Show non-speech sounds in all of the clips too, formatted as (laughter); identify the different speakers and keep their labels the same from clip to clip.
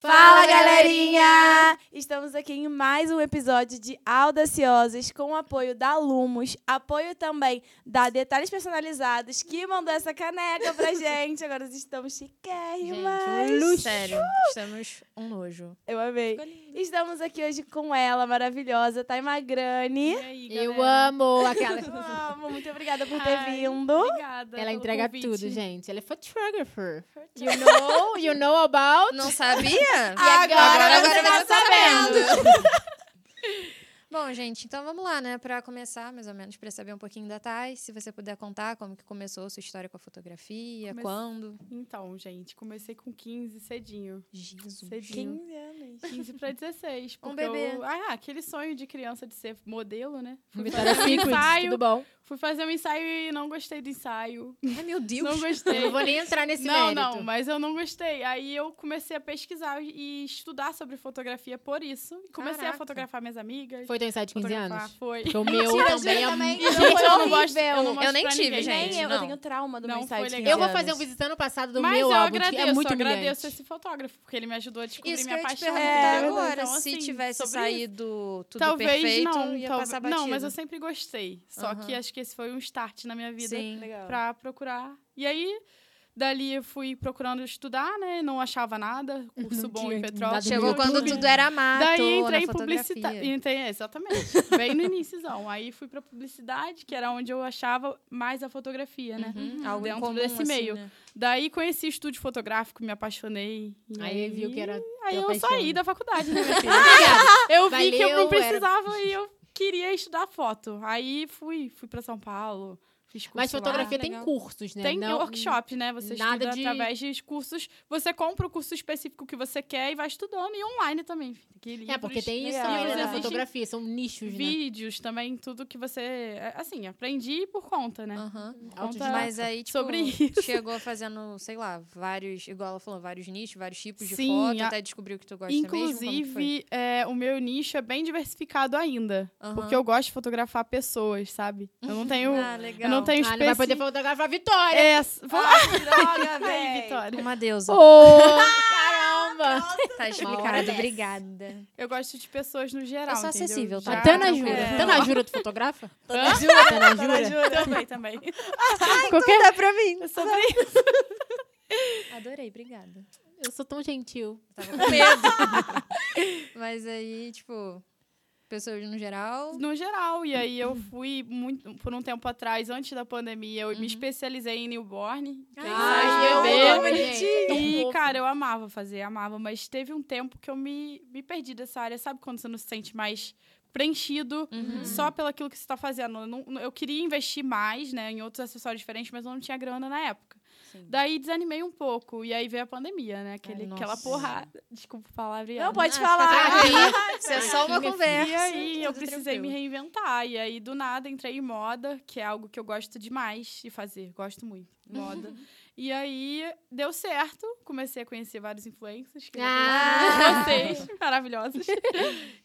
Speaker 1: Fala, galerinha! Estamos aqui em mais um episódio de Audaciosas com o apoio da Lumos, apoio também da Detalhes Personalizados, que mandou essa caneca pra gente. Agora nós estamos chiquérrimas.
Speaker 2: um
Speaker 3: Gente, sério, estamos um nojo.
Speaker 1: Eu amei. Estamos aqui hoje com ela, maravilhosa, Taima Grani.
Speaker 3: Eu
Speaker 4: (laughs)
Speaker 3: amo aquela.
Speaker 1: Eu amo, muito obrigada por ter
Speaker 4: Ai.
Speaker 1: vindo.
Speaker 4: Obrigada.
Speaker 3: Ela
Speaker 4: pelo
Speaker 3: entrega
Speaker 4: convite.
Speaker 3: tudo, gente. Ela é photographer. You know, you know about.
Speaker 2: Não sabia?
Speaker 1: Agora
Speaker 2: você
Speaker 1: você
Speaker 2: vai
Speaker 1: tá sabendo.
Speaker 2: Bom, gente, então vamos lá, né? Pra começar, mais ou menos, pra saber um pouquinho da Thay, se você puder contar como que começou a sua história com a fotografia,
Speaker 4: Comece-
Speaker 2: quando.
Speaker 4: Então, gente, comecei com
Speaker 3: (laughs)
Speaker 4: 15 cedinho.
Speaker 2: Jesus.
Speaker 4: Cedinho.
Speaker 1: 15 anos.
Speaker 4: 15 pra
Speaker 3: (laughs)
Speaker 4: 16.
Speaker 2: Um
Speaker 4: porque eu-
Speaker 3: É.
Speaker 2: bebê.
Speaker 4: Ah, aquele sonho de criança de ser modelo, né?
Speaker 3: Vitória Secret,
Speaker 4: ensaio.
Speaker 3: tudo bom?
Speaker 4: Fui fazer um ensaio e não gostei do ensaio.
Speaker 2: Ai, meu Deus. (laughs)
Speaker 4: Não
Speaker 3: Eu não
Speaker 4: gostei.
Speaker 3: vou nem entrar nesse
Speaker 4: Não,
Speaker 3: mérito.
Speaker 4: não, mas eu não gostei. Aí eu comecei a pesquisar e estudar sobre fotografia por isso. E comecei a
Speaker 2: Caraca.
Speaker 4: fotografar minhas amigas.
Speaker 3: Foi teu ensaio de 15
Speaker 4: fotografar,
Speaker 3: anos?
Speaker 4: Foi. (laughs)
Speaker 3: Porque o meu também é
Speaker 1: também.
Speaker 3: muito...
Speaker 1: Não,
Speaker 4: Gente,
Speaker 1: foi
Speaker 4: eu não
Speaker 1: horrível.
Speaker 4: gosto. Eu, não mostro
Speaker 2: nem
Speaker 4: pra
Speaker 2: tive,
Speaker 4: ninguém.
Speaker 2: gente.
Speaker 1: Nem eu, eu
Speaker 2: não.
Speaker 1: tenho trauma do meu
Speaker 4: Não
Speaker 1: ensaio
Speaker 4: foi
Speaker 1: de
Speaker 4: legal.
Speaker 3: Eu
Speaker 1: 15
Speaker 3: vou fazer um
Speaker 1: anos.
Speaker 3: visitando o passado do
Speaker 4: Mas
Speaker 3: meu
Speaker 4: eu
Speaker 3: álbum, que
Speaker 4: agradeço,
Speaker 3: é muito
Speaker 4: eu agradeço
Speaker 3: humilhante.
Speaker 4: esse fotógrafo, porque ele me ajudou a descobrir
Speaker 2: Isso que eu
Speaker 4: minha
Speaker 2: ia te
Speaker 4: paixão.
Speaker 2: perguntar
Speaker 1: É,
Speaker 2: agora,
Speaker 4: Então,
Speaker 2: se
Speaker 4: assim,
Speaker 2: tivesse
Speaker 4: sobre isso.
Speaker 2: saído tudo
Speaker 4: Talvez
Speaker 2: perfeito,
Speaker 4: não,
Speaker 2: ia
Speaker 4: talvez-
Speaker 2: passar batido.
Speaker 4: não, mas eu sempre gostei. Só que
Speaker 2: Aham.
Speaker 4: acho que esse foi um start na minha vida
Speaker 2: Sim.
Speaker 1: Legal.
Speaker 4: pra procurar. E aí, dali eu fui procurando estudar, né? Não achava nada, curso
Speaker 3: Não
Speaker 4: bom
Speaker 3: tinha
Speaker 4: em
Speaker 3: nada
Speaker 4: Petrópolis.
Speaker 3: do
Speaker 2: Chegou
Speaker 3: meu
Speaker 2: quando
Speaker 3: time.
Speaker 2: tudo era mato
Speaker 4: Daí entrei
Speaker 2: na
Speaker 4: em
Speaker 2: fotografia.
Speaker 4: publicidade. Entrei, exatamente. Bem no iníciozão. Aí fui pra publicidade, que era onde eu achava mais a fotografia, né?
Speaker 2: Uhum, Algo em
Speaker 4: Dentro
Speaker 2: comum,
Speaker 4: desse
Speaker 2: assim,
Speaker 4: meio.
Speaker 2: né?
Speaker 4: Daí conheci estúdio fotográfico, me apaixonei. E
Speaker 3: Aí viu que era...
Speaker 4: Aí
Speaker 3: teu
Speaker 4: eu
Speaker 3: paixão.
Speaker 4: saí da faculdade,
Speaker 3: (laughs)
Speaker 4: né, minha filha?
Speaker 3: Obrigada.
Speaker 4: Eu vi que eu
Speaker 3: Valeu,
Speaker 4: não precisava e eu queria estudar foto. Aí fui, fui para São Paulo, fiz curso
Speaker 3: Mas fotografia
Speaker 2: Ah,
Speaker 3: tem
Speaker 2: legal.
Speaker 3: cursos, né?
Speaker 4: lá. Tem
Speaker 3: Não-
Speaker 4: workshop, né? Você
Speaker 3: nada
Speaker 4: estuda
Speaker 3: de-
Speaker 4: através de cursos. Você compra o curso específico que você quer e vai estudando. E online também. filho. Que
Speaker 3: É,
Speaker 4: livros,
Speaker 3: porque tem isso
Speaker 1: Legal.
Speaker 3: também né,
Speaker 1: Livros
Speaker 3: na
Speaker 4: existem
Speaker 3: fotografia. São nichos, né?
Speaker 4: Vídeos também, tudo que você... é, Assim, aprendi por conta,
Speaker 3: Ah,
Speaker 4: né?
Speaker 2: Aham.
Speaker 3: Autodidata.
Speaker 2: Mas aí, tipo,
Speaker 4: Sobre isso.
Speaker 2: chegou fazendo, sei lá, vários, igual ela falou, vários nichos, vários tipos de
Speaker 4: Sim,
Speaker 2: foto,
Speaker 4: a-
Speaker 2: até descobrir o que tu gosta mesmo. como que foi?
Speaker 4: Inclusive, é, o meu nicho é bem diversificado ainda.
Speaker 2: Aham.
Speaker 4: Porque eu gosto de fotografar pessoas, sabe? Eu não tenho...
Speaker 2: Ah, legal.
Speaker 4: eu não tenho
Speaker 3: Ah, não vai poder
Speaker 4: especi-
Speaker 3: fotografar a Vitória.
Speaker 4: É, vou...
Speaker 1: Ah, droga,
Speaker 4: Aí,
Speaker 1: véi.
Speaker 4: Vitória.
Speaker 2: Uma deusa.
Speaker 3: Caramba!
Speaker 2: Tá explicado, obrigada.
Speaker 4: Eu gosto de pessoas no geral.
Speaker 2: Eu sou
Speaker 4: entendeu?
Speaker 2: acessível, tá?
Speaker 4: Já-
Speaker 3: A
Speaker 2: Ah,
Speaker 3: Tana
Speaker 2: então
Speaker 3: Jura.
Speaker 2: é.
Speaker 3: Tana Jura, tu fotografa?
Speaker 4: Hã?
Speaker 3: Jura, Tana
Speaker 4: Tana
Speaker 3: Jura.
Speaker 4: Jura. Também, também.
Speaker 3: Qualquer...
Speaker 1: Tá
Speaker 2: Dá pra mim.
Speaker 1: (laughs)
Speaker 4: Sobre
Speaker 2: Adorei, obrigada.
Speaker 3: Eu sou tão gentil.
Speaker 2: Eu Tava com medo. Mas aí, tipo, pessoas no geral.
Speaker 4: no geral. E aí eu fui muito por um tempo atrás, antes da pandemia, eu me especializei em newborn.
Speaker 2: Ah,
Speaker 4: tem
Speaker 2: Ai,
Speaker 4: sites
Speaker 2: eu
Speaker 4: bebê.
Speaker 3: amo, gente. É tão
Speaker 4: E,
Speaker 3: fofo.
Speaker 4: cara, eu amava fazer, amava, mas teve um tempo que eu me, me perdi dessa área. Sabe quando você não se sente mais preenchido
Speaker 2: Uhum.
Speaker 4: só pelo aquilo que você está fazendo? Eu, não- eu queria investir mais, né, em outros acessórios diferentes, mas eu não tinha grana na época.
Speaker 2: Sim.
Speaker 4: Daí desanimei um pouco. E aí veio a pandemia, né? Aquele,
Speaker 2: Ai,
Speaker 4: aquela
Speaker 2: nossa.
Speaker 4: porrada. Desculpa a palavra.
Speaker 1: Não, pode
Speaker 2: Ah,
Speaker 1: falar.
Speaker 4: (laughs)
Speaker 2: Aqui, isso é só uma
Speaker 3: Aqui, minha
Speaker 2: conversa.
Speaker 4: E aí eu
Speaker 2: tudo
Speaker 4: precisei me
Speaker 2: tranquilo.
Speaker 4: reinventar. E aí, do nada, entrei em moda, que é algo que eu gosto demais de fazer. Gosto muito. Moda. e aí, deu certo. Comecei a conhecer vários influencers. Que eu
Speaker 3: Ah!
Speaker 4: adoro vocês, (laughs) maravilhosos.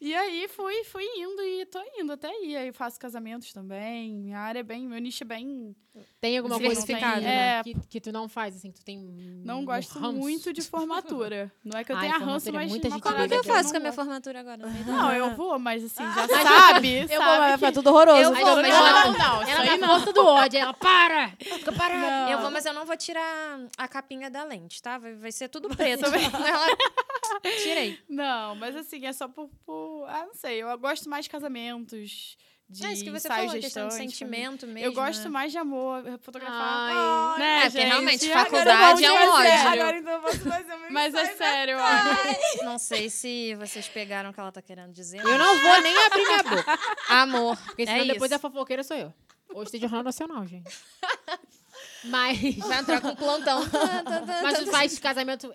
Speaker 4: e aí, fui, fui indo e tô indo até aí. Aí faço casamentos também. Minha área é bem... Meu nicho é bem...
Speaker 3: Tem alguma coisa que,
Speaker 2: Diversificado,
Speaker 4: né?
Speaker 3: que, que tu não faz, assim, que tu tem
Speaker 4: Não
Speaker 3: um
Speaker 4: gosto
Speaker 3: ranço?
Speaker 4: muito de formatura. Não é que eu
Speaker 3: Ai,
Speaker 4: tenha ranço,
Speaker 3: formatura é
Speaker 4: mas...
Speaker 3: muita
Speaker 4: uma
Speaker 3: gente
Speaker 4: parada
Speaker 2: Como que eu faço
Speaker 3: Caraca,
Speaker 4: não
Speaker 2: com a minha
Speaker 4: gosto.
Speaker 2: formatura agora? No meio da-
Speaker 4: Não, eu vou, mas assim, já
Speaker 3: mas-
Speaker 4: sabe,
Speaker 1: Eu vou,
Speaker 4: sabe
Speaker 1: mas
Speaker 4: que-
Speaker 1: foi tudo horroroso.
Speaker 2: Eu
Speaker 3: Mas
Speaker 2: vou,
Speaker 3: ela
Speaker 2: mas
Speaker 3: não,
Speaker 2: ela-
Speaker 3: não, ela na é força do ódio. Ela, para! Fica parada.
Speaker 2: Eu vou, mas eu não vou tirar a capinha da lente, tá? Vai, vai ser tudo preto. (laughs) Ela- Tirei.
Speaker 4: Não, mas assim, é só por, por- Ah, não sei, eu gosto mais de casamentos, de
Speaker 2: É isso que você
Speaker 4: ensaios
Speaker 2: falou, a questão de
Speaker 4: gestantes, família.
Speaker 2: sentimento mesmo.
Speaker 4: Eu gosto
Speaker 2: né?
Speaker 4: mais de amor, fotografar.
Speaker 3: Ai.
Speaker 4: né,
Speaker 2: É, porque
Speaker 4: gente?
Speaker 2: realmente,
Speaker 4: E
Speaker 2: faculdade
Speaker 4: vamos
Speaker 2: é um
Speaker 4: fazer-
Speaker 2: ódio.
Speaker 1: Agora então eu posso fazer o meu
Speaker 4: Mas é
Speaker 1: ensaio.
Speaker 4: sério, ó.
Speaker 2: Não sei se vocês pegaram o que ela tá querendo dizer.
Speaker 3: Eu não vou nem abrir minha boca.
Speaker 2: Amor.
Speaker 3: Porque senão
Speaker 2: é
Speaker 3: depois da
Speaker 2: isso.
Speaker 3: fofoqueira sou eu. Hoje tem Jornal Nacional, gente. (laughs) Mas...
Speaker 2: Vai entrar com plantão. (laughs) tá,
Speaker 3: Mas tu faz casamento,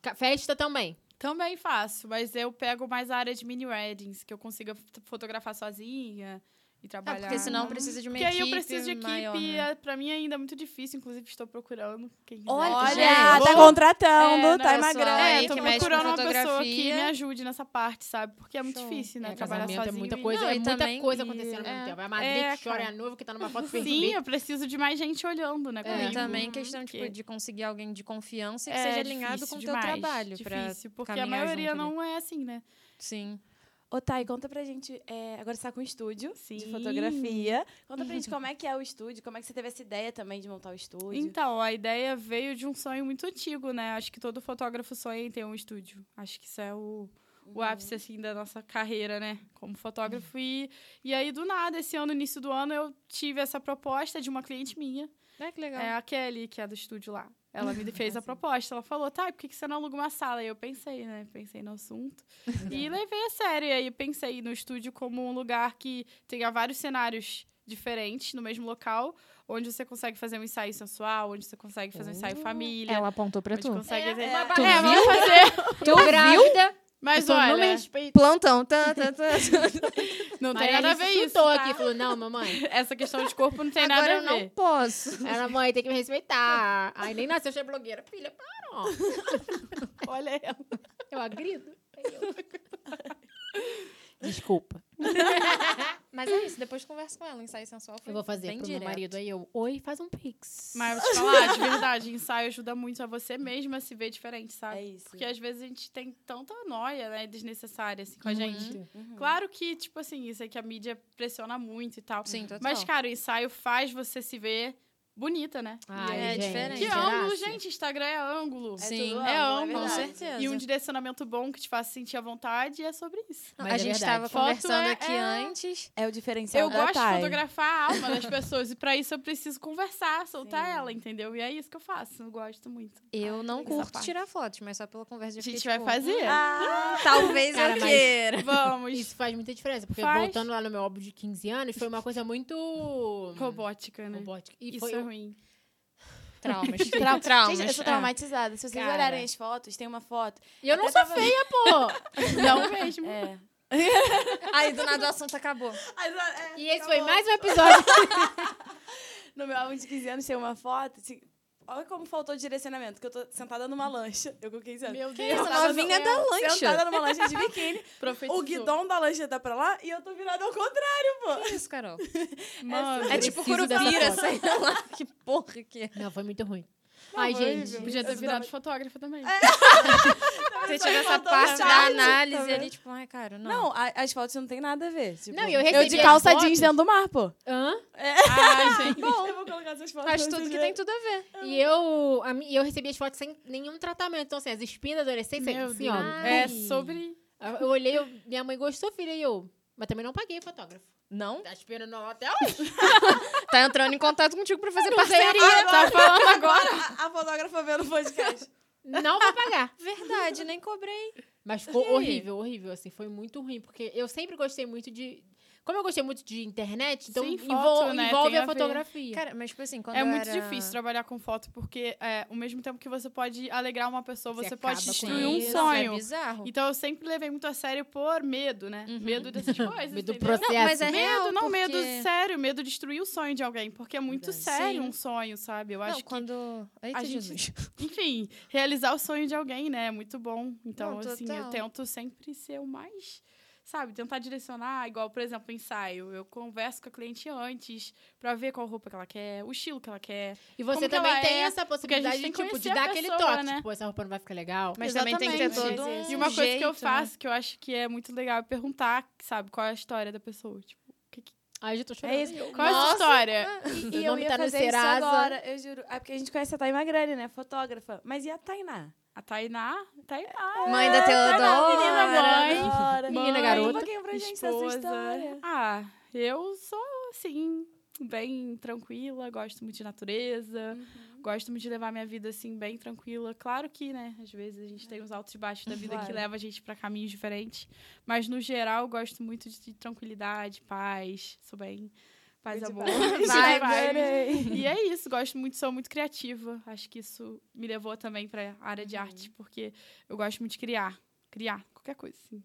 Speaker 3: ca- festa também.
Speaker 4: (laughs) Também faço, mas eu pego mais a área de mini weddings, que eu consiga f- fotografar sozinha e
Speaker 2: Ah,
Speaker 4: trabalhar.
Speaker 2: porque senão precisa de uma
Speaker 4: Porque aí eu
Speaker 2: equipe
Speaker 4: preciso de equipe,
Speaker 2: maior, né?
Speaker 4: é, pra mim ainda é muito difícil, inclusive estou procurando quem quiser.
Speaker 2: Olha,
Speaker 1: Olha,
Speaker 2: gente,
Speaker 1: tá
Speaker 2: vou-
Speaker 1: contratando,
Speaker 2: É, não,
Speaker 1: tá
Speaker 2: pessoal,
Speaker 1: emagrando.
Speaker 2: aí
Speaker 4: É, eu tô
Speaker 2: que mexe com
Speaker 4: procurando uma pessoa que
Speaker 2: fotografia.
Speaker 4: me ajude nessa parte, sabe? Porque é muito
Speaker 2: Show.
Speaker 4: difícil, né?
Speaker 3: É,
Speaker 4: trabalhar
Speaker 3: casamento
Speaker 4: sozinho.
Speaker 3: é muita
Speaker 4: e-
Speaker 3: coisa,
Speaker 2: Não,
Speaker 3: é
Speaker 2: e
Speaker 3: muita
Speaker 2: também-
Speaker 3: coisa acontecendo ao
Speaker 2: é,
Speaker 3: mesmo tempo. É a madrinha
Speaker 4: é,
Speaker 3: que chora, é a
Speaker 4: cara.
Speaker 3: noiva que tá numa foto
Speaker 4: Sim,
Speaker 3: perfeita.
Speaker 4: eu preciso de mais gente olhando, né?
Speaker 3: É,
Speaker 2: E
Speaker 4: comigo,
Speaker 2: também questão
Speaker 4: porque-
Speaker 2: tipo, de conseguir alguém de confiança e que
Speaker 4: É,
Speaker 2: seja alinhado com
Speaker 4: difícil
Speaker 2: o teu
Speaker 4: demais,
Speaker 2: trabalho. pra-
Speaker 4: Difícil, porque a
Speaker 2: caminhar
Speaker 4: maioria
Speaker 2: junto ali.
Speaker 4: não é assim, né?
Speaker 2: Sim.
Speaker 1: Ô, Thay, conta pra gente. é, agora você tá com um estúdio de
Speaker 4: Sim.
Speaker 1: fotografia. Conta pra gente como é que é o estúdio, como é que você teve essa ideia também de montar o estúdio.
Speaker 4: Então, a ideia veio de um sonho muito antigo, né? Acho que todo fotógrafo sonha em ter um estúdio. Acho que isso é o,
Speaker 2: Uhum.
Speaker 4: o ápice, assim, da nossa carreira, né? Como fotógrafo. E, e aí, do nada, esse ano, início do ano, eu tive essa proposta de uma cliente minha.
Speaker 2: É que legal.
Speaker 4: É a Kelly, que é do estúdio lá. Ela me fez a proposta. Ela falou, tá, por que que você não aluga uma sala? E eu pensei, né? Pensei no assunto. e levei a sério. E aí pensei no estúdio como um lugar que tenha vários cenários diferentes no mesmo local, onde você consegue fazer um ensaio sensual, onde você consegue fazer um ensaio família.
Speaker 3: Ela apontou pra
Speaker 4: onde
Speaker 3: tu.
Speaker 4: consegue...
Speaker 1: É,
Speaker 4: É,
Speaker 1: uma
Speaker 3: Tu
Speaker 4: é,
Speaker 3: viu?
Speaker 4: vamos fazer.
Speaker 2: Tô grávida,
Speaker 4: Mas
Speaker 3: Então, não me
Speaker 4: olha,
Speaker 3: respeita.
Speaker 2: plantão. Tá, tá, tá.
Speaker 4: não tem
Speaker 3: Maria
Speaker 4: nada a
Speaker 3: Alice
Speaker 4: ver isso,
Speaker 3: chutou
Speaker 4: tá?
Speaker 3: aqui, falou, não, mamãe.
Speaker 4: Essa questão de corpo não tem
Speaker 2: Agora
Speaker 4: nada a
Speaker 2: eu não
Speaker 4: ver.
Speaker 2: posso.
Speaker 3: Ela, mãe, tem que me respeitar. Aí nem nasceu, achei blogueira. Filha, para.
Speaker 4: Olha ela.
Speaker 3: Eu agrido. Desculpa.
Speaker 2: Mas é isso, depois conversa com ela. O ensaio sensual foi
Speaker 3: Eu vou fazer
Speaker 2: bem
Speaker 3: pro
Speaker 2: direto.
Speaker 3: meu marido aí. Eu, oi, faz um pix.
Speaker 4: Mas eu vou te falar, de verdade, ensaio ajuda muito a você mesma se ver diferente, sabe?
Speaker 1: é isso.
Speaker 4: Então, Porque às vezes a gente tem tanta noia, né, desnecessária assim, com a
Speaker 3: Uhum.
Speaker 4: gente.
Speaker 1: Uhum.
Speaker 4: Claro que, tipo assim, isso é que a mídia pressiona muito e tal.
Speaker 2: Sim, total.
Speaker 4: Mas, cara, o ensaio faz você se ver bonita, né?
Speaker 3: Ai,
Speaker 2: É
Speaker 3: gente,
Speaker 2: diferente.
Speaker 4: que
Speaker 2: é
Speaker 4: ângulo,
Speaker 3: graça.
Speaker 4: gente. Instagram é ângulo.
Speaker 1: É
Speaker 2: Sim,
Speaker 1: tudo
Speaker 4: é
Speaker 1: ângulo,
Speaker 4: ângulo,
Speaker 2: Com
Speaker 1: verdade.
Speaker 2: certeza.
Speaker 4: E um direcionamento bom que te faça sentir à vontade e é sobre isso.
Speaker 2: Não, a
Speaker 3: Mas é
Speaker 2: gente
Speaker 3: verdade.
Speaker 2: estava
Speaker 4: Foto
Speaker 2: conversando
Speaker 4: é-
Speaker 2: aqui
Speaker 4: é-
Speaker 2: antes.
Speaker 1: É o diferencial
Speaker 4: eu
Speaker 1: da
Speaker 4: gosto de
Speaker 1: Thay.
Speaker 4: fotografar a alma das pessoas e pra isso eu preciso conversar, soltar
Speaker 1: Sim.
Speaker 4: ela, entendeu? E é isso que eu faço, eu gosto muito.
Speaker 2: Eu não
Speaker 4: essa
Speaker 2: curto
Speaker 4: parte.
Speaker 2: tirar fotos, mas só pela conversa.
Speaker 4: A
Speaker 2: eu fiquei,
Speaker 4: gente vai
Speaker 2: tipo,
Speaker 4: fazer?
Speaker 1: Ah,
Speaker 2: Talvez
Speaker 3: Cara,
Speaker 2: eu
Speaker 3: mas-
Speaker 2: queira.
Speaker 4: Vamos.
Speaker 3: Isso faz muita diferença, porque
Speaker 4: Faz.
Speaker 3: voltando lá no meu álbum de 15 anos, foi uma coisa muito.
Speaker 4: Robótica, né?
Speaker 3: robótica. E
Speaker 4: Isso
Speaker 3: foi
Speaker 4: é
Speaker 3: um
Speaker 4: ruim.
Speaker 2: Traumas. (laughs)
Speaker 1: Trau-
Speaker 2: Traumas.
Speaker 1: Gente, eu sou
Speaker 2: é.
Speaker 1: traumatizada. Se vocês
Speaker 3: Cara.
Speaker 1: olharem as fotos, tem uma foto.
Speaker 3: E eu não
Speaker 1: Até
Speaker 3: sou
Speaker 1: tava-
Speaker 3: feia, pô!
Speaker 4: Não mesmo.
Speaker 1: É.
Speaker 2: Aí do nada o assunto acabou.
Speaker 3: E esse foi mais um episódio.
Speaker 1: No meu álbum de 15 anos tem uma foto. assim, olha como faltou direcionamento, que eu tô sentada numa lancha. Eu com 15 anos.
Speaker 3: Meu
Speaker 2: Essa
Speaker 1: tava
Speaker 2: novinha
Speaker 1: no-
Speaker 2: da lancha.
Speaker 1: Sentada numa lancha
Speaker 3: (laughs)
Speaker 1: de biquíni.
Speaker 4: Profetizou.
Speaker 1: o guidão da lancha tá pra lá e eu tô virada ao contrário.
Speaker 2: Que isso, Carol?
Speaker 4: Mano,
Speaker 2: É tipo
Speaker 3: preciso dessa
Speaker 2: curupira,
Speaker 3: foto.
Speaker 2: sei lá. Que porra que é.
Speaker 3: Não, foi muito ruim. Ai,
Speaker 1: horrível.
Speaker 3: gente.
Speaker 4: Podia ter
Speaker 1: Eu
Speaker 4: virado
Speaker 1: tava-
Speaker 4: fotógrafa também.
Speaker 2: É. Você
Speaker 1: só me
Speaker 2: tive essa
Speaker 1: faltou
Speaker 2: parte
Speaker 1: um
Speaker 2: da
Speaker 1: chat,
Speaker 2: análise
Speaker 1: tá
Speaker 2: ali, tipo, ai, cara, não.
Speaker 1: Não, a- as fotos não tem nada a ver. tipo,
Speaker 3: Não, e eu
Speaker 1: eu
Speaker 3: recebi
Speaker 1: de
Speaker 3: as
Speaker 1: calça
Speaker 3: fotos. É.
Speaker 1: jeans dentro do mar, pô.
Speaker 3: Hã?
Speaker 4: Ai, gente.
Speaker 1: Bom, (laughs) eu vou colocar essas fotos.
Speaker 2: Faz
Speaker 1: pra
Speaker 2: tudo
Speaker 1: vocês
Speaker 2: que tem
Speaker 1: verem.
Speaker 2: tudo a ver.
Speaker 3: E eu, a mi- e eu recebi as fotos sem nenhum tratamento. Então, assim, as espinhas da adolescência,
Speaker 4: Meu
Speaker 3: assim, ó.
Speaker 4: Deus.
Speaker 3: ai.
Speaker 4: É sobre.
Speaker 3: Eu eu olhei, eu- minha mãe gostou, filha, e eu. Mas também não paguei fotógrafo.
Speaker 2: Não?
Speaker 3: Tá esperando não até hoje.
Speaker 2: Tá entrando em contato contigo pra fazer parceria.
Speaker 4: Tá falando agora?
Speaker 1: A, a fotógrafa vendo o podcast.
Speaker 3: Não vou pagar.
Speaker 2: Verdade, nem cobrei.
Speaker 3: Mas ficou horrível, horrível, assim. Foi muito ruim, porque eu sempre gostei muito de... Como eu gostei muito de internet, então
Speaker 4: Sim,
Speaker 3: envol-
Speaker 4: foto, né?
Speaker 3: envolve
Speaker 4: Tem
Speaker 3: a,
Speaker 4: a ver.
Speaker 3: fotografia.
Speaker 2: Cara, mas tipo assim, quando
Speaker 4: É
Speaker 2: eu
Speaker 4: muito
Speaker 2: era-
Speaker 4: difícil trabalhar com foto, porque é, ao mesmo tempo que você pode alegrar uma pessoa,
Speaker 3: Você
Speaker 4: você, pode
Speaker 3: acaba com
Speaker 4: destruir um
Speaker 2: Isso, É
Speaker 4: sonho.
Speaker 2: bizarro.
Speaker 4: Então eu sempre levei muito a sério por medo, né?
Speaker 2: Uhum. (laughs)
Speaker 4: Medo dessas coisas.
Speaker 3: Medo do
Speaker 4: entendeu?
Speaker 3: processo.
Speaker 2: Não, mas é
Speaker 4: Medo,
Speaker 2: real,
Speaker 4: não,
Speaker 2: porque-
Speaker 4: medo sério, medo de destruir o sonho de alguém, porque é muito
Speaker 3: Verdade.
Speaker 4: sério
Speaker 2: Sim.
Speaker 4: um sonho, sabe? Eu
Speaker 2: Não,
Speaker 4: acho que,
Speaker 2: quando... Eita,
Speaker 4: a gente-
Speaker 2: Jesus.
Speaker 4: enfim, realizar o sonho de alguém, né, é muito bom. Então,
Speaker 2: Não,
Speaker 4: assim, eu
Speaker 2: total.
Speaker 4: tento sempre ser o mais, sabe, tentar direcionar, igual, por exemplo, o ensaio. Eu converso com a cliente antes pra ver qual roupa que ela quer, o estilo que ela quer.
Speaker 3: E você
Speaker 4: Como que
Speaker 3: também
Speaker 4: ela
Speaker 3: tem
Speaker 4: é,
Speaker 3: essa possibilidade de,
Speaker 4: tem que
Speaker 3: tipo, de
Speaker 4: conhecer a
Speaker 3: dar aquele
Speaker 4: pessoa,
Speaker 3: toque.
Speaker 4: né?
Speaker 3: Tipo, essa roupa não vai ficar legal.
Speaker 2: Mas também tem que ter
Speaker 4: Exatamente.
Speaker 2: todo um
Speaker 4: E uma coisa que eu
Speaker 2: jeito,
Speaker 4: faço, que eu acho que é muito legal, é perguntar, sabe, qual é a história da pessoa. Tipo,
Speaker 3: Ai, já tô chorando.
Speaker 1: É isso.
Speaker 4: qual é a
Speaker 1: Nossa.
Speaker 4: sua história?
Speaker 1: Ah, E,
Speaker 3: Seu
Speaker 1: e eu
Speaker 3: nome
Speaker 1: ia
Speaker 3: tá no
Speaker 1: fazer isso
Speaker 3: Serasa.
Speaker 1: agora, eu juro. É porque a gente conhece a Tainá Grande, né? Fotógrafa. Mas e a Tainá? Ah, tá
Speaker 4: A Tainá? Tainá.
Speaker 2: né? Mãe da
Speaker 4: Teodora, é menina
Speaker 2: Teodora.
Speaker 4: mãe.
Speaker 1: Adora.
Speaker 3: Menina
Speaker 1: Mãe,
Speaker 3: garota.
Speaker 1: Um pouquinho pra gente da sua
Speaker 4: esposa.
Speaker 1: história.
Speaker 4: Ah, eu sou, assim, bem tranquila, gosto muito de natureza,
Speaker 1: Uhum.
Speaker 4: gosto muito de levar minha vida, assim, bem tranquila. Claro que, né, às vezes a gente tem uns altos e baixos da vida
Speaker 1: É. Claro.
Speaker 4: que leva a gente pra caminhos diferentes, mas no geral eu gosto muito de, de tranquilidade, paz, sou bem. Paz e amor. (laughs)
Speaker 1: (laughs)
Speaker 4: Good
Speaker 1: Vai,
Speaker 4: vibes.
Speaker 1: Verei.
Speaker 4: E é isso, gosto muito, sou muito
Speaker 2: Uhum.
Speaker 4: criativa. Acho que isso me levou também pra área de arte, porque eu gosto muito de criar. criar qualquer coisa,
Speaker 2: (laughs)
Speaker 4: assim.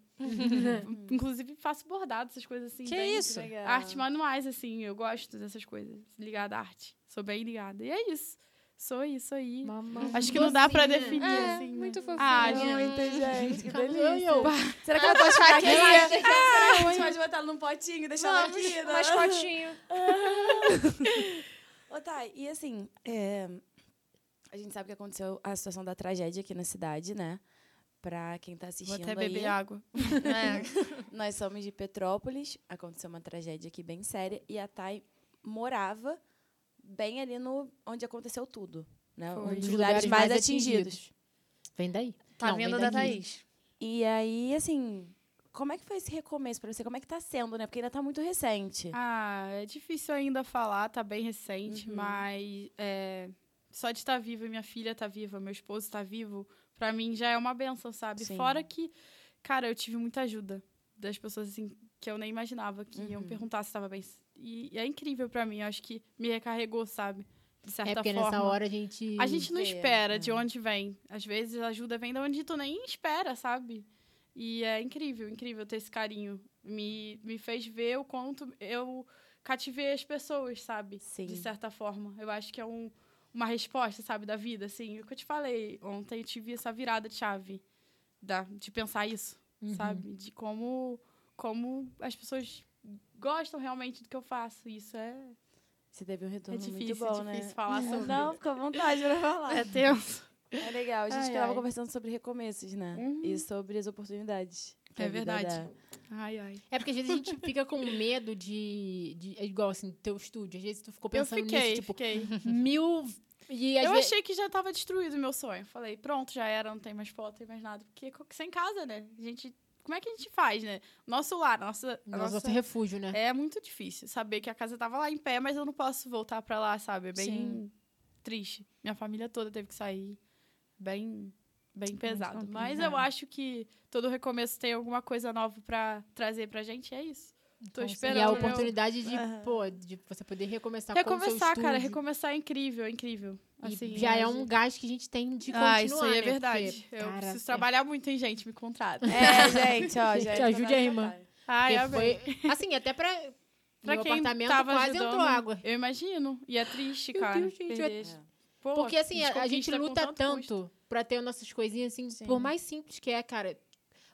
Speaker 4: Inclusive, faço bordado, essas coisas assim.
Speaker 2: Que
Speaker 4: bem-
Speaker 2: isso?
Speaker 1: Legal.
Speaker 4: Artes manuais, assim, eu gosto dessas coisas. Ligada à arte. Sou bem ligada. E é isso. Sou isso aí. Acho que não dá pra
Speaker 3: Docinha.
Speaker 4: definir,
Speaker 2: É,
Speaker 4: assim. né?
Speaker 2: muito fofinho.
Speaker 4: Ah,
Speaker 1: Muita gente, que
Speaker 3: Ficamos
Speaker 1: delícia.
Speaker 3: eu, eu.
Speaker 1: Será que ela pode ficar aqui?
Speaker 2: Relaxa.
Speaker 1: Ah, a gente pode botar ela num potinho e deixar ela aqui. né?
Speaker 2: Mas fotinho.
Speaker 1: Ô, Thay, e assim, é, a gente sabe que aconteceu a situação da tragédia aqui na cidade, né? Pra quem tá
Speaker 4: Vou
Speaker 1: assistindo
Speaker 4: até
Speaker 1: aí,
Speaker 4: beber água.
Speaker 2: É.
Speaker 1: nós somos de Petrópolis, aconteceu uma tragédia aqui bem séria e a Thay morava bem ali no onde aconteceu tudo, né?
Speaker 4: Foi.
Speaker 1: Um dos
Speaker 4: Os
Speaker 1: lugares, mais atingidos.
Speaker 3: Vem daí.
Speaker 2: Tá
Speaker 3: Não,
Speaker 2: vindo
Speaker 3: vem
Speaker 2: da
Speaker 3: daqui.
Speaker 2: Thaís.
Speaker 1: E aí, assim, como é que foi esse recomeço pra você? Como é que tá sendo, né? Porque ainda tá muito recente.
Speaker 4: Ah, é difícil ainda falar, tá bem recente,
Speaker 1: Uhum.
Speaker 4: mas é, só de estar viva, minha filha tá viva, meu esposo tá vivo, pra mim já é uma benção, sabe?
Speaker 1: Sim.
Speaker 4: Fora que, cara, eu tive muita ajuda das pessoas assim que eu nem imaginava que iam
Speaker 1: Uhum.
Speaker 4: perguntar se tava bem. E, e é incrível pra mim, eu acho que me recarregou, sabe? De certa
Speaker 3: É porque
Speaker 4: forma.
Speaker 3: nessa hora a gente.
Speaker 4: A gente não
Speaker 1: vê,
Speaker 4: espera
Speaker 1: é.
Speaker 4: de onde vem. Às vezes a ajuda vem de onde tu nem espera, sabe? E é incrível, incrível ter esse carinho. Me, me fez ver o quanto eu cativei as pessoas, sabe?
Speaker 1: Sim.
Speaker 4: De certa forma. Eu acho que é um, uma resposta, sabe, da vida, assim. O que eu te falei ontem, eu tive essa virada de chave da, de pensar isso,
Speaker 3: Uhum.
Speaker 4: sabe? De como, como as pessoas gostam realmente do que eu faço. Isso é,
Speaker 1: Você teve um
Speaker 4: é
Speaker 1: retorno
Speaker 4: difícil,
Speaker 1: muito bom,
Speaker 4: é difícil
Speaker 1: né? (laughs)
Speaker 4: falar sobre.
Speaker 1: Não, fica à vontade pra falar.
Speaker 4: (laughs) É tenso.
Speaker 1: (laughs) É legal, a gente
Speaker 4: Ai,
Speaker 1: que tava
Speaker 4: ai.
Speaker 1: conversando sobre recomeços, né?
Speaker 4: Uhum.
Speaker 1: E sobre as oportunidades. que
Speaker 4: É
Speaker 1: a vida
Speaker 4: verdade.
Speaker 1: dá.
Speaker 4: Ai, ai.
Speaker 3: É porque às vezes a gente fica com medo de, de. é Igual assim, teu estúdio. Às vezes tu ficou pensando
Speaker 4: eu fiquei,
Speaker 3: nisso,
Speaker 4: (laughs)
Speaker 3: tipo,
Speaker 4: fiquei.
Speaker 3: mil. E às
Speaker 4: Eu
Speaker 3: vezes.
Speaker 4: achei que já tava destruído o meu sonho. Falei, pronto, já era, não tem mais foto, não tem mais nada. Porque co- sem casa, né? A gente. Como é que a gente faz, né? Nosso lar, a nossa. a
Speaker 3: Nosso
Speaker 4: nossa-
Speaker 3: refúgio, né?
Speaker 4: É muito difícil saber que a casa tava lá em pé, mas eu não posso voltar pra lá, sabe? É bem
Speaker 1: Sim.
Speaker 4: triste. Minha família toda teve que sair. Bem. Bem pesado.
Speaker 2: complicado.
Speaker 4: Mas eu acho que todo recomeço tem alguma coisa nova pra trazer pra gente, é isso. Tô esperando.
Speaker 3: E a
Speaker 4: meu-
Speaker 3: oportunidade de,
Speaker 1: Aham.
Speaker 3: pô, de você poder recomeçar, com o seu
Speaker 4: Recomeçar,
Speaker 3: estúdio.
Speaker 4: cara. Recomeçar é incrível, é incrível.
Speaker 3: E
Speaker 4: Assim,
Speaker 3: já é
Speaker 4: a
Speaker 3: um gás que a gente tem de continuar,
Speaker 4: Ah, isso aí
Speaker 3: né?
Speaker 4: é verdade.
Speaker 3: Porque,
Speaker 4: eu
Speaker 3: cara,
Speaker 4: preciso
Speaker 3: é-
Speaker 4: trabalhar muito, hein, gente? Me contrata.
Speaker 1: É, gente, ó,
Speaker 4: (laughs)
Speaker 3: Gente,
Speaker 1: já
Speaker 3: ajude
Speaker 1: entra na
Speaker 3: a irmã.
Speaker 1: batalha.
Speaker 4: Ai,
Speaker 3: porque
Speaker 4: amei.
Speaker 3: foi, assim, até pra,
Speaker 4: (laughs) Pra
Speaker 3: meu
Speaker 4: quem
Speaker 3: apartamento
Speaker 4: tava
Speaker 3: quase
Speaker 4: ajudando,
Speaker 3: entrou água.
Speaker 4: Eu imagino. E é triste,
Speaker 3: Meu
Speaker 4: cara.
Speaker 3: Deus, gente,
Speaker 4: perder.
Speaker 1: é-
Speaker 4: Pô,
Speaker 3: Porque assim, a, a gente
Speaker 4: conquista com
Speaker 3: luta
Speaker 4: custo.
Speaker 3: tanto pra ter nossas coisinhas assim,
Speaker 2: Sim.
Speaker 3: por mais simples que é, cara.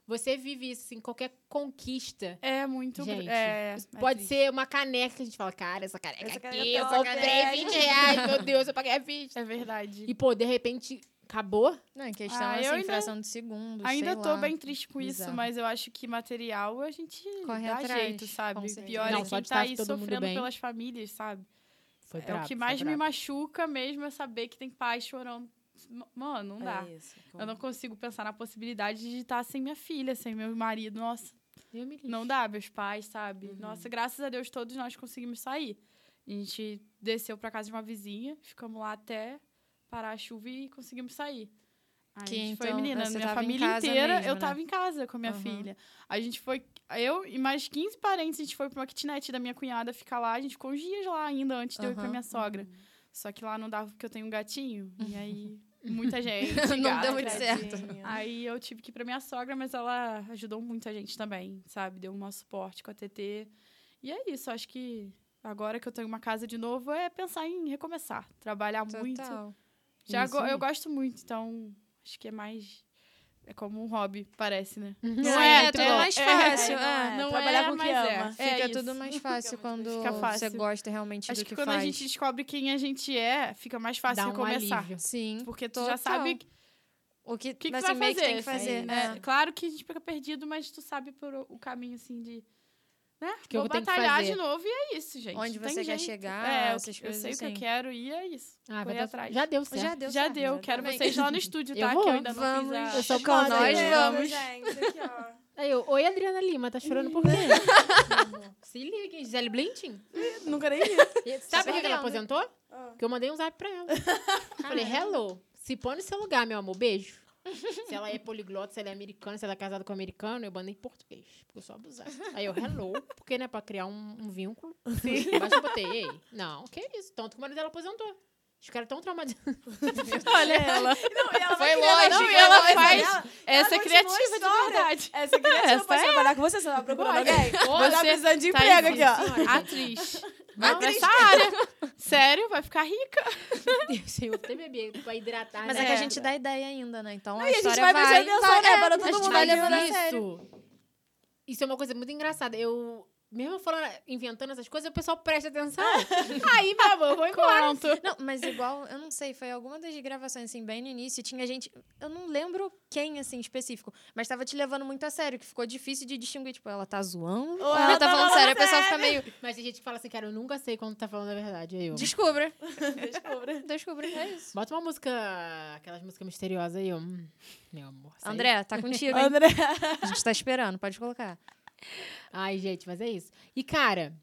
Speaker 3: Você vive isso, assim, qualquer conquista.
Speaker 4: É muito... gr-
Speaker 3: Gente,
Speaker 4: é, é
Speaker 3: Pode
Speaker 4: triste.
Speaker 3: ser uma caneca que a gente fala, cara, essa caneca
Speaker 1: Essa caneca
Speaker 3: aqui, eu
Speaker 1: tá
Speaker 3: comprei
Speaker 1: velha.
Speaker 3: 20 reais, meu Deus, eu paguei 20.
Speaker 4: É verdade.
Speaker 3: E, pô, de repente, acabou.
Speaker 2: Não, em questão,
Speaker 4: Ah, eu
Speaker 2: assim,
Speaker 4: ainda-
Speaker 2: fração de
Speaker 3: tipo,
Speaker 2: segundos,
Speaker 4: Ainda
Speaker 2: sei
Speaker 4: tô
Speaker 2: lá.
Speaker 4: bem triste com isso,
Speaker 2: Bizarro.
Speaker 4: mas eu acho que material a gente
Speaker 2: Corre
Speaker 4: dá
Speaker 2: atrás,
Speaker 4: jeito, sabe?
Speaker 2: com certeza.
Speaker 4: Pior
Speaker 3: Não,
Speaker 4: é
Speaker 3: só
Speaker 4: quem
Speaker 3: de
Speaker 4: tá
Speaker 3: estar
Speaker 4: aí
Speaker 3: todo mundo
Speaker 4: sofrendo
Speaker 3: bem.
Speaker 4: pelas famílias, sabe?
Speaker 3: Foi
Speaker 4: é
Speaker 3: brabo,
Speaker 4: o que
Speaker 3: foi
Speaker 4: mais me
Speaker 3: brabo.
Speaker 4: machuca mesmo é saber que tem pais chorando. M- Mano, não dá.
Speaker 1: É isso.
Speaker 2: Tipo,
Speaker 4: Eu não consigo pensar na possibilidade de estar sem minha filha, sem meu marido. Nossa,
Speaker 3: Eu me lixo.
Speaker 4: não dá, meus pais, sabe?
Speaker 2: Uhum.
Speaker 4: Nossa, graças a Deus todos nós conseguimos sair. A gente desceu pra casa de uma vizinha, ficamos lá até parar a chuva e conseguimos sair. A
Speaker 2: Que
Speaker 4: gente foi,
Speaker 2: então,
Speaker 4: menina,
Speaker 2: você
Speaker 4: minha
Speaker 2: tava em
Speaker 4: família
Speaker 2: casa
Speaker 4: inteira,
Speaker 2: mesmo,
Speaker 4: eu
Speaker 2: né?
Speaker 4: tava em casa com a minha
Speaker 2: Aham.
Speaker 4: filha. A gente foi, eu e mais 15 parentes, a gente foi pra uma kitnet da minha cunhada ficar lá, a gente ficou uns dias lá ainda antes de eu ir pra
Speaker 2: Aham. Uhum.
Speaker 4: minha sogra. Só que lá não dava porque eu tenho um gatinho, e
Speaker 2: (laughs)
Speaker 4: aí muita gente.
Speaker 2: Não deu
Speaker 4: gata,
Speaker 2: muito certo.
Speaker 4: Aí eu tive que ir pra minha sogra, mas ela ajudou muito a gente também, sabe? Deu um maior suporte com a TT. E é isso, acho que agora que eu tenho uma casa de novo, é pensar em recomeçar, trabalhar muito.
Speaker 2: Total.
Speaker 4: Já
Speaker 3: Isso
Speaker 4: go-
Speaker 3: aí.
Speaker 4: eu gosto muito, então acho que é mais. É como um hobby, parece, né?
Speaker 3: Uhum.
Speaker 2: Sim,
Speaker 4: Não é,
Speaker 2: é tudo
Speaker 4: não-
Speaker 2: mais
Speaker 4: é,
Speaker 2: fácil.
Speaker 1: não
Speaker 2: é.
Speaker 1: é.
Speaker 4: Não
Speaker 1: trabalhar
Speaker 4: é,
Speaker 1: com o que
Speaker 4: mas é.
Speaker 1: ama.
Speaker 4: É
Speaker 2: Fica
Speaker 4: isso.
Speaker 2: tudo mais fácil quando
Speaker 4: fica fácil.
Speaker 2: você gosta realmente
Speaker 4: Acho
Speaker 2: do
Speaker 4: que,
Speaker 2: que,
Speaker 4: quando
Speaker 2: faz.
Speaker 4: a gente descobre quem a gente é, fica mais fácil
Speaker 3: Dá um
Speaker 4: recomeçar.
Speaker 3: alívio.
Speaker 2: Sim.
Speaker 4: Porque tu já
Speaker 2: total.
Speaker 4: sabe
Speaker 2: o que,
Speaker 4: o que, que
Speaker 2: assim,
Speaker 4: vai
Speaker 2: meio
Speaker 4: fazer.
Speaker 2: que tem que
Speaker 4: sabe?
Speaker 2: fazer.
Speaker 4: É,
Speaker 2: é.
Speaker 4: Claro que a gente fica perdido, mas tu sabe por o o caminho, assim, de... Né?
Speaker 3: que eu
Speaker 4: Vou
Speaker 3: tenho que
Speaker 4: batalhar
Speaker 3: fazer?
Speaker 4: de novo e é isso, gente.
Speaker 2: Onde
Speaker 4: Não tem
Speaker 2: você quer
Speaker 4: jeito.
Speaker 2: chegar,
Speaker 4: é, eu-
Speaker 2: essas
Speaker 4: eu,
Speaker 2: coisas
Speaker 4: sei o
Speaker 2: assim.
Speaker 4: que eu quero e é isso.
Speaker 3: Ah,
Speaker 4: Correr
Speaker 3: vai dar...
Speaker 4: atrás.
Speaker 3: Já deu certo.
Speaker 2: Já deu
Speaker 4: Já
Speaker 2: certo, né?
Speaker 4: deu, quero
Speaker 2: exatamente.
Speaker 4: vocês lá
Speaker 2: (laughs)
Speaker 4: no estúdio,
Speaker 3: Eu
Speaker 4: tá?
Speaker 3: vou.
Speaker 4: Que eu ainda não
Speaker 2: Vamos.
Speaker 4: fiz a-
Speaker 3: Eu sou
Speaker 2: Com
Speaker 3: contra.
Speaker 2: nós
Speaker 1: né?
Speaker 3: Eu-
Speaker 2: vamos.
Speaker 1: Gente, aqui, ó.
Speaker 3: Aí eu, Oi, Adriana Lima, tá chorando por quê? Se liga, hein? Gisele Blintin.
Speaker 1: Nunca nem vi.
Speaker 3: Sabe por que ela
Speaker 2: Chorando.
Speaker 3: aposentou?
Speaker 1: Ah.
Speaker 3: Porque eu mandei um zap
Speaker 2: (laughs)
Speaker 3: pra ela. Falei, hello, se põe no seu lugar, meu
Speaker 2: (laughs)
Speaker 3: amor, beijo. Se ela é poliglota, se ela é americana, se ela é casada com um americano, eu mandei em português, porque eu sou abusada. Aí eu, hello, porque, né, pra criar um, um vínculo. Sim. Embaixo eu botei, ei, não, que isso, tanto que o marido dela aposentou. Os caras tão traumatizados.
Speaker 4: Olha
Speaker 1: (laughs)
Speaker 4: ela.
Speaker 1: Não, e ela
Speaker 2: Foi
Speaker 1: vai criando-
Speaker 2: longe,
Speaker 1: não, e
Speaker 2: foi
Speaker 1: ela
Speaker 2: longe.
Speaker 1: faz.
Speaker 4: Essa
Speaker 1: continua
Speaker 4: é
Speaker 1: a
Speaker 4: criativa de
Speaker 1: história.
Speaker 4: verdade.
Speaker 1: Essa criança não
Speaker 4: Essa
Speaker 1: pode
Speaker 4: é.
Speaker 1: trabalhar com você, você tá procurando
Speaker 3: Pode.
Speaker 1: alguém. Você tá precisando de
Speaker 3: tá
Speaker 1: emprego
Speaker 3: em-
Speaker 1: aqui, ó.
Speaker 2: Ah,
Speaker 4: Atriz.
Speaker 3: é
Speaker 4: Não, nessa área. Sério, vai ficar rica.
Speaker 3: Senhor, tem bebê pra hidratar.
Speaker 2: Mas
Speaker 3: né?
Speaker 2: é que a
Speaker 4: É.
Speaker 2: gente dá ideia ainda, né? Então
Speaker 1: Não,
Speaker 2: a
Speaker 1: e a gente
Speaker 2: história
Speaker 1: vai
Speaker 2: vai... tá, é,
Speaker 1: prestando atenção, né? Para
Speaker 2: a
Speaker 1: todo
Speaker 2: gente
Speaker 1: mundo
Speaker 2: vai
Speaker 1: ali,
Speaker 2: levando a
Speaker 1: né?
Speaker 2: sério.
Speaker 3: Isso é uma coisa muito engraçada. Eu, mesmo falando, inventando essas coisas, o pessoal
Speaker 2: (laughs)
Speaker 3: presta atenção. Aí, meu amor, eu vou embora.
Speaker 4: Conto.
Speaker 2: Não, mas igual, eu não sei, foi alguma das gravações, assim, bem no início, tinha gente. Eu não lembro quem, assim, específico, mas tava te levando muito a sério, que ficou difícil de distinguir, tipo, ela tá zoando ou, ela tá falando sério, a pessoa fica meio.
Speaker 3: Mas tem gente que fala assim, cara, eu nunca sei quando tá falando a verdade. Aí eu.
Speaker 2: Descubra. Descubra, é isso.
Speaker 3: Bota uma música, aquelas músicas misteriosas aí, eu. hum, Meu amor. isso aí-
Speaker 2: André, tá contigo. hein?
Speaker 1: André.
Speaker 2: A gente tá esperando, pode colocar.
Speaker 3: Ai, gente, mas é isso. E, cara,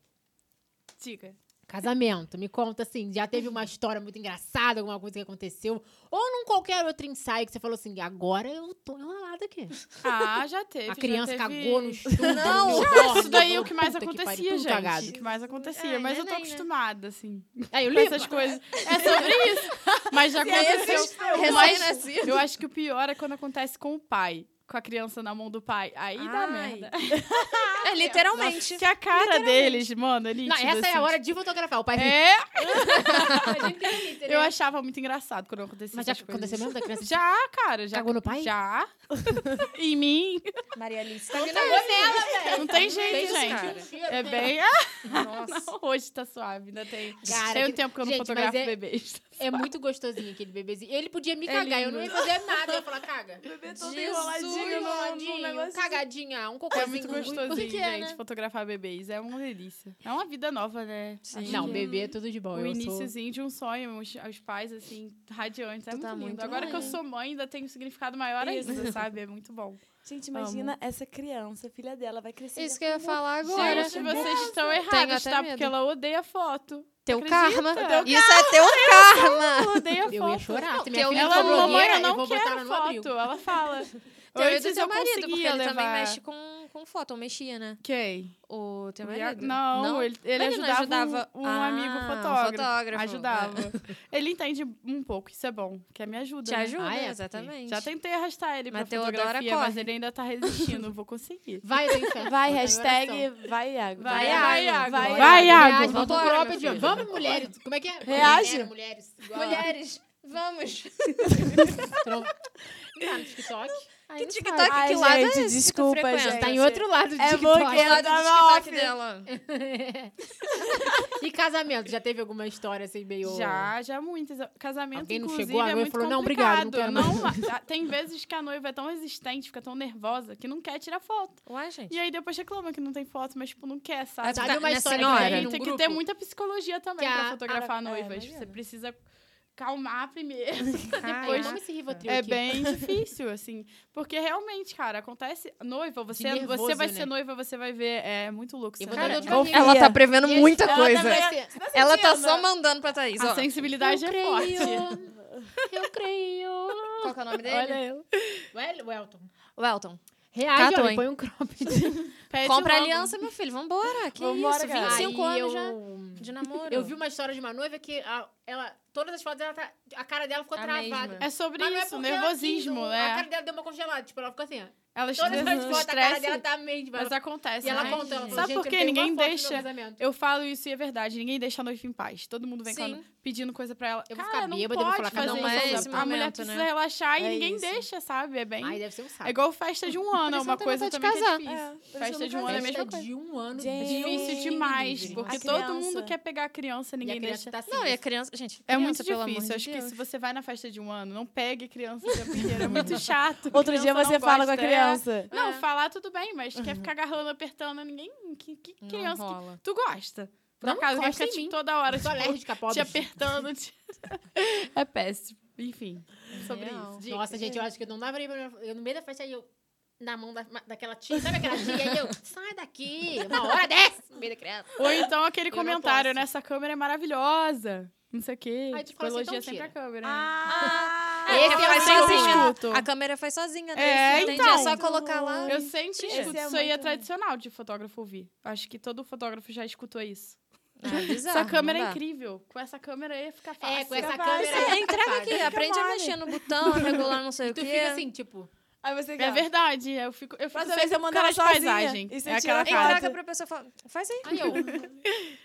Speaker 4: Dica.
Speaker 3: casamento. Me conta, assim, já teve uma história muito engraçada, alguma coisa que aconteceu? Ou num qualquer outro ensaio que você falou assim, agora eu tô enrolada aqui.
Speaker 4: Ah, já teve.
Speaker 3: A criança
Speaker 4: já teve...
Speaker 3: cagou no chão.
Speaker 2: Não,
Speaker 4: Isso daí é o que mais acontecia, gente. O que mais acontecia.
Speaker 2: É,
Speaker 4: mas eu tô
Speaker 2: neném, né?
Speaker 4: acostumada, assim,
Speaker 3: Aí eu
Speaker 4: com
Speaker 3: li
Speaker 4: essas coisas. É sobre isso. Mas (laughs) já aconteceu. Mas
Speaker 2: Recém-nascido.
Speaker 4: eu acho que o pior é quando acontece com o pai. Com a criança na mão do pai. Aí dá
Speaker 2: Ai.
Speaker 4: merda.
Speaker 2: (laughs) É, literalmente.
Speaker 4: Que a cara deles, mano, é
Speaker 3: Não,
Speaker 4: nítida,
Speaker 3: essa é
Speaker 4: assim,
Speaker 3: a hora de fotografar. O pai
Speaker 4: (laughs)
Speaker 3: fica-
Speaker 4: É,
Speaker 3: A gente tem que entender.
Speaker 4: eu achava muito engraçado quando acontecia
Speaker 3: Mas já
Speaker 4: essas coisas.
Speaker 3: aconteceu mesmo da criança?
Speaker 4: Já, cara. Já.
Speaker 3: Cagou no pai?
Speaker 4: Já. (laughs) em mim.
Speaker 2: Maria Alice. tá
Speaker 4: Não tem
Speaker 2: tem
Speaker 4: jeito,
Speaker 2: isso,
Speaker 4: gente.
Speaker 2: cara.
Speaker 4: É bem.
Speaker 2: Nossa.
Speaker 4: Não, hoje tá suave, ainda tem.
Speaker 3: Cara,
Speaker 4: tem um
Speaker 3: que-
Speaker 4: tempo que eu não
Speaker 3: gente,
Speaker 4: fotografo
Speaker 3: mas é-
Speaker 4: bebês.
Speaker 3: É muito gostosinho aquele bebezinho. Ele podia me
Speaker 4: É
Speaker 3: cagar, eu
Speaker 4: lindo.
Speaker 3: não ia fazer nada. Eu ia
Speaker 4: (laughs)
Speaker 3: falar, caga.
Speaker 1: Bebê
Speaker 2: todo
Speaker 1: todo
Speaker 2: enroladinho
Speaker 1: enroladinho,
Speaker 3: Enroladinho, cagadinha, um cocôzinho.
Speaker 4: um É muito gostosinho,
Speaker 3: Porque é,
Speaker 4: gente,
Speaker 3: né?
Speaker 4: fotografar bebês. É uma delícia. É uma vida nova, né?
Speaker 2: Sim.
Speaker 3: Não,
Speaker 4: que
Speaker 3: bebê é tudo de bom.
Speaker 4: O
Speaker 3: eu
Speaker 4: iníciozinho de um sonho, os, os pais, assim, radiantes. É
Speaker 2: Tu
Speaker 4: muito
Speaker 2: tá
Speaker 4: lindo.
Speaker 2: muito
Speaker 4: Agora que eu
Speaker 2: bem.
Speaker 4: sou mãe, ainda tem um significado maior
Speaker 1: Isso.
Speaker 4: ainda, (laughs) sabe? É muito bom.
Speaker 1: Gente, imagina essa criança, a filha dela, vai crescer.
Speaker 2: Isso que eu ia falar agora.
Speaker 4: Gente, vocês estão errados,
Speaker 2: é até
Speaker 4: tá?
Speaker 2: medo.
Speaker 4: Porque ela odeia foto.
Speaker 2: Teu
Speaker 4: acredita?
Speaker 2: um karma.
Speaker 4: Teu
Speaker 2: Isso é teu karma. (laughs)
Speaker 4: Ela odeia
Speaker 3: Sou...
Speaker 4: foto.
Speaker 3: (laughs) Eu ia chorar. Se minha
Speaker 2: teu
Speaker 3: filha
Speaker 4: Ela,
Speaker 3: for blogueira,
Speaker 4: mamãe, eu
Speaker 3: é eu
Speaker 4: não
Speaker 3: vou botar ela
Speaker 4: quero
Speaker 3: no abril.
Speaker 4: foto. Ela fala.
Speaker 2: Teoria
Speaker 4: Antes
Speaker 2: do teu
Speaker 4: eu
Speaker 2: marido, porque
Speaker 4: conseguia
Speaker 2: ele também
Speaker 4: levar-
Speaker 2: mexe com, com foto, ou mexia, né?
Speaker 4: Quem?
Speaker 2: O teu
Speaker 4: O Iago-
Speaker 2: marido.
Speaker 4: Não, ele, ele
Speaker 2: Mas ele não
Speaker 4: ajudava,
Speaker 2: ajudava?
Speaker 4: um, um
Speaker 2: Ah,
Speaker 4: amigo
Speaker 2: um
Speaker 4: fotógrafo.
Speaker 2: fotógrafo,
Speaker 4: Ajudava. Ele entende um pouco, isso é bom, que me ajuda.
Speaker 2: Te
Speaker 4: né?
Speaker 2: ajuda,
Speaker 3: Ah, é, porque
Speaker 2: exatamente.
Speaker 4: Já tentei arrastar ele
Speaker 2: Mas
Speaker 4: pra
Speaker 2: Teodora
Speaker 4: fotografia, mas
Speaker 2: corre.
Speaker 4: ele ainda tá resistindo, não vou
Speaker 3: (laughs)
Speaker 4: conseguir.
Speaker 3: Vai, do inferno.
Speaker 1: Vai,
Speaker 3: Bota em
Speaker 1: hashtag
Speaker 3: oração.
Speaker 1: vai, Iago.
Speaker 4: Vai,
Speaker 2: É. Iago.
Speaker 1: Vai,
Speaker 4: Vai, Iago.
Speaker 3: Reage, Vamos
Speaker 2: Vambora,
Speaker 3: pro
Speaker 2: meu
Speaker 3: Open
Speaker 2: filho.
Speaker 3: Jam. Vamos, mulheres. Como é que é?
Speaker 1: Reage.
Speaker 3: Mulher, Mulheres. igual.
Speaker 2: Mulheres, vamos.
Speaker 3: Tu Não tá no TikTok.
Speaker 2: que TikTok,
Speaker 1: Ai,
Speaker 2: que lado é
Speaker 1: gente,
Speaker 2: esse que tu
Speaker 1: desculpa,
Speaker 2: frequenta?
Speaker 1: gente.
Speaker 3: Tá em outro lado do
Speaker 1: É
Speaker 3: TikTok.
Speaker 1: porque-
Speaker 2: Que (laughs) lado
Speaker 1: Tava
Speaker 2: do tá TikTok
Speaker 1: off.
Speaker 2: dela?
Speaker 3: E casamento? Já teve alguma história assim meio...
Speaker 4: Já, já muitas. Casamento,
Speaker 3: Alguém não
Speaker 4: inclusive,
Speaker 3: chegou, a
Speaker 4: é
Speaker 3: noiva
Speaker 4: muito
Speaker 3: falou, "Não, obrigado,
Speaker 4: complicado.
Speaker 3: não quero mais."
Speaker 4: a- tem vezes que a noiva é tão resistente, fica tão nervosa, que não quer tirar foto.
Speaker 2: Ué, gente.
Speaker 4: E aí depois reclama que não tem foto, mas, tipo, não quer,
Speaker 2: Ah,
Speaker 4: sabe?
Speaker 2: tá
Speaker 3: Sabe uma
Speaker 2: nessa
Speaker 3: história que
Speaker 2: senhora.
Speaker 3: eu vi
Speaker 4: Tem,
Speaker 3: num
Speaker 4: tem que
Speaker 3: grupo?
Speaker 4: ter muita psicologia também
Speaker 3: Que a-
Speaker 4: pra fotografar
Speaker 1: a-
Speaker 4: noivas.
Speaker 1: é,
Speaker 4: Você
Speaker 1: imagina.
Speaker 4: precisa calmar primeiro.
Speaker 3: Ai,
Speaker 4: Depois-
Speaker 3: toma esse Rivotril
Speaker 4: É
Speaker 3: aqui. (laughs)
Speaker 4: bem difícil, assim. Porque realmente, cara, acontece. Noiva, você,
Speaker 3: nervoso,
Speaker 4: você vai
Speaker 3: né?
Speaker 4: ser noiva, você vai ver. É muito louco. você
Speaker 3: Eu vou
Speaker 4: vai ver.
Speaker 3: dar dor de
Speaker 1: confia.
Speaker 3: barriga.
Speaker 2: Ela tá prevendo muita
Speaker 1: Ela tá
Speaker 2: coisa.
Speaker 1: prevendo-
Speaker 2: Ela tá
Speaker 1: sentindo?
Speaker 2: só mandando pra Thaís,
Speaker 4: A
Speaker 2: ó.
Speaker 4: sensibilidade é forte.
Speaker 3: Eu creio.
Speaker 2: Qual que é o nome dele?
Speaker 4: Olha eu.
Speaker 3: Well, Welton.
Speaker 2: Welton.
Speaker 3: Reage,
Speaker 2: Catou,
Speaker 3: olha,
Speaker 2: hein?
Speaker 3: põe um crop.
Speaker 4: Pede
Speaker 2: Compra
Speaker 4: logo.
Speaker 2: aliança, meu filho. Vambora. Que
Speaker 1: Vambora,
Speaker 2: isso?
Speaker 1: cara.
Speaker 2: 25
Speaker 3: Aí
Speaker 2: anos já
Speaker 3: eu...
Speaker 2: de namoro.
Speaker 3: Eu vi uma história de uma noiva que a- ela, todas as fotos dela tá, a cara dela ficou
Speaker 2: A
Speaker 3: travada.
Speaker 2: mesma.
Speaker 4: É sobre
Speaker 3: Mas não é
Speaker 4: isso,
Speaker 3: porque ela
Speaker 4: nervosismo,
Speaker 3: quis, o- A cara
Speaker 4: né?
Speaker 3: dela deu uma congelada, tipo, ela ficou
Speaker 4: (laughs)
Speaker 3: assim, ó.
Speaker 4: Ela
Speaker 3: Todas as
Speaker 4: estressa.
Speaker 3: fotos, a cara dela
Speaker 4: estresse,
Speaker 3: tá meio de
Speaker 4: Mas acontece.
Speaker 3: E ela
Speaker 4: né?
Speaker 2: Ai,
Speaker 3: conta, ela
Speaker 2: gente.
Speaker 3: falou,
Speaker 4: Sabe
Speaker 3: gente,
Speaker 4: por que
Speaker 3: eu tenho uma
Speaker 4: ninguém
Speaker 3: foto do meu
Speaker 4: deixa?
Speaker 3: casamento.
Speaker 4: Eu falo isso e é verdade. Ninguém deixa a noiva em paz. Todo mundo vem com a
Speaker 2: Sim.
Speaker 4: no- pedindo coisa pra ela.
Speaker 3: Eu vou
Speaker 4: Cara,
Speaker 3: ficar
Speaker 4: não
Speaker 3: bêbada, eu vou
Speaker 4: pode
Speaker 3: falar, cada
Speaker 4: fazer
Speaker 2: um é
Speaker 4: isso.
Speaker 2: esse
Speaker 4: a mulher
Speaker 2: momento,
Speaker 4: precisa
Speaker 2: né?
Speaker 4: relaxar e
Speaker 3: É
Speaker 4: ninguém
Speaker 3: isso.
Speaker 4: deixa, sabe? É bem...
Speaker 3: Ai, deve ser um saco.
Speaker 4: É igual festa de um ano, é
Speaker 2: isso
Speaker 4: uma
Speaker 2: não tem
Speaker 4: coisa
Speaker 2: vontade de
Speaker 4: também que é
Speaker 2: casar.
Speaker 4: difícil.
Speaker 1: É,
Speaker 4: Festa de um ano é a
Speaker 3: Festa
Speaker 4: mesma coisa.
Speaker 3: de um ano.
Speaker 1: Gente.
Speaker 4: É Difícil
Speaker 1: Sim,
Speaker 4: demais,
Speaker 1: livre.
Speaker 4: porque
Speaker 1: A
Speaker 4: todo
Speaker 1: criança.
Speaker 4: mundo quer pegar a criança,
Speaker 3: E a
Speaker 4: ninguém
Speaker 3: criança
Speaker 4: deixa.
Speaker 3: tá assim.
Speaker 2: Não, e a criança... Gente,
Speaker 4: É
Speaker 2: criança,
Speaker 4: muito
Speaker 2: pelo amor
Speaker 4: difícil.
Speaker 2: de
Speaker 4: Acho que
Speaker 2: Deus.
Speaker 4: se você vai na festa de um ano, não pegue criança o tempo
Speaker 3: (laughs)
Speaker 4: inteiro. É muito chato.
Speaker 1: Outro
Speaker 4: criança
Speaker 1: dia você
Speaker 4: não
Speaker 1: fala com a
Speaker 4: gosta, é.
Speaker 1: criança. Uhum.
Speaker 4: Não,
Speaker 2: É.
Speaker 4: falar tudo bem, mas quer ficar agarrando, apertando, ninguém. Que, que
Speaker 2: Não
Speaker 4: criança que
Speaker 2: rola.
Speaker 4: tu gosta? Por
Speaker 3: Não
Speaker 4: acaso,
Speaker 3: encosta
Speaker 4: fica
Speaker 3: em mim. é
Speaker 4: toda hora
Speaker 3: Eu sou
Speaker 4: tipo,
Speaker 3: alérgica, pobre.
Speaker 4: te
Speaker 3: (laughs)
Speaker 4: apertando. te- (laughs) É péssimo. Enfim, sobre
Speaker 2: Real.
Speaker 4: isso.
Speaker 3: Nossa,
Speaker 4: Dicas.
Speaker 3: gente, eu acho que eu não dava nem pra minha... Eu no meio da festa, aí eu... Na mão da, daquela tia, sabe aquela tia? Aí eu, sai daqui, uma hora desce, no meio da criança.
Speaker 4: Ou então aquele
Speaker 3: Eu não
Speaker 4: comentário,
Speaker 3: posso.
Speaker 4: né? Essa câmera é maravilhosa. Não sei o quê.
Speaker 3: Aí tu
Speaker 4: tipo,
Speaker 3: fala assim,
Speaker 4: elogia
Speaker 3: então
Speaker 4: sempre a
Speaker 3: tira.
Speaker 4: câmera. né?
Speaker 1: Ah!
Speaker 2: É,
Speaker 3: Esse
Speaker 2: porque
Speaker 3: é
Speaker 2: faz
Speaker 3: o
Speaker 4: que eu
Speaker 2: sozinha.
Speaker 4: escuto.
Speaker 2: A câmera faz sozinha, né?
Speaker 4: É,
Speaker 2: Isso, entendi.
Speaker 4: então.
Speaker 2: É só colocar lá.
Speaker 4: Eu sempre
Speaker 1: Esse
Speaker 4: escuto
Speaker 1: é
Speaker 4: isso aí, é
Speaker 1: muito-
Speaker 4: tradicional de fotógrafo ouvir. Acho que todo fotógrafo já escutou isso.
Speaker 2: Ah, bizarro,
Speaker 4: essa câmera
Speaker 2: não
Speaker 4: é
Speaker 2: dá.
Speaker 4: incrível. Com essa câmera aí fica fácil.
Speaker 3: É, com essa
Speaker 1: capaz.
Speaker 3: câmera.
Speaker 2: Entrega aqui, aprende a
Speaker 1: Camale.
Speaker 2: mexer no botão, a regular não sei o
Speaker 3: Tu
Speaker 2: quê.
Speaker 3: fica assim, tipo...
Speaker 1: (laughs) Aí você
Speaker 4: É verdade, eu fico, eu fico
Speaker 1: Próxima
Speaker 4: sempre
Speaker 1: vez eu
Speaker 4: com
Speaker 1: mando
Speaker 4: cara
Speaker 1: ela
Speaker 4: de
Speaker 1: sozinha.
Speaker 4: paisagem.
Speaker 1: E você
Speaker 4: é
Speaker 1: tira
Speaker 4: aquela
Speaker 1: a
Speaker 2: E
Speaker 1: Cara.
Speaker 4: cara.
Speaker 2: entrega pra pessoa e fala, faz aí.
Speaker 3: Aí eu.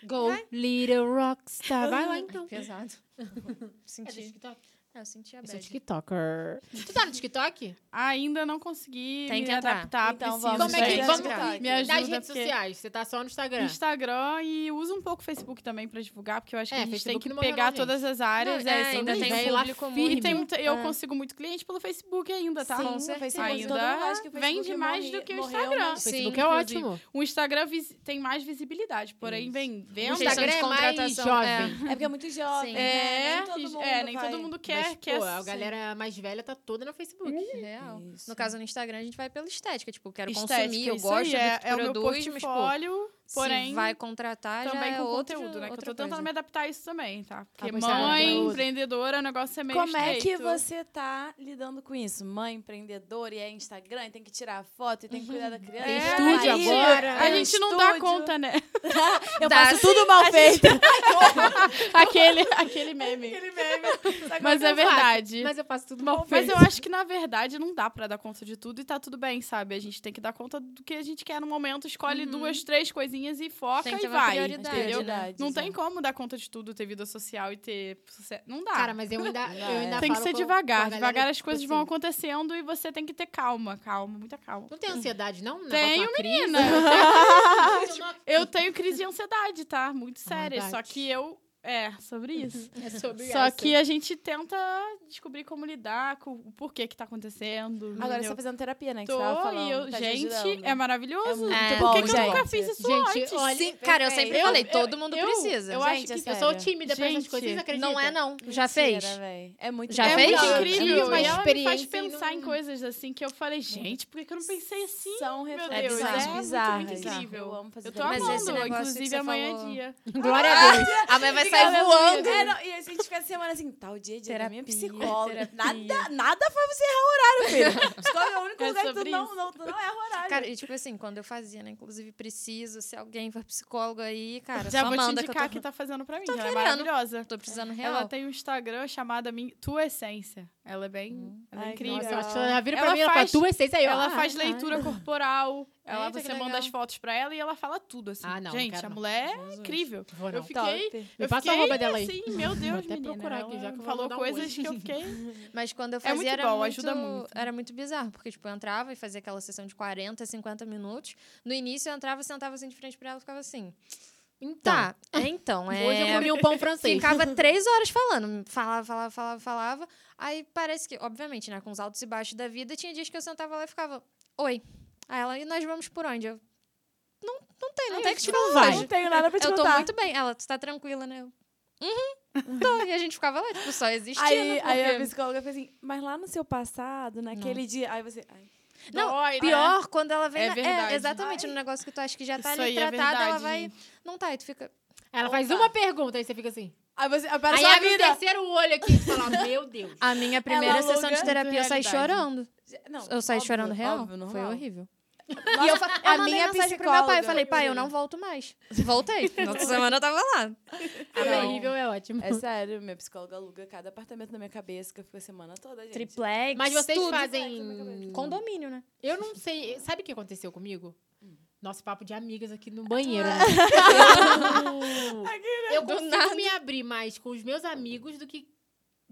Speaker 3: Go, little rockstar. Vai
Speaker 1: Uhum.
Speaker 3: lá então.
Speaker 2: Pesado.
Speaker 3: É do
Speaker 2: senti.
Speaker 3: TikTok?
Speaker 2: É, eu senti a
Speaker 3: Eu sou
Speaker 2: bad.
Speaker 3: TikToker. Tu tá no TikTok?
Speaker 4: Ainda não consegui
Speaker 2: Tem
Speaker 4: me
Speaker 2: que entrar.
Speaker 4: adaptar.
Speaker 1: Então
Speaker 4: Tá, preciso.
Speaker 1: vamos.
Speaker 3: Como é que-
Speaker 1: gente.
Speaker 3: vamos-
Speaker 4: Me ajuda,
Speaker 3: Nas redes
Speaker 4: porque-
Speaker 3: sociais. Você tá só no Instagram.
Speaker 4: Instagram e usa um pouco o Facebook também pra divulgar, porque eu acho que
Speaker 3: É,
Speaker 4: a gente
Speaker 3: Facebook
Speaker 4: tem
Speaker 3: não
Speaker 4: que
Speaker 3: morreu
Speaker 4: pegar
Speaker 3: não,
Speaker 4: todas as áreas.
Speaker 2: Não,
Speaker 4: é,
Speaker 2: é,
Speaker 4: são
Speaker 2: ainda
Speaker 4: dois
Speaker 2: tem
Speaker 3: velho
Speaker 2: um
Speaker 3: lá
Speaker 2: público
Speaker 3: firme.
Speaker 2: muito...
Speaker 4: E tem muita- eu
Speaker 2: É.
Speaker 4: consigo muito cliente pelo Facebook ainda, tá?
Speaker 2: Sim.
Speaker 1: Com certeza.
Speaker 4: Ainda
Speaker 1: Todo mundo acha que o
Speaker 4: vende
Speaker 1: Facebook
Speaker 4: mais
Speaker 1: morre-
Speaker 4: do que o
Speaker 1: morreu,
Speaker 4: Instagram.
Speaker 3: O
Speaker 1: mas-
Speaker 3: Facebook
Speaker 2: Sim,
Speaker 3: é
Speaker 4: inclusive.
Speaker 3: ótimo.
Speaker 4: O Instagram visi- tem mais visibilidade, porém vem
Speaker 3: O
Speaker 4: venda.
Speaker 2: Instagram
Speaker 3: Instagram
Speaker 2: de
Speaker 3: é mais
Speaker 2: contratação,
Speaker 3: jovem.
Speaker 1: É porque é muito jovem,
Speaker 2: Sim.
Speaker 1: né?
Speaker 4: É,
Speaker 1: Nem todo mundo
Speaker 4: é, assim. nem
Speaker 1: vai.
Speaker 4: todo mundo quer.
Speaker 3: Mas,
Speaker 4: quer
Speaker 3: pô, a
Speaker 4: sim.
Speaker 3: galera mais velha tá toda no Facebook.
Speaker 4: Uhum.
Speaker 3: (laughs)
Speaker 2: Real.
Speaker 1: Isso.
Speaker 2: No caso, no Instagram, a gente vai pela estética. Tipo, eu quero
Speaker 4: Estética,
Speaker 2: consumir, eu
Speaker 4: isso
Speaker 2: gosto
Speaker 4: aí, é,
Speaker 2: do que
Speaker 4: é o meu
Speaker 2: produz, mas, pô,
Speaker 4: portfólio, porém,
Speaker 2: se vai contratar,
Speaker 4: também
Speaker 2: já é
Speaker 4: com
Speaker 2: outro,
Speaker 4: conteúdo, né? Que eu
Speaker 2: outra
Speaker 4: tô tentando
Speaker 2: coisa.
Speaker 4: me adaptar a isso também, tá? Porque
Speaker 3: pois é,
Speaker 4: mãe,
Speaker 3: conteúdo.
Speaker 4: empreendedora, o negócio é meio
Speaker 1: Como é que
Speaker 4: estreito.
Speaker 1: você tá lidando com isso? Mãe empreendedora e é Instagram, e tem que tirar foto, e tem que cuidar da criança.
Speaker 4: Uhum. Tem
Speaker 1: e tá
Speaker 3: estúdio
Speaker 1: aí,
Speaker 3: agora.
Speaker 1: tem
Speaker 4: A gente não dá
Speaker 1: estúdio.
Speaker 4: (laughs) conta, né?
Speaker 1: Eu
Speaker 2: Dá
Speaker 1: faço tudo mal feito.
Speaker 4: aquele, aquele meme.
Speaker 2: (laughs)
Speaker 4: Mas é verdade.
Speaker 3: Mas eu faço tudo mal
Speaker 4: Mas
Speaker 3: feito.
Speaker 4: eu acho que, na verdade, não dá pra dar conta de tudo e tá tudo bem, sabe? A gente tem que dar conta do que a gente quer no momento, escolhe
Speaker 3: Uhum.
Speaker 4: duas, três coisinhas e foca
Speaker 2: Tem que ter
Speaker 4: e
Speaker 2: uma
Speaker 4: vai.
Speaker 2: prioridade,
Speaker 4: entendeu?
Speaker 2: né?
Speaker 4: Não tem como dar conta de tudo, ter vida social e ter sucesso. Não dá.
Speaker 3: Cara, mas eu ainda, eu ainda
Speaker 4: tem que
Speaker 3: falo
Speaker 4: ser
Speaker 3: com- com a
Speaker 4: devagar.
Speaker 3: galera,
Speaker 4: Devagar as
Speaker 3: tipo
Speaker 4: coisas
Speaker 3: assim,
Speaker 4: vão acontecendo e você tem que ter calma, calma, muita calma.
Speaker 3: Não tem ansiedade, não? Não
Speaker 4: Tenho,
Speaker 3: é uma crise? (laughs)
Speaker 4: menina.
Speaker 3: Eu não-
Speaker 4: Eu tenho crise de ansiedade, tá? Muito séria. Só
Speaker 3: É verdade.
Speaker 4: que eu. É, sobre isso.
Speaker 3: É sobre
Speaker 4: Só
Speaker 3: essa.
Speaker 4: que a gente tenta descobrir como lidar, com o porquê que tá acontecendo.
Speaker 1: Agora você
Speaker 4: entendeu?
Speaker 1: tá fazendo terapia, né? Que
Speaker 4: Tô,
Speaker 1: você tava falando,
Speaker 4: e eu,
Speaker 1: tá te
Speaker 4: gente,
Speaker 1: ajudando.
Speaker 4: é maravilhoso.
Speaker 1: É
Speaker 2: muito
Speaker 4: Por que,
Speaker 1: bom,
Speaker 4: que eu nunca
Speaker 1: gente.
Speaker 4: fiz isso
Speaker 3: Gente,
Speaker 4: antes?
Speaker 3: olha,
Speaker 2: Sim, cara, eu sempre
Speaker 1: Eu-
Speaker 2: falei,
Speaker 4: eu-
Speaker 2: todo mundo
Speaker 4: eu-
Speaker 2: precisa.
Speaker 4: eu
Speaker 1: Gente,
Speaker 4: acho
Speaker 1: é
Speaker 4: que-
Speaker 3: Eu
Speaker 1: sério.
Speaker 3: sou tímida pra essas
Speaker 4: Gente,
Speaker 3: coisas, vocês acreditam?
Speaker 2: não é, não. Já
Speaker 1: Mentira,
Speaker 2: fez?
Speaker 4: né?
Speaker 1: véi. É muito
Speaker 2: Já
Speaker 1: bom.
Speaker 4: é
Speaker 2: fez?
Speaker 4: muito
Speaker 2: Não,
Speaker 4: incrível.
Speaker 2: tive uma
Speaker 4: e ela me faz
Speaker 3: experiência e
Speaker 4: pensar em
Speaker 3: não-
Speaker 4: coisas assim que eu falei, gente, por que que eu não pensei assim?
Speaker 1: São
Speaker 4: Meu
Speaker 1: reflexões
Speaker 4: Deus, é
Speaker 2: bizarro,
Speaker 4: muito,
Speaker 1: bizarras.
Speaker 4: muito
Speaker 1: Eu
Speaker 4: incrível.
Speaker 1: amo fazer
Speaker 4: Eu tô
Speaker 1: terapia.
Speaker 2: Mas esse
Speaker 4: amando,
Speaker 2: negócio que
Speaker 4: inclusive
Speaker 2: você
Speaker 4: amanhã
Speaker 2: falou-
Speaker 4: é dia.
Speaker 3: Glória
Speaker 4: (laughs)
Speaker 3: a Deus.
Speaker 2: A mãe vai
Speaker 1: Fica
Speaker 2: sair
Speaker 1: levando-
Speaker 2: voando.
Speaker 1: É, não, e a gente fica a semana assim, tal dia, dia da minha
Speaker 2: Terapia,
Speaker 1: psicóloga.
Speaker 2: terapia.
Speaker 1: Nada, nada foi você errar o horário,
Speaker 2: (laughs)
Speaker 1: filho. Psicóloga é o único
Speaker 4: É
Speaker 1: lugar que tu
Speaker 4: sobre
Speaker 1: não,
Speaker 4: isso.
Speaker 1: não, tu não erra o horário.
Speaker 2: Cara, e tipo assim, quando eu fazia, né? Inclusive, preciso, se alguém for psicólogo aí, cara,
Speaker 4: Já
Speaker 2: só
Speaker 4: vou te
Speaker 2: manda
Speaker 4: indicar
Speaker 2: que
Speaker 4: que
Speaker 2: eu
Speaker 4: tá fazendo pra mim,
Speaker 2: Tô
Speaker 4: ela é
Speaker 2: querendo.
Speaker 4: maravilhosa.
Speaker 2: tô, tô precisando real.
Speaker 4: Ela tem um Instagram chamado Min- Tua Essência. Ela é bem, ela é
Speaker 1: Ai,
Speaker 4: incrível.
Speaker 3: Nossa, eu acho que ela já vira pra
Speaker 4: Ela
Speaker 3: mim e fala,
Speaker 4: faz-
Speaker 3: tu essência aí, ó.
Speaker 4: Ela
Speaker 3: Ah,
Speaker 4: faz
Speaker 1: tá.
Speaker 3: ah,
Speaker 4: leitura corporal, ela,
Speaker 2: Eita, que
Speaker 4: você manda
Speaker 2: legal.
Speaker 4: as fotos pra ela e ela fala tudo, assim.
Speaker 3: Ah, não, não
Speaker 4: Gente,
Speaker 3: quero
Speaker 4: a
Speaker 3: não.
Speaker 4: mulher é
Speaker 2: Jesus.
Speaker 4: incrível.
Speaker 3: Vou não.
Speaker 4: Eu fiquei...
Speaker 1: Top.
Speaker 3: Me
Speaker 4: Eu
Speaker 3: passa a
Speaker 4: fiquei
Speaker 3: roupa dela aí.
Speaker 4: assim, meu Deus,
Speaker 3: até
Speaker 4: menina,
Speaker 3: procurar aqui,
Speaker 4: ela
Speaker 3: já que eu vou
Speaker 4: falou
Speaker 3: mandar um
Speaker 4: coisas
Speaker 3: hoje.
Speaker 4: que eu
Speaker 3: (laughs)
Speaker 4: fiquei...
Speaker 2: Mas quando eu
Speaker 4: É
Speaker 2: fazia
Speaker 4: muito
Speaker 2: era
Speaker 4: bom,
Speaker 2: muito,
Speaker 4: ajuda muito.
Speaker 2: Era muito bizarro, porque tipo, eu entrava e fazia aquela sessão de 40, 50 minutos. No início eu entrava, sentava assim de frente pra ela e ficava assim.
Speaker 3: Então,
Speaker 2: Tá, é, então, é.
Speaker 3: hoje eu comi um pão francês.
Speaker 2: Ficava três horas falando. Falava, falava, falava, falava. Aí parece que, obviamente, né? Com os altos e baixos da vida, tinha dias que eu sentava lá e ficava, oi. Aí ela, e nós vamos por onde? Eu, não, não tem, não
Speaker 3: É
Speaker 2: tem que
Speaker 3: isso,
Speaker 2: te
Speaker 3: não
Speaker 2: falar.
Speaker 3: vai.
Speaker 1: Não tenho nada pra te
Speaker 2: Eu tô
Speaker 1: contar.
Speaker 2: muito bem. Ela, tu tá tranquila, né? Eu, uhum, tô. E a gente ficava lá, tipo, só existindo.
Speaker 1: Aí, aí a
Speaker 2: porque-
Speaker 1: psicóloga fez assim, mas lá no seu passado, naquele dia. Aí você. ai,
Speaker 2: Não,
Speaker 4: Dói, né?
Speaker 2: Pior quando ela vem.
Speaker 4: É
Speaker 2: na-
Speaker 4: verdade.
Speaker 2: exatamente, no negócio que tu acha que já tá
Speaker 4: Isso
Speaker 2: ali
Speaker 4: aí é
Speaker 2: tratado, ela
Speaker 4: verdade,
Speaker 2: vai.
Speaker 4: gente.
Speaker 2: Não tá, e tu fica.
Speaker 3: ela faz uma pergunta, aí você fica assim.
Speaker 1: Aí você. Aparece
Speaker 3: Aí
Speaker 2: é
Speaker 1: sua
Speaker 3: abre o
Speaker 1: vida.
Speaker 3: terceiro olho aqui e fala,
Speaker 4: (laughs)
Speaker 3: meu Deus.
Speaker 2: A minha primeira
Speaker 1: aluga
Speaker 2: sessão de
Speaker 4: muito
Speaker 2: terapia eu saí
Speaker 4: realidade.
Speaker 2: chorando.
Speaker 1: Não,
Speaker 2: Eu saí
Speaker 1: óbvio,
Speaker 2: chorando real.
Speaker 1: óbvio, normal.
Speaker 2: Foi horrível.
Speaker 1: Nossa,
Speaker 2: e (laughs) eu, fa- eu
Speaker 1: a
Speaker 2: mandei
Speaker 1: minha
Speaker 2: mensagem pro meu pai. Eu
Speaker 1: psicóloga-
Speaker 2: falei, pai, eu não volto mais. Voltei. Na (laughs) outra semana eu tava lá.
Speaker 3: É horrível, é ótimo.
Speaker 1: É sério, minha psicóloga aluga cada apartamento na minha cabeça, que eu fico a semana toda, gente.
Speaker 2: Triplex.
Speaker 3: Mas vocês
Speaker 2: tudo.
Speaker 3: fazem...
Speaker 2: Condomínio, né?
Speaker 3: Eu não sei. Sabe o que aconteceu comigo?
Speaker 4: Hum.
Speaker 3: Nosso papo de amigas aqui
Speaker 4: Ah,
Speaker 3: no
Speaker 4: (laughs)
Speaker 3: banheiro. né? Eu, eu consigo me abrir mais com os meus amigos do que.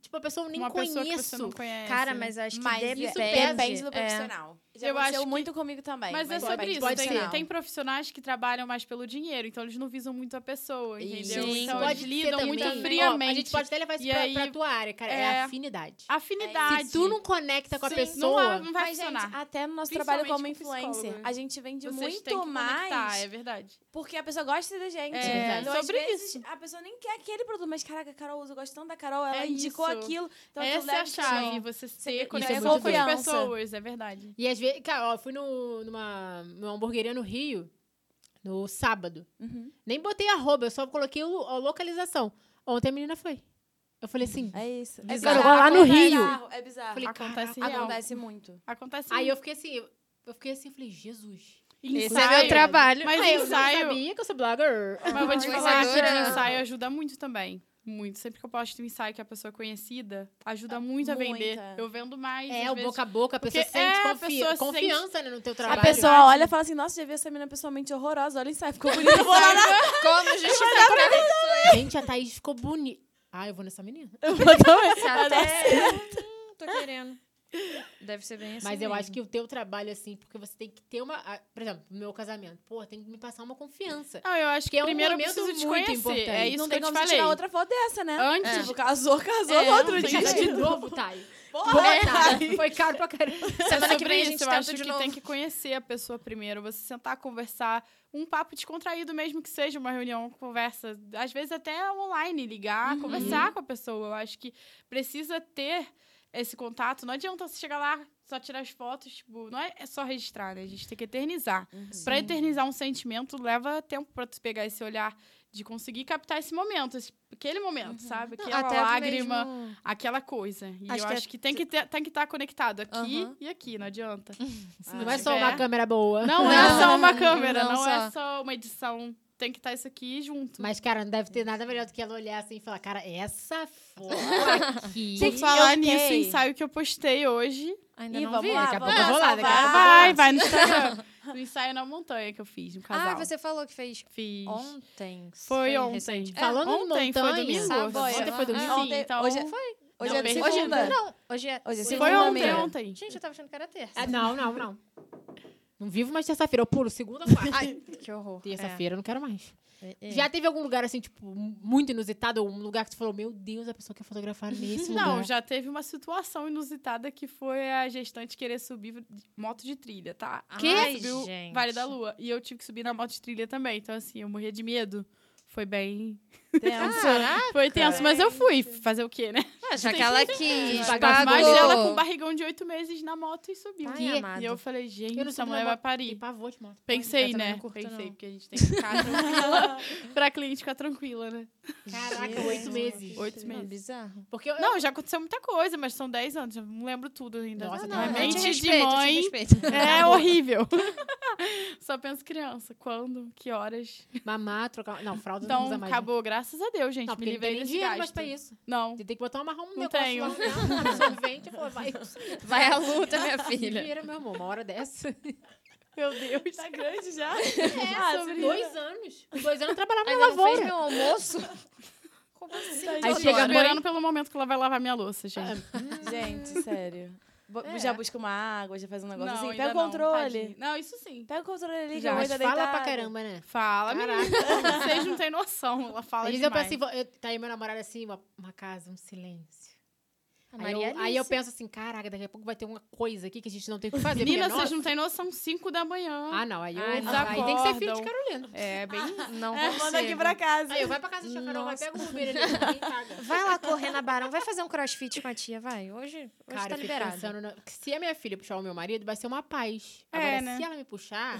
Speaker 3: Tipo, a pessoa eu nem
Speaker 4: Uma
Speaker 3: conheço.
Speaker 4: pessoa que você não conhece.
Speaker 2: Cara, mas acho que
Speaker 1: Mas
Speaker 2: depende.
Speaker 1: isso
Speaker 3: depende.
Speaker 1: depende do
Speaker 2: É.
Speaker 1: profissional. Já
Speaker 4: Eu
Speaker 1: aconteceu
Speaker 4: acho que-
Speaker 1: muito comigo também.
Speaker 4: Mas, é sobre
Speaker 1: depende
Speaker 4: isso.
Speaker 1: do
Speaker 4: tem,
Speaker 3: pode ser.
Speaker 4: tem profissionais que trabalham mais pelo dinheiro, então eles não visam muito a pessoa, entendeu?
Speaker 2: Sim,
Speaker 4: então
Speaker 3: Pode
Speaker 4: eles
Speaker 3: ser
Speaker 4: lidam
Speaker 3: também.
Speaker 4: muito
Speaker 3: Ó,
Speaker 4: friamente.
Speaker 3: a gente pode até levar isso
Speaker 4: E
Speaker 3: pra,
Speaker 4: aí-
Speaker 3: pra tua área, cara. É,
Speaker 4: é.
Speaker 3: afinidade.
Speaker 4: Afinidade.
Speaker 3: Se tu não conecta com a
Speaker 4: Sim,
Speaker 3: pessoa.
Speaker 4: Não, não vai
Speaker 1: Mas, gente,
Speaker 4: funcionar.
Speaker 1: até no nosso trabalho como
Speaker 4: Principalmente com
Speaker 1: influencer,
Speaker 4: psicólogo.
Speaker 1: a gente vende
Speaker 4: Vocês têm
Speaker 1: muito
Speaker 4: que conectar,
Speaker 1: mais
Speaker 4: é verdade.
Speaker 1: porque a pessoa gosta da gente.
Speaker 4: É,
Speaker 1: então, às
Speaker 4: sobre
Speaker 1: vezes,
Speaker 4: isso.
Speaker 1: A pessoa nem quer aquele produto, mas caraca, a Carol usa, eu gosto tanto da Carol, ela
Speaker 4: É
Speaker 1: indicou
Speaker 4: isso.
Speaker 1: aquilo. Então aquilo
Speaker 4: Essa é a
Speaker 1: deve ser
Speaker 4: chave,
Speaker 1: bom.
Speaker 4: você
Speaker 1: Isso é
Speaker 4: ter conexão
Speaker 1: muito
Speaker 4: com as
Speaker 1: confiança.
Speaker 4: pessoas, é verdade.
Speaker 3: E às vezes. Cara, ó, eu fui no, numa, numa hamburgueria no Rio, no sábado.
Speaker 1: Uhum.
Speaker 3: Nem botei arroba, eu só coloquei o- a localização. Ontem a menina foi. Eu falei assim.
Speaker 1: É isso. É
Speaker 3: Bizarro.
Speaker 1: bizarro,
Speaker 3: Lá no
Speaker 1: acontece,
Speaker 3: Rio.
Speaker 1: É bizarro.
Speaker 3: Falei,
Speaker 4: Acontece
Speaker 3: caraca,
Speaker 4: real.
Speaker 1: Acontece muito.
Speaker 4: Acontece
Speaker 3: Aí eu fiquei assim, eu- eu fiquei assim, eu falei, Jesus.
Speaker 2: Esse é
Speaker 4: ensaio.
Speaker 2: meu trabalho.
Speaker 4: Mas
Speaker 3: Aí eu não
Speaker 4: ensaio.
Speaker 3: sabia que eu sou blogger.
Speaker 4: Mas eu vou te
Speaker 2: Mas
Speaker 4: falar que
Speaker 2: agora-
Speaker 4: o ensaio ajuda muito também. Muito. Sempre que eu posto um ensaio que a pessoa é conhecida, ajuda muito a
Speaker 1: muita.
Speaker 4: vender. Eu vendo mais.
Speaker 3: É,
Speaker 4: às
Speaker 3: o
Speaker 4: vezes-
Speaker 3: boca a boca, a pessoa
Speaker 4: Porque
Speaker 3: sente
Speaker 4: é, a
Speaker 3: confi-
Speaker 4: pessoa
Speaker 3: confiança né, no teu trabalho.
Speaker 1: A
Speaker 2: (laughs)
Speaker 1: pessoa olha e fala assim, nossa, já vi essa menina pessoalmente horrorosa. Olha o ensaio, (laughs) ficou bonito. Eu vou lá na...
Speaker 2: (laughs) Como justificar?
Speaker 3: Gente, a Thaís ficou bonita. Ah, eu vou nessa menina.
Speaker 1: Eu vou também.
Speaker 2: Esse até- Hum, Tô querendo. Deve ser bem assim.
Speaker 3: Mas eu acho que o teu trabalho, assim, porque você tem que ter uma. a- Por exemplo, no meu casamento, pô, tem que me passar uma confiança.
Speaker 4: Não, eu acho
Speaker 3: Que
Speaker 4: que,
Speaker 3: é um
Speaker 4: primeiro eu
Speaker 3: momento
Speaker 4: preciso te
Speaker 3: muito
Speaker 4: conhecer.
Speaker 3: importante.
Speaker 4: É isso
Speaker 1: não
Speaker 4: que
Speaker 1: tem
Speaker 4: eu te
Speaker 1: como você
Speaker 4: falei.
Speaker 1: tirar outra foto dessa, né?
Speaker 4: Antes,
Speaker 2: É.
Speaker 1: Tipo, casou, casou
Speaker 3: É,
Speaker 1: no outro
Speaker 3: não tem
Speaker 1: dia.
Speaker 3: nada
Speaker 4: (laughs)
Speaker 3: de novo, Thay.
Speaker 1: Porra,
Speaker 3: Porra,
Speaker 1: Thay.
Speaker 3: Foi caro pra caramba.
Speaker 2: Semana que
Speaker 4: É sobre
Speaker 2: vem a
Speaker 4: isso,
Speaker 2: gente
Speaker 4: eu
Speaker 2: tenta
Speaker 4: acho
Speaker 2: de
Speaker 4: que
Speaker 2: novo.
Speaker 4: tem que conhecer a pessoa primeiro. Você sentar, conversar. Um papo descontraído mesmo que seja uma reunião, uma conversa. Às vezes até online,
Speaker 2: Uhum.
Speaker 4: ligar, conversar com a pessoa. Eu acho que precisa ter esse contato. Não adianta você chegar lá, só tirar as fotos. Tipo, não é é só registrar, né? A gente tem que eternizar.
Speaker 2: Uhum.
Speaker 4: Pra eternizar um sentimento, leva tempo pra tu pegar esse olhar de conseguir captar esse momento. esse- aquele momento, sabe? Aquela
Speaker 2: Uhum. Até
Speaker 4: lágrima
Speaker 2: mesmo-
Speaker 4: aquela coisa. E
Speaker 2: Acho
Speaker 4: eu
Speaker 2: que é
Speaker 4: acho que tem que, ter- tem que estar conectado aqui
Speaker 2: Aham.
Speaker 4: e aqui, não adianta.
Speaker 1: Se
Speaker 3: Não é só
Speaker 4: Ah, tiver-
Speaker 3: uma câmera boa.
Speaker 4: Não, é só uma
Speaker 2: não,
Speaker 4: câmera,
Speaker 2: não
Speaker 4: não, é só uma edição. Tem que estar isso aqui junto.
Speaker 3: Mas, cara, não deve ter nada melhor do que ela olhar assim e falar, cara, essa
Speaker 4: (laughs)
Speaker 3: foto aqui.
Speaker 4: Por
Speaker 1: Gente,
Speaker 4: falar
Speaker 1: eu
Speaker 4: nisso, o
Speaker 1: fiquei-
Speaker 4: ensaio que eu postei hoje.
Speaker 2: Ainda
Speaker 1: Ih,
Speaker 2: não
Speaker 1: vamos
Speaker 2: vi.
Speaker 1: lá,
Speaker 3: Daqui a
Speaker 1: vamos
Speaker 3: pouco eu vou lá,
Speaker 1: salvar.
Speaker 3: daqui a pouco
Speaker 4: vai, vai no
Speaker 3: (laughs)
Speaker 4: Instagram. no ensaio na montanha que eu fiz, no casal.
Speaker 2: Ah, você falou que fez
Speaker 4: Fiz.
Speaker 2: ontem.
Speaker 4: Foi ontem.
Speaker 2: recente.
Speaker 3: É, Falando em
Speaker 4: ontem, foi
Speaker 3: montanha,
Speaker 4: domingo.
Speaker 2: sábado,
Speaker 4: ontem foi
Speaker 2: sei
Speaker 4: domingo.
Speaker 2: lá.
Speaker 4: Sim,
Speaker 1: Ontem-
Speaker 4: então...
Speaker 1: hoje-
Speaker 2: Foi?
Speaker 1: Hoje é
Speaker 4: Não,
Speaker 1: de
Speaker 4: perdi.
Speaker 2: Hoje
Speaker 1: segunda.
Speaker 2: Não, hoje é.
Speaker 1: Hoje é
Speaker 2: Hoje-
Speaker 1: segunda.
Speaker 4: Foi ontem,
Speaker 1: Segunda-feira.
Speaker 4: ontem.
Speaker 2: Gente, eu tava achando que era terça.
Speaker 3: Ah, Não, não, não. Não vivo mais terça-feira. Eu pulo segunda ou (laughs) quarta.
Speaker 2: Ai, que horror.
Speaker 3: Terça-feira eu não quero mais.
Speaker 2: É, é, é.
Speaker 3: Já teve algum lugar, assim, tipo, mu- muito inusitado? Ou um lugar que tu falou, meu Deus, a pessoa quer (laughs) fotografar nesse lugar?
Speaker 4: Não, já teve uma situação inusitada que foi a gestante querer subir de- moto de trilha, tá?
Speaker 2: Que?
Speaker 4: Ela subiu
Speaker 2: Ai, gente.
Speaker 4: Vale da Lua. E eu tive que subir na moto de trilha também. Então, assim, eu morria de medo. Foi bem.
Speaker 2: Caraca!
Speaker 4: Foi tenso, mas eu fui. Fazer o quê, né?
Speaker 2: Ah, já que ela quis,
Speaker 3: Pagar
Speaker 4: Mas ela com
Speaker 2: pagou.
Speaker 4: um barrigão de oito meses na moto e subiu.
Speaker 2: Ai,
Speaker 4: e,
Speaker 2: amado.
Speaker 4: e eu falei, gente,
Speaker 3: Eu não
Speaker 4: essa
Speaker 3: subi
Speaker 4: mulher vai
Speaker 3: na moto. Tem
Speaker 4: parir.
Speaker 3: pavor de moto.
Speaker 2: Eu
Speaker 4: Pensei,
Speaker 2: também
Speaker 4: né?
Speaker 2: não curto,
Speaker 4: Pensei,
Speaker 2: não.
Speaker 4: porque a gente tem que
Speaker 2: (laughs)
Speaker 4: ficar tranquila (laughs) pra cliente ficar tranquila, né?
Speaker 3: Caraca,
Speaker 2: Jesus.
Speaker 3: oito meses.
Speaker 4: Oito
Speaker 2: Não, é
Speaker 4: meses.
Speaker 2: bizarro.
Speaker 3: Porque eu...
Speaker 4: Não, já aconteceu muita coisa, mas são dez anos. Eu não lembro tudo ainda.
Speaker 3: Nossa,
Speaker 4: Minha
Speaker 3: não, eu te
Speaker 4: mente de
Speaker 2: respeito, eu te
Speaker 4: mãe.
Speaker 2: respeito.
Speaker 4: É horrível. (laughs) Só penso criança. Quando? Que horas?
Speaker 3: Mamar, trocar... Não, fralda não
Speaker 4: Então,
Speaker 3: usa mais. né?
Speaker 4: acabou, graças a Deus, gente.
Speaker 3: Não,
Speaker 4: me
Speaker 3: porque não tem
Speaker 4: livrei
Speaker 3: nem
Speaker 4: desse
Speaker 3: dinheiro
Speaker 4: gasto.
Speaker 3: mais pra isso.
Speaker 4: Não.
Speaker 3: Tem que botar uma, um
Speaker 4: Não
Speaker 3: negócio
Speaker 4: tenho.
Speaker 3: lá, um absorvente, pô, (laughs) vai.
Speaker 2: Vai à luta,
Speaker 4: (laughs)
Speaker 2: minha
Speaker 3: Se
Speaker 2: filha.
Speaker 3: vira, meu amor, uma hora dessa.
Speaker 4: Meu Deus.
Speaker 1: Tá grande já?
Speaker 3: (laughs) É,
Speaker 1: Ah,
Speaker 3: são
Speaker 1: sobre-
Speaker 3: dois anos. Os dois anos eu trabalhava na
Speaker 2: Ainda não fez
Speaker 3: lavoura.
Speaker 2: meu
Speaker 4: (laughs)
Speaker 2: almoço? Como assim?
Speaker 3: Aí
Speaker 4: Tô
Speaker 3: chega a mãe-
Speaker 4: esperando pelo momento que ela vai lavar minha louça, gente.
Speaker 1: (laughs) Gente, sério. Bo-
Speaker 3: É.
Speaker 1: Já busca uma água, já faz um negócio assim.
Speaker 4: ainda
Speaker 1: Pega o
Speaker 4: tadinho.
Speaker 1: controle.
Speaker 4: Não, isso sim.
Speaker 1: Pega o controle ali, que tá
Speaker 4: Já,
Speaker 1: eu vou
Speaker 3: Mas tá
Speaker 1: ainda
Speaker 3: fala
Speaker 1: deitar.
Speaker 3: pra caramba, né?
Speaker 4: Fala,
Speaker 3: Caraca.
Speaker 4: menina. Vocês não têm noção. Ela fala
Speaker 3: Às vezes eu
Speaker 4: demais.
Speaker 3: penso, em vo- eu, tá aí meu namorado assim, uma, uma casa, um silêncio.
Speaker 2: A é
Speaker 3: Aí
Speaker 2: Maria
Speaker 3: eu, aí eu
Speaker 2: Alice.
Speaker 3: penso assim, caraca, daqui a pouco vai ter uma coisa aqui que a gente não tem o que fazer.
Speaker 4: Menina,
Speaker 3: porque, é
Speaker 4: vocês
Speaker 3: nossa.
Speaker 4: não têm noção. Cinco da manhã.
Speaker 3: Ah, não, aí, eu,
Speaker 2: Ai,
Speaker 3: aí
Speaker 2: não.
Speaker 3: tem que ser filho de
Speaker 4: Acordam.
Speaker 3: Carolina.
Speaker 4: É, bem...
Speaker 1: (laughs)
Speaker 2: Não
Speaker 1: É,
Speaker 2: vou
Speaker 1: manda
Speaker 2: ser.
Speaker 1: aqui pra casa.
Speaker 3: Aí eu vai pra casa de Carol, vai,
Speaker 2: Nossa.
Speaker 3: pega o Uber ali, ninguém paga.
Speaker 2: Vai lá correr na Barão, vai fazer um crossfit com a tia, vai. Hoje, hoje
Speaker 3: Cara,
Speaker 2: tá
Speaker 3: eu fico
Speaker 2: liberado.
Speaker 3: pensando na- que se a minha filha puxar o meu marido, vai ser uma paz.
Speaker 4: É,
Speaker 3: Agora,
Speaker 4: né?
Speaker 3: se ela me puxar,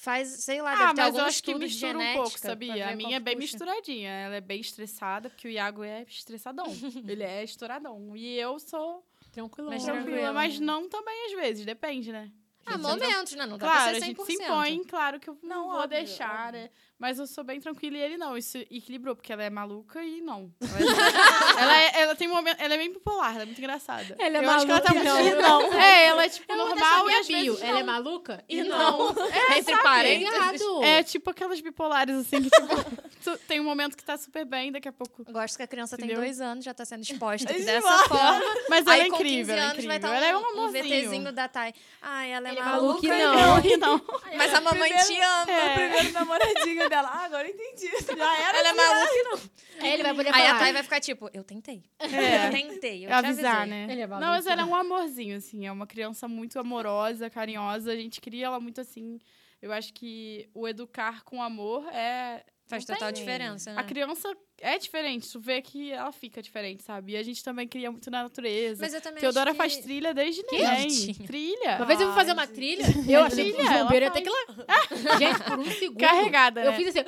Speaker 2: Faz, sei lá,
Speaker 4: Ah,
Speaker 2: deve ter
Speaker 4: mas
Speaker 2: algum
Speaker 4: eu acho que
Speaker 2: estudo de
Speaker 4: mistura um
Speaker 2: genética
Speaker 4: pouco,
Speaker 2: pra ver
Speaker 4: sabia? A
Speaker 2: qual
Speaker 4: minha é
Speaker 2: que
Speaker 4: bem
Speaker 2: puxa.
Speaker 4: misturadinha. Ela é bem estressada, porque o Iago é estressadão. Ele é estouradão. E eu sou
Speaker 3: tranquilo.
Speaker 2: Mas
Speaker 4: tranquila,
Speaker 2: tranquilo,
Speaker 4: mas
Speaker 2: né?
Speaker 4: não também às vezes, depende, né?
Speaker 2: Ah, momentos, né? Não dá
Speaker 4: claro,
Speaker 2: pra
Speaker 4: a
Speaker 2: ser 100%.
Speaker 4: gente se impõe, claro que eu não,
Speaker 1: Não,
Speaker 4: vou
Speaker 1: óbvio,
Speaker 4: deixar,
Speaker 1: óbvio.
Speaker 4: né? Mas eu sou bem tranquila e ele não. Isso equilibrou, porque ela é maluca e não. Ela- ela, é- ela tem um momento. Ela é bem bipolar, ela é muito engraçada.
Speaker 1: Ela é
Speaker 4: eu acho que ela tá
Speaker 1: maluca e
Speaker 4: muito
Speaker 1: não.
Speaker 4: É, ela é tipo
Speaker 3: Eu vou deixar
Speaker 4: normal e
Speaker 3: minha
Speaker 4: às vezes
Speaker 3: bio. Ela é
Speaker 4: não.
Speaker 3: maluca?
Speaker 4: E não. É,
Speaker 2: Entre
Speaker 4: sabe?
Speaker 2: parênteses.
Speaker 3: Obrigado.
Speaker 4: É tipo aquelas bipolares, assim, que tipo, (laughs) tu- tem um momento que tá super bem, daqui a pouco.
Speaker 2: Gosto que a criança tem
Speaker 4: Entendeu?
Speaker 2: dois anos, já tá sendo
Speaker 4: (laughs)
Speaker 2: exposta
Speaker 1: Isso
Speaker 2: dessa
Speaker 1: mostra.
Speaker 2: forma.
Speaker 4: Mas ela
Speaker 2: Aí,
Speaker 4: é
Speaker 2: com
Speaker 4: incrível,
Speaker 2: 15
Speaker 4: ela é
Speaker 2: anos, vai
Speaker 4: incrível.
Speaker 2: tá um,
Speaker 4: Ela é um
Speaker 2: um VTzinho
Speaker 4: amorzinho.
Speaker 2: da Thay. Ai, ela é
Speaker 3: Ele é
Speaker 2: maluca.
Speaker 3: maluco e
Speaker 2: né?
Speaker 3: não.
Speaker 4: E não.
Speaker 2: Mas a mamãe
Speaker 1: Primeiro-
Speaker 2: te ama.
Speaker 4: É.
Speaker 1: O primeiro namoradinho dela. Ah, agora eu entendi. Já era. assim, né?
Speaker 2: Ela é maluca.
Speaker 3: Aí ele vai poder
Speaker 2: Aí a
Speaker 3: falar.
Speaker 2: Thay vai ficar tipo, eu tentei.
Speaker 4: (laughs) É.
Speaker 2: Eu tentei, eu
Speaker 4: É
Speaker 2: te
Speaker 4: avisar,
Speaker 2: avisei.
Speaker 4: né?
Speaker 3: Ele é maluco.
Speaker 4: Não, mas ela é um amorzinho, assim. É uma criança muito amorosa, carinhosa. A gente cria ela muito assim. Eu acho que o educar com amor é.
Speaker 2: Faz
Speaker 4: não tem-
Speaker 2: total diferença, né?
Speaker 4: A criança é diferente. Tu vê que ela fica diferente, sabe? E a gente também cria muito na natureza.
Speaker 2: Mas eu também
Speaker 4: Teodora
Speaker 2: acho que...
Speaker 4: faz (laughs) trilha desde neném.
Speaker 2: Bonitinho.
Speaker 3: Uma
Speaker 4: Trilha.
Speaker 3: vez eu fui fazer uma trilha, Tá eu achei que o
Speaker 4: Trilha, ela
Speaker 3: bombeiro ia
Speaker 4: faz.
Speaker 3: ter que ir lá. Gente, por um segundo.
Speaker 4: Carregada,
Speaker 3: Eu
Speaker 4: né?
Speaker 3: fiz assim.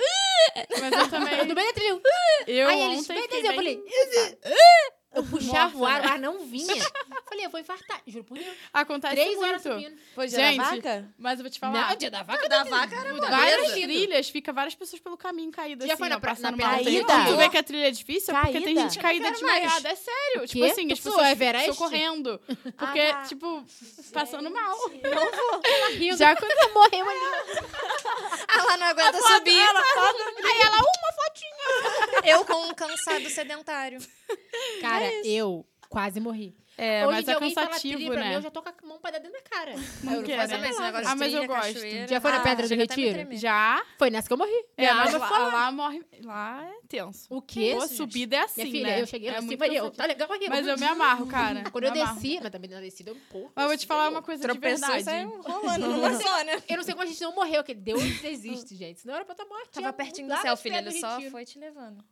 Speaker 4: Mas eu
Speaker 3: Eu no
Speaker 4: também.
Speaker 3: meio da trilha.
Speaker 4: Eu
Speaker 3: aí eles
Speaker 4: ontem
Speaker 3: bem né?
Speaker 4: fiquei
Speaker 3: desenho, eu
Speaker 4: bem-
Speaker 3: falei. Eu puxava o ar, o ar não vinha. Falei, eu vou infartar. Juro por Deus.
Speaker 4: Acontece
Speaker 3: Três
Speaker 4: muito.
Speaker 3: horas subindo.
Speaker 1: Foi de
Speaker 4: Gente,
Speaker 1: vaca?
Speaker 4: Mas eu vou te falar.
Speaker 3: Não, o dia da vaca.
Speaker 2: da vaca era
Speaker 3: da
Speaker 4: Várias
Speaker 3: Tá beleza.
Speaker 4: trilhas, fica várias pessoas pelo caminho caídas.
Speaker 3: Já
Speaker 4: assim,
Speaker 3: foi na
Speaker 4: ó,
Speaker 3: pra-
Speaker 4: passando
Speaker 3: na
Speaker 4: mal.
Speaker 1: caída?
Speaker 4: Tu vê que a trilha é difícil é porque tem
Speaker 1: Caída?
Speaker 4: gente caída
Speaker 2: Eu quero mais.
Speaker 4: desmaiada. É sério. Tipo
Speaker 3: quê?
Speaker 4: assim, as
Speaker 3: Tu
Speaker 4: pessoas
Speaker 3: foi Everest? Ah,
Speaker 4: socorrendo.
Speaker 3: (laughs)
Speaker 4: Porque,
Speaker 1: tá.
Speaker 4: tipo, passando mal.
Speaker 3: Já quando eu morreu ali.
Speaker 2: Ah, Ela não aguenta subir.
Speaker 3: Aí ela, uma fotinha.
Speaker 2: Eu com um cansado sedentário.
Speaker 3: Cara, eu quase morri.
Speaker 4: É,
Speaker 3: Hoje em
Speaker 4: mas
Speaker 3: dia
Speaker 4: é
Speaker 3: alguém fala
Speaker 4: cansativo,
Speaker 3: trilha pra mim, eu
Speaker 4: né?
Speaker 3: já tô com a mão pra dar dentro da cara.
Speaker 4: (laughs) Não
Speaker 3: Aí eu
Speaker 4: quero.
Speaker 2: Mas
Speaker 3: faço
Speaker 2: é mais
Speaker 3: mais
Speaker 2: um
Speaker 3: nada.
Speaker 2: negócio de
Speaker 4: Ah, mas eu
Speaker 2: trilha,
Speaker 4: gosto.
Speaker 2: cachoeira.
Speaker 3: Já foi na
Speaker 2: Ah,
Speaker 3: Pedra do
Speaker 2: chega até me
Speaker 3: Retiro?
Speaker 2: tremer.
Speaker 4: Já.
Speaker 3: Foi nessa que eu morri.
Speaker 4: É,
Speaker 3: Minha
Speaker 4: mas
Speaker 3: alma
Speaker 4: lá, lá morre. Lá é tenso.
Speaker 3: O quê?
Speaker 4: Ou a
Speaker 3: gente?
Speaker 4: subida é assim,
Speaker 3: Minha filha,
Speaker 4: né?
Speaker 3: eu cheguei
Speaker 4: é
Speaker 3: lá assim,
Speaker 4: muito
Speaker 3: falei, eu,
Speaker 4: cansativo.
Speaker 3: tá legal aqui.
Speaker 4: Mas eu me amarro, cara.
Speaker 3: Quando eu
Speaker 4: Me amarro.
Speaker 3: desci, mas também na descida, eu um porra.
Speaker 4: Mas eu vou te falar uma coisa de
Speaker 2: Tropeçou e
Speaker 4: verdade.
Speaker 2: saiu
Speaker 3: um
Speaker 2: rolando
Speaker 4: (laughs)
Speaker 2: numa zona.
Speaker 3: Eu não sei como a gente não morreu, que Deus existe, gente. Senão era pra estar morto.
Speaker 2: Tava pertinho do céu, filha. Ele só foi te levando.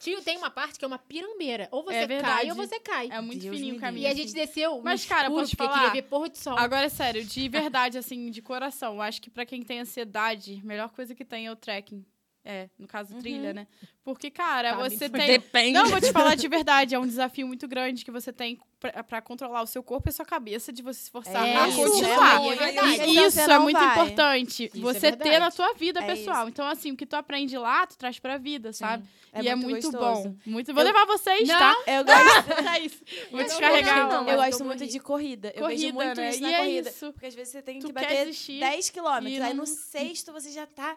Speaker 3: Tio, tem uma parte que é uma pirambeira. Ou você
Speaker 4: É
Speaker 3: cai
Speaker 4: verdade.
Speaker 3: ou você cai.
Speaker 4: É muito
Speaker 1: Deus
Speaker 4: fininho
Speaker 1: me
Speaker 4: o
Speaker 3: e
Speaker 4: caminho.
Speaker 3: a
Speaker 4: assim.
Speaker 3: gente desceu. no
Speaker 4: Mas, cara,
Speaker 3: escuro,
Speaker 4: posso te
Speaker 3: porque
Speaker 4: falar?
Speaker 3: queria ver porra do sol.
Speaker 4: Agora, sério, de verdade, assim, de coração. eu Acho que pra quem tem ansiedade, a melhor coisa que tem é o trekking. É, no caso, trilha, né? Porque, cara,
Speaker 3: Tá, bem
Speaker 4: você
Speaker 3: fudeu.
Speaker 4: tem.
Speaker 2: Depende.
Speaker 4: Não, vou te falar de verdade, é um desafio muito grande que você tem pra, pra controlar o seu corpo e a sua cabeça de você se forçar
Speaker 3: É,
Speaker 4: a
Speaker 3: isso,
Speaker 4: continuar.
Speaker 3: é verdade.
Speaker 4: E
Speaker 1: Então,
Speaker 4: isso
Speaker 1: você
Speaker 4: é
Speaker 1: não
Speaker 4: muito
Speaker 1: vai.
Speaker 4: importante.
Speaker 3: é
Speaker 4: você ter
Speaker 3: verdade.
Speaker 4: na sua vida
Speaker 1: É
Speaker 4: pessoal. Então, assim, o que tu aprende lá, tu traz pra vida, sabe? e é muito
Speaker 1: gostoso.
Speaker 4: bom. Muito... Vou
Speaker 1: Eu-
Speaker 4: levar vocês,
Speaker 3: Não,
Speaker 4: tá?
Speaker 1: Eu gosto,
Speaker 4: É isso. Vou
Speaker 3: Eu não
Speaker 4: descarregar.
Speaker 3: gosto, não,
Speaker 4: ó.
Speaker 3: mas
Speaker 1: eu
Speaker 3: eu
Speaker 1: gosto
Speaker 3: tô
Speaker 1: muito
Speaker 3: morrendo.
Speaker 1: de corrida. Eu
Speaker 4: Corrida,
Speaker 1: vejo muito
Speaker 4: né?
Speaker 1: isso
Speaker 4: e
Speaker 1: na
Speaker 4: é
Speaker 1: corrida.
Speaker 4: isso.
Speaker 1: Porque às vezes você tem
Speaker 4: Tu
Speaker 1: que
Speaker 4: quer
Speaker 1: bater
Speaker 4: desistir
Speaker 1: 10 quilômetros.
Speaker 4: e
Speaker 1: Aí
Speaker 4: não-
Speaker 1: no sexto você já tá.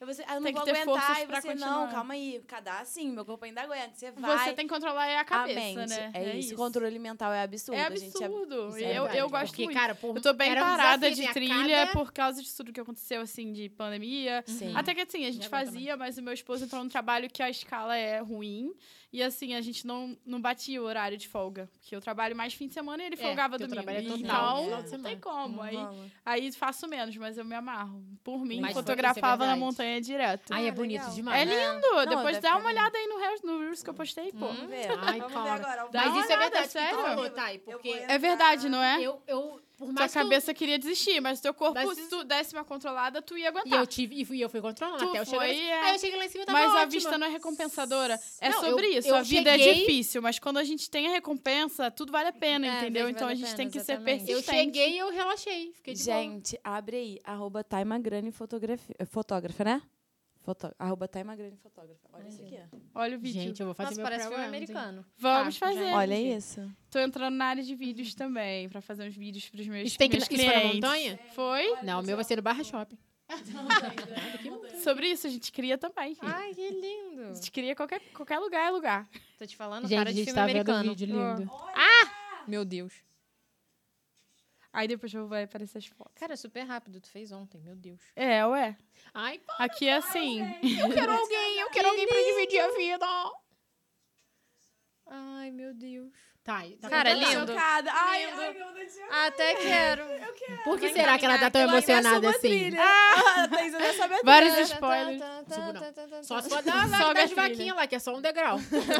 Speaker 1: Eu vou, ah, eu não
Speaker 4: Tem que
Speaker 1: vou
Speaker 4: ter forças
Speaker 1: aguentar. E
Speaker 4: pra
Speaker 1: você, não,
Speaker 4: continuar.
Speaker 1: calma aí. Cadá sim, meu corpo ainda aguenta. Você vai.
Speaker 4: Você tem que controlar é a cabeça,
Speaker 1: a mente.
Speaker 4: né?
Speaker 1: É, isso. Controle mental é absurdo.
Speaker 4: É
Speaker 1: A gente
Speaker 4: absurdo.
Speaker 1: isso
Speaker 4: E
Speaker 1: é
Speaker 4: eu, eu
Speaker 1: verdade,
Speaker 4: gosto
Speaker 3: porque,
Speaker 4: muito.
Speaker 3: cara, por...
Speaker 4: eu tô bem
Speaker 3: era um
Speaker 4: parada
Speaker 3: desafio,
Speaker 4: de
Speaker 3: né?
Speaker 4: trilha
Speaker 3: Cada-
Speaker 4: por causa de tudo que aconteceu, assim, de pandemia.
Speaker 1: Sim. é
Speaker 4: Até que, assim, a gente
Speaker 3: aguenta
Speaker 4: fazia, mas o meu esposo entrou num trabalho que a escala é ruim. E, assim, a gente não, não batia o horário de folga. Porque eu trabalho mais fim de semana e ele
Speaker 3: É,
Speaker 4: folgava
Speaker 3: teu
Speaker 4: domingo.
Speaker 3: trabalho é total,
Speaker 4: então,
Speaker 1: né?
Speaker 4: não tem como. Aí,
Speaker 1: rola.
Speaker 4: aí faço menos, mas eu me amarro. Por mim,
Speaker 3: Mas foi- isso é
Speaker 4: fotografava na
Speaker 3: verdade.
Speaker 4: montanha direto.
Speaker 3: Ai, é
Speaker 2: Ah,
Speaker 3: bonito
Speaker 2: legal.
Speaker 3: demais.
Speaker 4: É lindo!
Speaker 1: deve
Speaker 4: Depois
Speaker 1: Uhum.
Speaker 4: dá uma
Speaker 1: ficar
Speaker 4: olhada aí no, Reels- no Reels que eu postei, pô.
Speaker 1: Vamos ver.
Speaker 3: Ai,
Speaker 1: Vamos
Speaker 3: cara.
Speaker 1: ver agora.
Speaker 4: Dá
Speaker 3: Mas
Speaker 4: uma
Speaker 3: isso é
Speaker 4: olhada,
Speaker 3: verdade, sério?
Speaker 4: sério.
Speaker 3: Falou,
Speaker 2: tá
Speaker 3: Thay, porque
Speaker 1: Eu vou-
Speaker 4: É verdade, não tipo, é?
Speaker 3: eu, eu, por
Speaker 4: Sua
Speaker 3: mais que eu-
Speaker 4: cabeça queria desistir, mas teu corpo,
Speaker 3: Mas
Speaker 4: se
Speaker 3: isso-
Speaker 4: tu desse uma controlada, tu ia
Speaker 3: E eu
Speaker 4: aguentar.
Speaker 3: tive, e fui, eu fui controlando
Speaker 4: tá. Tu
Speaker 3: até eu chegar lá em
Speaker 4: foi,
Speaker 3: cima.
Speaker 4: é.
Speaker 3: Aí eu cheguei lá em cima e tava
Speaker 4: mas a
Speaker 3: ótima.
Speaker 4: vista não é recompensadora. É
Speaker 3: Não,
Speaker 4: sobre
Speaker 3: eu-
Speaker 4: isso.
Speaker 3: eu
Speaker 4: a vida é
Speaker 3: cheguei-
Speaker 4: difícil, mas quando a gente tem a recompensa, tudo vale a pena,
Speaker 2: É,
Speaker 4: entendeu?
Speaker 2: vale
Speaker 4: Então a
Speaker 2: a
Speaker 4: gente
Speaker 2: pena,
Speaker 4: tem que ser
Speaker 2: exatamente.
Speaker 4: persistente.
Speaker 3: Eu cheguei e eu relaxei. Fiquei
Speaker 4: tipo,
Speaker 3: de boa.
Speaker 1: Gente, abre aí. Arroba Taimagrani fotografia. eh, Fotógrafa, né? Foto... Arroba Taimagrani fotógrafa. Olha isso aqui. ó.
Speaker 4: Olha o vídeo.
Speaker 3: Gente, eu vou fazer
Speaker 2: Nossa,
Speaker 3: meu
Speaker 2: parece filme
Speaker 3: pré-round, hein?
Speaker 2: americano.
Speaker 4: Vamos
Speaker 3: tá,
Speaker 4: fazer.
Speaker 3: gente.
Speaker 1: Olha isso.
Speaker 4: Tô entrando na área de vídeos também, pra fazer uns vídeos pros meus,
Speaker 3: Isso tem que
Speaker 4: meus
Speaker 3: isso foi na
Speaker 4: clientes.
Speaker 3: montanha?
Speaker 4: Foi?
Speaker 3: Não, o meu vai ser no Barra Shopping.
Speaker 4: Sobre isso, a gente cria também.
Speaker 3: Ah.
Speaker 4: filho.
Speaker 2: Ai, que lindo.
Speaker 4: A gente cria qualquer, qualquer lugar é lugar.
Speaker 2: Tô te falando,
Speaker 3: Gente,
Speaker 2: cara
Speaker 3: a
Speaker 2: de
Speaker 3: gente
Speaker 2: filme
Speaker 3: tá vendo o
Speaker 2: americano.
Speaker 3: vídeo lindo.
Speaker 2: Meu Deus.
Speaker 4: Aí depois eu vou aparecer as fotos.
Speaker 2: Cara, super rápido. Tu fez ontem, meu Deus.
Speaker 4: É, ué.
Speaker 3: Ai, pô,
Speaker 4: Aqui é assim.
Speaker 3: eu
Speaker 4: (laughs)
Speaker 3: quero alguém, eu quero alguém pra dividir a vida.
Speaker 2: Ai, meu Deus.
Speaker 3: Tá, tá
Speaker 2: Cara,
Speaker 3: contando?
Speaker 2: lindo.
Speaker 1: Chocada. Ai,
Speaker 2: Lindo.
Speaker 1: ai, meu Deus.
Speaker 2: Até quero.
Speaker 3: Por que
Speaker 2: Vai
Speaker 3: será que ela
Speaker 2: caminhar
Speaker 3: tá tão
Speaker 2: pela
Speaker 3: emocionada assim?
Speaker 1: Ah, a Thaís não sabe a
Speaker 4: (laughs) Vários
Speaker 2: Tá, tá,
Speaker 4: spoilers.
Speaker 2: tá, tá,
Speaker 3: Subo,
Speaker 2: tá,
Speaker 3: não.
Speaker 2: tá, tá,
Speaker 3: Só
Speaker 2: tá.
Speaker 3: se for da,
Speaker 4: Sobe a
Speaker 3: da, das
Speaker 4: trilha.
Speaker 3: vaquinhas lá, que é só um degrau.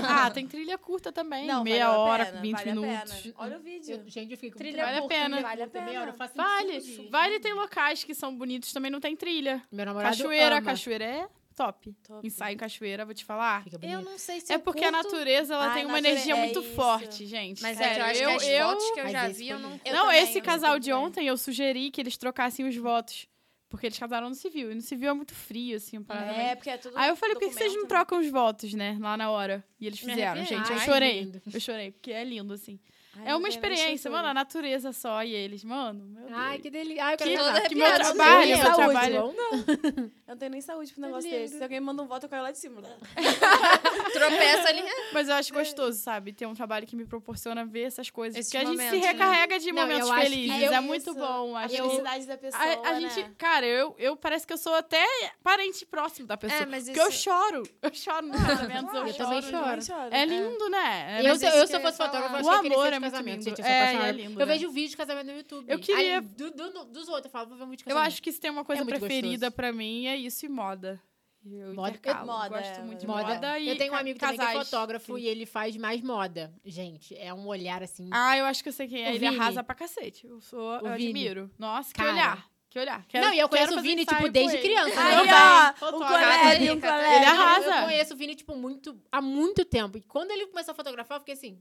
Speaker 4: Ah, tem trilha curta também.
Speaker 1: Não,
Speaker 4: (laughs) meia
Speaker 1: valeu a
Speaker 4: hora,
Speaker 1: pena,
Speaker 4: 20
Speaker 1: vale a
Speaker 4: minutos.
Speaker 1: pena. Olha o vídeo.
Speaker 3: Eu, gente, eu fiquei com
Speaker 2: Trilha
Speaker 4: Vale a
Speaker 3: curta,
Speaker 4: pena.
Speaker 3: trilha
Speaker 1: Vale a
Speaker 3: curta, meia
Speaker 1: pena.
Speaker 3: hora, eu faço em cinco
Speaker 4: Vale,
Speaker 3: dias.
Speaker 4: vale tem locais que são bonitos, também não tem trilha.
Speaker 3: Meu namorado
Speaker 4: Cachoeira,
Speaker 3: ama.
Speaker 4: cachoeira é top.
Speaker 1: Top.
Speaker 4: Ensaio em cachoeira, vou te falar.
Speaker 3: Fica
Speaker 2: Eu
Speaker 3: bonito.
Speaker 2: não sei se
Speaker 4: É
Speaker 2: eu
Speaker 4: porque a
Speaker 2: curto,
Speaker 4: natureza ela
Speaker 1: Ai,
Speaker 4: tem uma
Speaker 1: natureza-
Speaker 4: energia
Speaker 1: é
Speaker 4: muito
Speaker 1: isso.
Speaker 4: forte, gente.
Speaker 2: Mas é que
Speaker 4: Sério,
Speaker 2: eu acho
Speaker 4: eu,
Speaker 2: que as
Speaker 4: eu-
Speaker 2: fotos que eu
Speaker 3: Mas
Speaker 2: já
Speaker 3: esse
Speaker 2: vi,
Speaker 3: foi
Speaker 2: eu não
Speaker 1: Eu
Speaker 4: Não,
Speaker 1: também,
Speaker 4: esse
Speaker 1: eu
Speaker 4: casal de ontem eu sugeri que eles trocassem os votos. Porque eles casaram no civil. E no civil é muito frio, assim, uma parada meio-
Speaker 1: É, porque é tudo.
Speaker 4: Aí eu falei, por que que vocês não
Speaker 1: documento, né?
Speaker 4: trocam os votos, né? Lá na hora. E eles
Speaker 2: Me
Speaker 4: fizeram,
Speaker 2: arrepiei.
Speaker 4: gente. Eu
Speaker 3: Ai,
Speaker 4: chorei.
Speaker 3: lindo.
Speaker 4: Eu chorei, porque é lindo, assim.
Speaker 1: Ai, meu
Speaker 4: É uma
Speaker 1: Deus, minha
Speaker 4: experiência,
Speaker 1: estrutura.
Speaker 4: mano. A natureza só e eles, mano. Meu Deus.
Speaker 3: Ai, que delícia. Ai, eu quero
Speaker 4: Que-
Speaker 3: casar.
Speaker 4: que meu
Speaker 2: arrepiada,
Speaker 4: trabalho,
Speaker 1: gente.
Speaker 4: meu
Speaker 1: Saúde,
Speaker 4: trabalho.
Speaker 1: Eu não tenho nem saúde pro negócio
Speaker 2: lindo.
Speaker 1: desse. Se alguém manda um voto, eu caio lá de cima.
Speaker 2: tropeça ali.
Speaker 4: Mas eu acho gostoso, sabe? Ter um trabalho que me proporciona ver essas coisas.
Speaker 2: Esses
Speaker 4: porque a gente
Speaker 2: momentos,
Speaker 4: se
Speaker 2: né?
Speaker 4: recarrega de
Speaker 3: Não, eu
Speaker 4: momentos
Speaker 3: acho que
Speaker 4: felizes.
Speaker 3: eu-
Speaker 4: É muito bom.
Speaker 1: A
Speaker 4: Acho que...
Speaker 1: felicidade da pessoa.
Speaker 4: A, a
Speaker 1: né?
Speaker 4: gente, cara, eu, eu parece que eu sou até parente próximo da pessoa.
Speaker 2: É, mas
Speaker 4: porque (laughs) eu
Speaker 2: isso-
Speaker 4: choro. Eu choro nos casamentos.
Speaker 1: Claro,
Speaker 4: eu,
Speaker 3: (laughs) eu também
Speaker 4: choro.
Speaker 3: choro.
Speaker 4: É lindo, né? É,
Speaker 3: eu,
Speaker 4: mas
Speaker 3: se-
Speaker 2: é isso
Speaker 3: eu,
Speaker 2: que
Speaker 3: se eu
Speaker 2: eu ia
Speaker 3: fosse fotógrafa, eu
Speaker 4: falar. O
Speaker 3: acho que eu queria
Speaker 4: amor
Speaker 3: ser
Speaker 4: é
Speaker 3: de
Speaker 4: muito
Speaker 3: casamento,
Speaker 4: lindo.
Speaker 3: gente. Eu sou
Speaker 4: É, e é
Speaker 3: apaixonada.
Speaker 4: lindo,
Speaker 3: Eu
Speaker 4: né?
Speaker 3: vejo vídeo de casamento no YouTube.
Speaker 4: Eu queria-
Speaker 3: Aí, do- do- dos outros, eu falo, vou ver um vídeo de
Speaker 4: Eu
Speaker 3: casamento.
Speaker 4: acho que se tem uma coisa
Speaker 3: É muito
Speaker 4: preferida
Speaker 3: gostoso.
Speaker 4: pra mim é isso e moda. Eu
Speaker 3: Moda-
Speaker 4: intercalo.
Speaker 1: moda,
Speaker 4: gosto
Speaker 1: é,
Speaker 4: muito de moda.
Speaker 3: Moda.
Speaker 4: e
Speaker 3: eu tenho um
Speaker 4: ca-
Speaker 3: amigo
Speaker 4: casais.
Speaker 3: também que é fotógrafo e ele faz mais moda. Gente, é um olhar assim.
Speaker 4: Ah, eu acho que eu sei quem é.
Speaker 3: O
Speaker 4: Ele
Speaker 3: Vini.
Speaker 4: arrasa pra cacete. Eu sou,
Speaker 3: O
Speaker 4: eu
Speaker 3: Vini.
Speaker 4: admiro. Nossa, que
Speaker 3: Cara.
Speaker 4: olhar. Que olhar. Quero,
Speaker 3: não, e eu conheço
Speaker 4: quero
Speaker 3: o
Speaker 4: fazer
Speaker 3: Vini, tipo,
Speaker 4: ensaio
Speaker 3: desde
Speaker 4: com ele.
Speaker 3: criança.
Speaker 1: Aí,
Speaker 3: né?
Speaker 4: Meu
Speaker 1: ó,
Speaker 4: bem,
Speaker 1: um
Speaker 4: fotógrafo.
Speaker 1: colégio, um
Speaker 2: é Ele
Speaker 1: colégio.
Speaker 3: Não,
Speaker 4: arrasa.
Speaker 3: Eu conheço o Vini, tipo, muito, há muito tempo. E quando ele começou a fotografar, eu fiquei assim.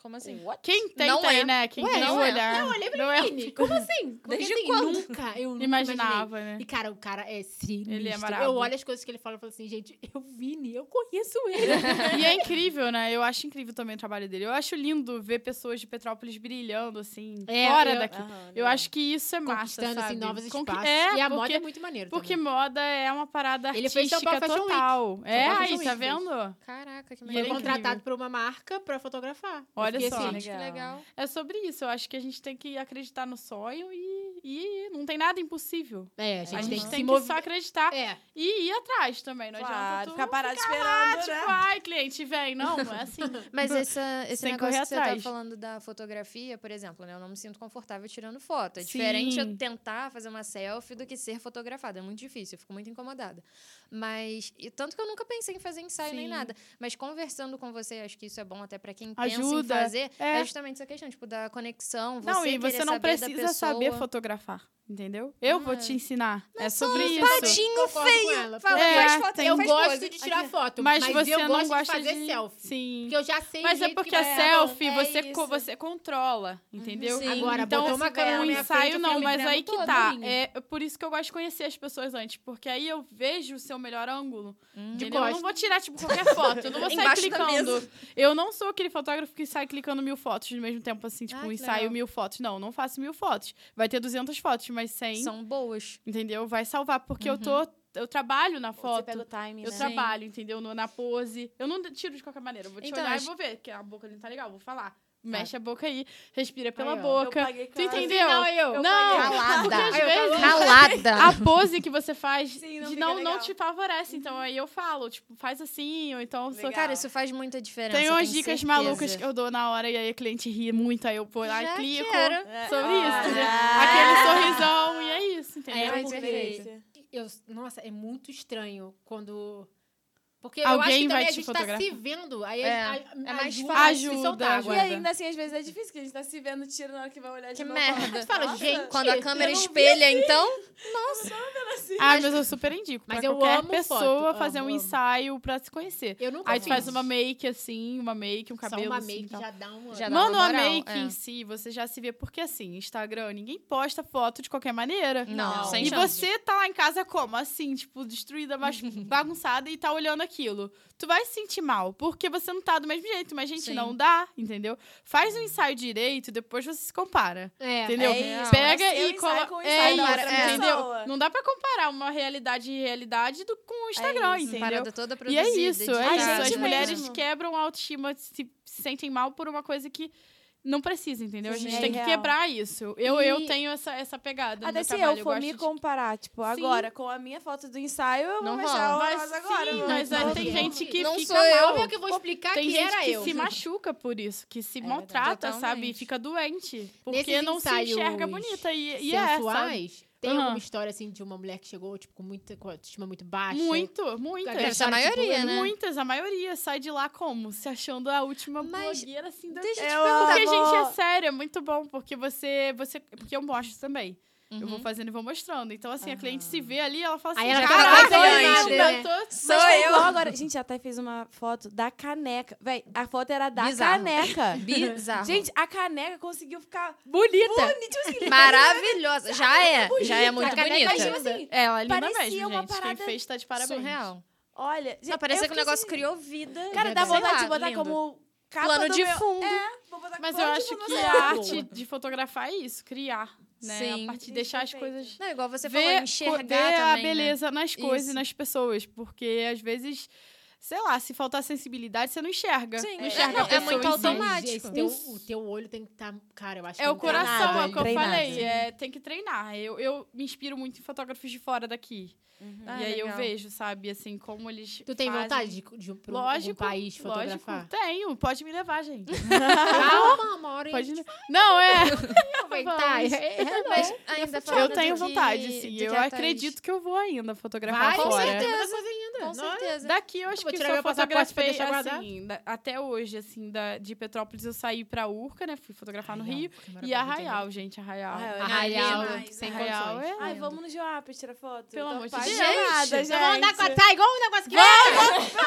Speaker 2: Como assim?
Speaker 4: Quem tem,
Speaker 2: Não
Speaker 4: tem,
Speaker 2: é.
Speaker 4: né? Quem
Speaker 2: Ué,
Speaker 4: tem
Speaker 2: não
Speaker 4: o
Speaker 2: é.
Speaker 4: olhar.
Speaker 3: Não, eu lembrei
Speaker 4: Não é.
Speaker 3: Vini, (laughs) Como assim? Porque
Speaker 2: Desde
Speaker 3: assim,
Speaker 2: quando?
Speaker 3: Nunca, eu nunca imaginei.
Speaker 4: Imaginava, né?
Speaker 3: E, cara, o cara é sinistro.
Speaker 4: Ele é
Speaker 3: Eu
Speaker 4: brabo.
Speaker 3: olho as coisas que ele fala e falo assim, gente, eu Vini, eu conheço ele.
Speaker 4: E é incrível, né? Eu acho incrível também o trabalho dele. Eu acho lindo ver pessoas de Petrópolis brilhando, assim,
Speaker 3: É,
Speaker 4: fora
Speaker 3: eu-
Speaker 4: daqui. Eu acho que isso é massa,
Speaker 3: Conquistando, assim,
Speaker 4: sabe?
Speaker 3: novos
Speaker 4: Conqui-
Speaker 3: espaços.
Speaker 4: É,
Speaker 3: e a
Speaker 4: porque,
Speaker 3: moda é muito maneira
Speaker 4: Porque
Speaker 3: também.
Speaker 4: moda é uma parada
Speaker 3: Ele fez São
Speaker 4: artística
Speaker 3: Paulo Fashion Week.
Speaker 4: total. É, aí,
Speaker 3: Paulo Fashion
Speaker 4: tá
Speaker 3: Week fez.
Speaker 4: vendo?
Speaker 2: Caraca, que
Speaker 4: E ele
Speaker 3: Foi
Speaker 2: maneiro.
Speaker 4: é
Speaker 3: contratado por uma marca pra fotografar. Eu
Speaker 4: Olha
Speaker 3: fiquei
Speaker 4: só.
Speaker 3: assim,
Speaker 1: Legal.
Speaker 2: Que legal.
Speaker 4: É sobre isso. Eu acho que a gente tem que acreditar no sonho e, e não tem nada impossível.
Speaker 3: É, a gente
Speaker 4: A
Speaker 3: tem
Speaker 4: gente
Speaker 3: que
Speaker 4: tem,
Speaker 3: se
Speaker 4: que
Speaker 3: mover.
Speaker 4: só acreditar
Speaker 3: É,
Speaker 4: e ir atrás também. Não
Speaker 1: Claro,
Speaker 4: adianta tu
Speaker 1: ficar parado
Speaker 4: Ah,
Speaker 1: esperando,
Speaker 4: tipo,
Speaker 1: né?
Speaker 4: ai, cliente, vem. Não, não é
Speaker 3: (laughs)
Speaker 4: assim.
Speaker 2: Mas essa, esse
Speaker 4: tem que
Speaker 2: negócio
Speaker 4: correr
Speaker 2: que, você tá
Speaker 4: atrás.
Speaker 2: falando da fotografia, por exemplo, né? Eu não me sinto confortável tirando foto. É
Speaker 4: Sim.
Speaker 2: diferente eu tentar fazer uma selfie do que ser fotografada. É muito difícil, eu fico muito incomodada. Mas. e tanto que eu nunca pensei em fazer ensaio nem
Speaker 4: Sim.
Speaker 2: nada. Mas conversando com você, acho que isso é bom até pra quem
Speaker 4: Ajuda,
Speaker 2: pensa em fazer. É.
Speaker 4: é.
Speaker 2: justamente essa questão, tipo, da conexão. Você
Speaker 4: não,
Speaker 2: querer
Speaker 4: e você não
Speaker 2: saber da
Speaker 4: precisa saber
Speaker 2: pessoa.
Speaker 4: fotografar, entendeu? Eu vou
Speaker 3: Ah.
Speaker 4: te ensinar. é sobre
Speaker 2: um
Speaker 4: isso.
Speaker 2: patinho
Speaker 3: concordo com
Speaker 2: feio.
Speaker 3: ela.
Speaker 2: Fala,
Speaker 4: É,
Speaker 2: faz foto,
Speaker 4: tem-
Speaker 2: eu
Speaker 3: eu
Speaker 2: faz
Speaker 3: gosto
Speaker 2: pose.
Speaker 3: de tirar foto,
Speaker 4: Mas,
Speaker 3: mas,
Speaker 4: você
Speaker 3: eu
Speaker 4: não
Speaker 3: gosto
Speaker 4: gosta
Speaker 3: de fazer selfie.
Speaker 4: Sim.
Speaker 3: Porque eu já sei o
Speaker 4: Mas é
Speaker 3: jeito que
Speaker 4: porque a
Speaker 3: vai dar.
Speaker 4: selfie
Speaker 2: é
Speaker 4: você,
Speaker 2: isso.
Speaker 4: co- você controla, entendeu?
Speaker 2: Sim.
Speaker 3: Agora,
Speaker 4: então,
Speaker 3: botou uma
Speaker 4: assim,
Speaker 3: câmera
Speaker 4: um
Speaker 3: na minha frente,
Speaker 4: ensaio
Speaker 3: eu
Speaker 4: não,
Speaker 3: filmo
Speaker 4: mas
Speaker 3: gravo
Speaker 4: aí que
Speaker 3: toda,
Speaker 4: tá.
Speaker 3: Aninha.
Speaker 4: É por isso que eu gosto de conhecer as pessoas antes, porque aí eu vejo o seu melhor ângulo.
Speaker 2: Hum.
Speaker 4: entendeu? Eu não
Speaker 3: costa.
Speaker 4: vou tirar, tipo, qualquer foto. Eu não
Speaker 3: (laughs)
Speaker 4: vou sair
Speaker 2: Embaixo da
Speaker 4: clicando. Eu não sou aquele fotógrafo que sai clicando mil fotos no mesmo tempo, assim, tipo,
Speaker 2: Ah,
Speaker 4: um
Speaker 2: que
Speaker 4: ensaio
Speaker 2: legal.
Speaker 4: mil fotos. Não, não faço mil fotos. Vai ter 200 fotos, mas 100,
Speaker 2: São boas.
Speaker 4: entendeu? Vai salvar, porque eu
Speaker 1: Uhum.
Speaker 4: tô... Eu trabalho na
Speaker 1: Você
Speaker 4: foto.
Speaker 1: pega o time,
Speaker 4: Eu
Speaker 1: né?
Speaker 2: tra-
Speaker 4: trabalho, entendeu? No- na pose. Eu não tiro de qualquer maneira. Eu vou te
Speaker 2: Então,
Speaker 4: olhar
Speaker 2: acho-
Speaker 4: e vou ver. Que a boca ali não tá legal, vou falar. Mexe a boca aí, respira pela
Speaker 3: Aí, ó.
Speaker 1: Eu
Speaker 4: boca.
Speaker 1: paguei
Speaker 4: Tu
Speaker 1: caro.
Speaker 4: entendeu?
Speaker 3: Não, eu.
Speaker 4: Não,
Speaker 2: Calada.
Speaker 4: às vezes- (laughs)
Speaker 2: Calada.
Speaker 4: a pose que você faz
Speaker 1: tá Sim, não
Speaker 4: não, de
Speaker 1: fica
Speaker 4: não, não
Speaker 1: legal. Uhum.
Speaker 4: te favorece. Então aí eu falo, tipo, faz assim, ou então. Sou...
Speaker 1: Legal.
Speaker 2: Cara, isso faz muita diferença.
Speaker 4: Tem
Speaker 2: eu
Speaker 4: umas
Speaker 2: tenho
Speaker 4: dicas
Speaker 2: certeza.
Speaker 4: malucas que eu dou na hora e aí a cliente ri muito, aí eu vou lá
Speaker 2: Já
Speaker 4: e clico.
Speaker 2: quero.
Speaker 4: Sobre
Speaker 1: É.
Speaker 4: isso, entendeu?
Speaker 1: Ah.
Speaker 4: Aquele sorrisão, e é isso, entendeu?
Speaker 2: Ai,
Speaker 1: Por
Speaker 2: perfeito.
Speaker 1: direito.
Speaker 3: Eu, nossa, é muito estranho quando. Porque eu acho
Speaker 4: Alguém
Speaker 3: que também
Speaker 4: vai
Speaker 3: a
Speaker 4: te
Speaker 3: gente tá
Speaker 4: fotografar.
Speaker 3: se vendo. Aí
Speaker 2: É,
Speaker 3: a- a-
Speaker 2: é mais
Speaker 3: ajuda
Speaker 4: fácil.
Speaker 3: a se
Speaker 4: Ajuda,
Speaker 3: soltar
Speaker 4: ajuda.
Speaker 1: E
Speaker 3: agora.
Speaker 1: ainda assim, às vezes é difícil, porque a gente tá se vendo, tiro na hora que vai olhar de
Speaker 2: Que
Speaker 1: novo.
Speaker 2: merda.
Speaker 3: Fala,
Speaker 1: Nossa.
Speaker 3: gente.
Speaker 2: Quando a câmera
Speaker 3: eu não vi
Speaker 2: espelha, então.
Speaker 4: Ah, mas eu super indico.
Speaker 3: Mas
Speaker 4: pra
Speaker 3: eu
Speaker 4: qualquer
Speaker 3: amo
Speaker 4: pessoa
Speaker 3: foto,
Speaker 4: fazer
Speaker 3: amo,
Speaker 4: um
Speaker 3: amo.
Speaker 4: ensaio pra se conhecer.
Speaker 3: Eu nunca
Speaker 4: Aí tu
Speaker 3: fiz.
Speaker 4: faz uma make assim, uma make, um cabelo.
Speaker 3: Só uma
Speaker 4: assim,
Speaker 3: make
Speaker 4: e tal.
Speaker 3: já dá um uma.
Speaker 2: Já dá
Speaker 4: Manda
Speaker 2: uma
Speaker 4: uma
Speaker 2: moral,
Speaker 4: make
Speaker 2: é.
Speaker 4: em si, você já se vê. Porque assim, Instagram, ninguém posta foto de qualquer maneira.
Speaker 2: Não,
Speaker 3: Não.
Speaker 2: sem
Speaker 4: e
Speaker 2: chance.
Speaker 4: você tá lá em casa como? Assim, tipo, destruída,
Speaker 3: (laughs)
Speaker 4: mas bagunçada e tá olhando aquilo. Tu vai se sentir mal, porque você não tá do mesmo jeito. Mas, gente,
Speaker 2: Sim.
Speaker 4: não dá, entendeu? Faz um ensaio direito, depois você se compara.
Speaker 3: É.
Speaker 4: Entendeu?
Speaker 2: É isso,
Speaker 4: Pega
Speaker 1: é seu
Speaker 4: e
Speaker 1: ensaio
Speaker 4: coloca.
Speaker 1: com o
Speaker 4: É
Speaker 1: ensaio
Speaker 2: da
Speaker 4: isso,
Speaker 2: outra pessoa.
Speaker 4: entendeu? Não dá pra comparar uma realidade e realidade do, com o Instagram,
Speaker 1: isso,
Speaker 2: Uma
Speaker 4: entendeu?
Speaker 2: Parada toda
Speaker 4: E
Speaker 2: produzida.
Speaker 4: é isso, é
Speaker 1: A
Speaker 4: isso.
Speaker 1: gente
Speaker 4: As
Speaker 1: mesmo.
Speaker 4: mulheres quebram a autoestima, se se sentem mal por uma coisa que não precisa, entendeu? A
Speaker 1: Sim,
Speaker 4: gente
Speaker 1: é
Speaker 4: tem que
Speaker 1: real.
Speaker 4: quebrar isso. Eu, eu
Speaker 3: E-
Speaker 4: tenho essa, essa pegada. no
Speaker 1: Até
Speaker 4: meu
Speaker 1: se
Speaker 4: trabalho,
Speaker 1: eu for
Speaker 4: gosto
Speaker 1: me
Speaker 4: de-
Speaker 1: comparar, tipo,
Speaker 4: Sim.
Speaker 1: agora, com a minha foto do ensaio, eu vou
Speaker 2: Não
Speaker 1: mexer
Speaker 2: rola.
Speaker 1: horrorosa agora.
Speaker 4: Sim,
Speaker 1: eu vou
Speaker 4: (laughs) mas aí
Speaker 1: rolar.
Speaker 4: tem
Speaker 3: Não
Speaker 4: gente que
Speaker 2: Não
Speaker 4: fica
Speaker 2: sou eu.
Speaker 4: mal.
Speaker 3: Óbvio que eu vou explicar
Speaker 4: um Tem
Speaker 3: que
Speaker 4: gente
Speaker 3: era
Speaker 4: que né?
Speaker 3: eu. né?
Speaker 4: se machuca por isso, que se
Speaker 1: É verdade,
Speaker 4: maltrata, sabe? E
Speaker 2: totalmente.
Speaker 4: fica doente. Porque
Speaker 3: Nesses
Speaker 4: não se
Speaker 3: ensaios
Speaker 4: enxerga bonita. E, e é, sabe?
Speaker 3: sensuais. Tem
Speaker 4: Aham.
Speaker 3: alguma história assim de uma mulher que chegou, tipo, com muita com a autoestima muito baixa?
Speaker 4: Muito, muitas.
Speaker 3: Deve
Speaker 2: ser a
Speaker 3: Sabe, tipo,
Speaker 2: maioria, né?
Speaker 4: Muitas, a maioria sai de lá como? Se achando a última
Speaker 2: Mas
Speaker 4: blogueira assim da
Speaker 2: Deixa eu te
Speaker 1: Eu
Speaker 2: perguntar.
Speaker 1: amo.
Speaker 4: Porque, gente, é
Speaker 1: bom.
Speaker 4: sério, é muito bom, porque você. você porque eu mostro também. Eu
Speaker 2: Uhum.
Speaker 4: vou fazazendo e vou mostrando. Então, assim, a cliente se vê ali, ela fala assim:
Speaker 3: Aí ela fica
Speaker 4: caraca,
Speaker 3: confiante,
Speaker 4: eu
Speaker 3: né?
Speaker 4: tô-
Speaker 1: Sou eu. agora. Gente, eu até fiz uma foto da caneca. Véi, a foto era da
Speaker 2: Bizarro.
Speaker 1: caneca.
Speaker 2: Bizarro.
Speaker 1: Gente, a caneca conseguiu ficar
Speaker 4: Bonita.
Speaker 1: bonitinha. assim,
Speaker 2: maravilhosa. Já
Speaker 4: Tá
Speaker 2: é. Já é muito
Speaker 3: A caneca
Speaker 2: bonita.
Speaker 3: imagina
Speaker 1: assim,
Speaker 4: Ela é linda
Speaker 1: Parecia
Speaker 4: mesmo,
Speaker 1: uma
Speaker 4: gente.
Speaker 1: parada
Speaker 4: Quem fez tá de parabéns.
Speaker 2: Surreal.
Speaker 1: Olha, gente,
Speaker 2: Não, parece
Speaker 1: eu
Speaker 2: que o
Speaker 1: fiquei
Speaker 2: negócio
Speaker 1: assim,
Speaker 2: criou vida.
Speaker 1: Cara, dá
Speaker 3: Sei
Speaker 1: vontade
Speaker 2: lá,
Speaker 1: de botar
Speaker 2: lindo.
Speaker 1: como capa
Speaker 2: Plano
Speaker 1: do
Speaker 2: de
Speaker 1: meu-
Speaker 2: fundo.
Speaker 1: É, vou botar
Speaker 4: Mas eu
Speaker 1: plano de
Speaker 4: acho
Speaker 1: fundo
Speaker 4: que
Speaker 1: no
Speaker 4: a
Speaker 1: meu-
Speaker 4: arte de fotografar é isso, criar. Né?
Speaker 2: Sim.
Speaker 4: A partir de
Speaker 1: Gente,
Speaker 4: deixar as
Speaker 1: perfeito.
Speaker 4: coisas.
Speaker 2: Não, igual você
Speaker 4: ver,
Speaker 2: falou,
Speaker 4: co-
Speaker 2: enxergar
Speaker 4: ver
Speaker 2: também.
Speaker 4: a
Speaker 2: né?
Speaker 4: beleza nas coisas
Speaker 2: Isso.
Speaker 4: e nas pessoas. Porque às vezes, sei lá, se faltar sensibilidade, você não enxerga.
Speaker 2: Sim,
Speaker 4: não
Speaker 2: é.
Speaker 4: enxerga
Speaker 2: Não,
Speaker 4: a pessoa
Speaker 2: muito
Speaker 4: em si.
Speaker 2: automático.
Speaker 3: Esse teu- o teu olho tem que estar. Cara, eu acho que
Speaker 4: É o
Speaker 3: não tem nada
Speaker 4: coração, é o que eu
Speaker 3: ainda.
Speaker 2: Treinado.
Speaker 4: falei. É, tem que treinar. Eu, eu me inspiro muito em fotógrafos de fora daqui.
Speaker 2: Ah,
Speaker 4: e aí eu
Speaker 2: legal.
Speaker 4: vejo, sabe, assim, como eles.
Speaker 3: Tu tem
Speaker 4: fazem.
Speaker 3: vontade de, de, de um
Speaker 4: Lógico,
Speaker 3: país
Speaker 4: (laughs)
Speaker 3: fotografar?
Speaker 4: Lógico, tenho. Pode me levar, gente. (laughs)
Speaker 3: Calma, uma hora
Speaker 4: Pode...
Speaker 3: Pode
Speaker 4: Não, é.
Speaker 3: aproveitar.
Speaker 4: Vamos.
Speaker 3: É, é, não.
Speaker 2: Mas ainda
Speaker 4: Eu
Speaker 2: falando
Speaker 4: tenho
Speaker 2: do que-
Speaker 4: vontade, assim.
Speaker 2: do que
Speaker 4: Eu
Speaker 2: atrás.
Speaker 4: acredito que eu vou ainda fotografar
Speaker 2: Ah,
Speaker 3: Vai,
Speaker 4: fora.
Speaker 3: com certeza.
Speaker 2: Com
Speaker 4: é?
Speaker 2: certeza.
Speaker 4: Daqui eu acho
Speaker 3: vou
Speaker 4: que eu
Speaker 3: tirar
Speaker 4: só
Speaker 3: meu passaporte pra
Speaker 4: fotografei,
Speaker 3: deixar guardado.
Speaker 4: assim, da- até hoje, assim, da, de Petrópolis eu saí pra Urca, né? Fui fotografar no Rio. E Arraial, gente, Arraial.
Speaker 1: Arraial.
Speaker 3: Arraial,
Speaker 1: Demais,
Speaker 3: sem
Speaker 4: Arraial
Speaker 3: condições.
Speaker 4: é-
Speaker 1: Ai, vamos no Joapa tirar foto.
Speaker 4: Pelo
Speaker 1: Tô
Speaker 4: amor de
Speaker 1: apaixonada,
Speaker 4: Deus. Gente,
Speaker 1: gente.
Speaker 3: Eu vou andar com a Thay igual um negócio que...
Speaker 1: Vamos, tá,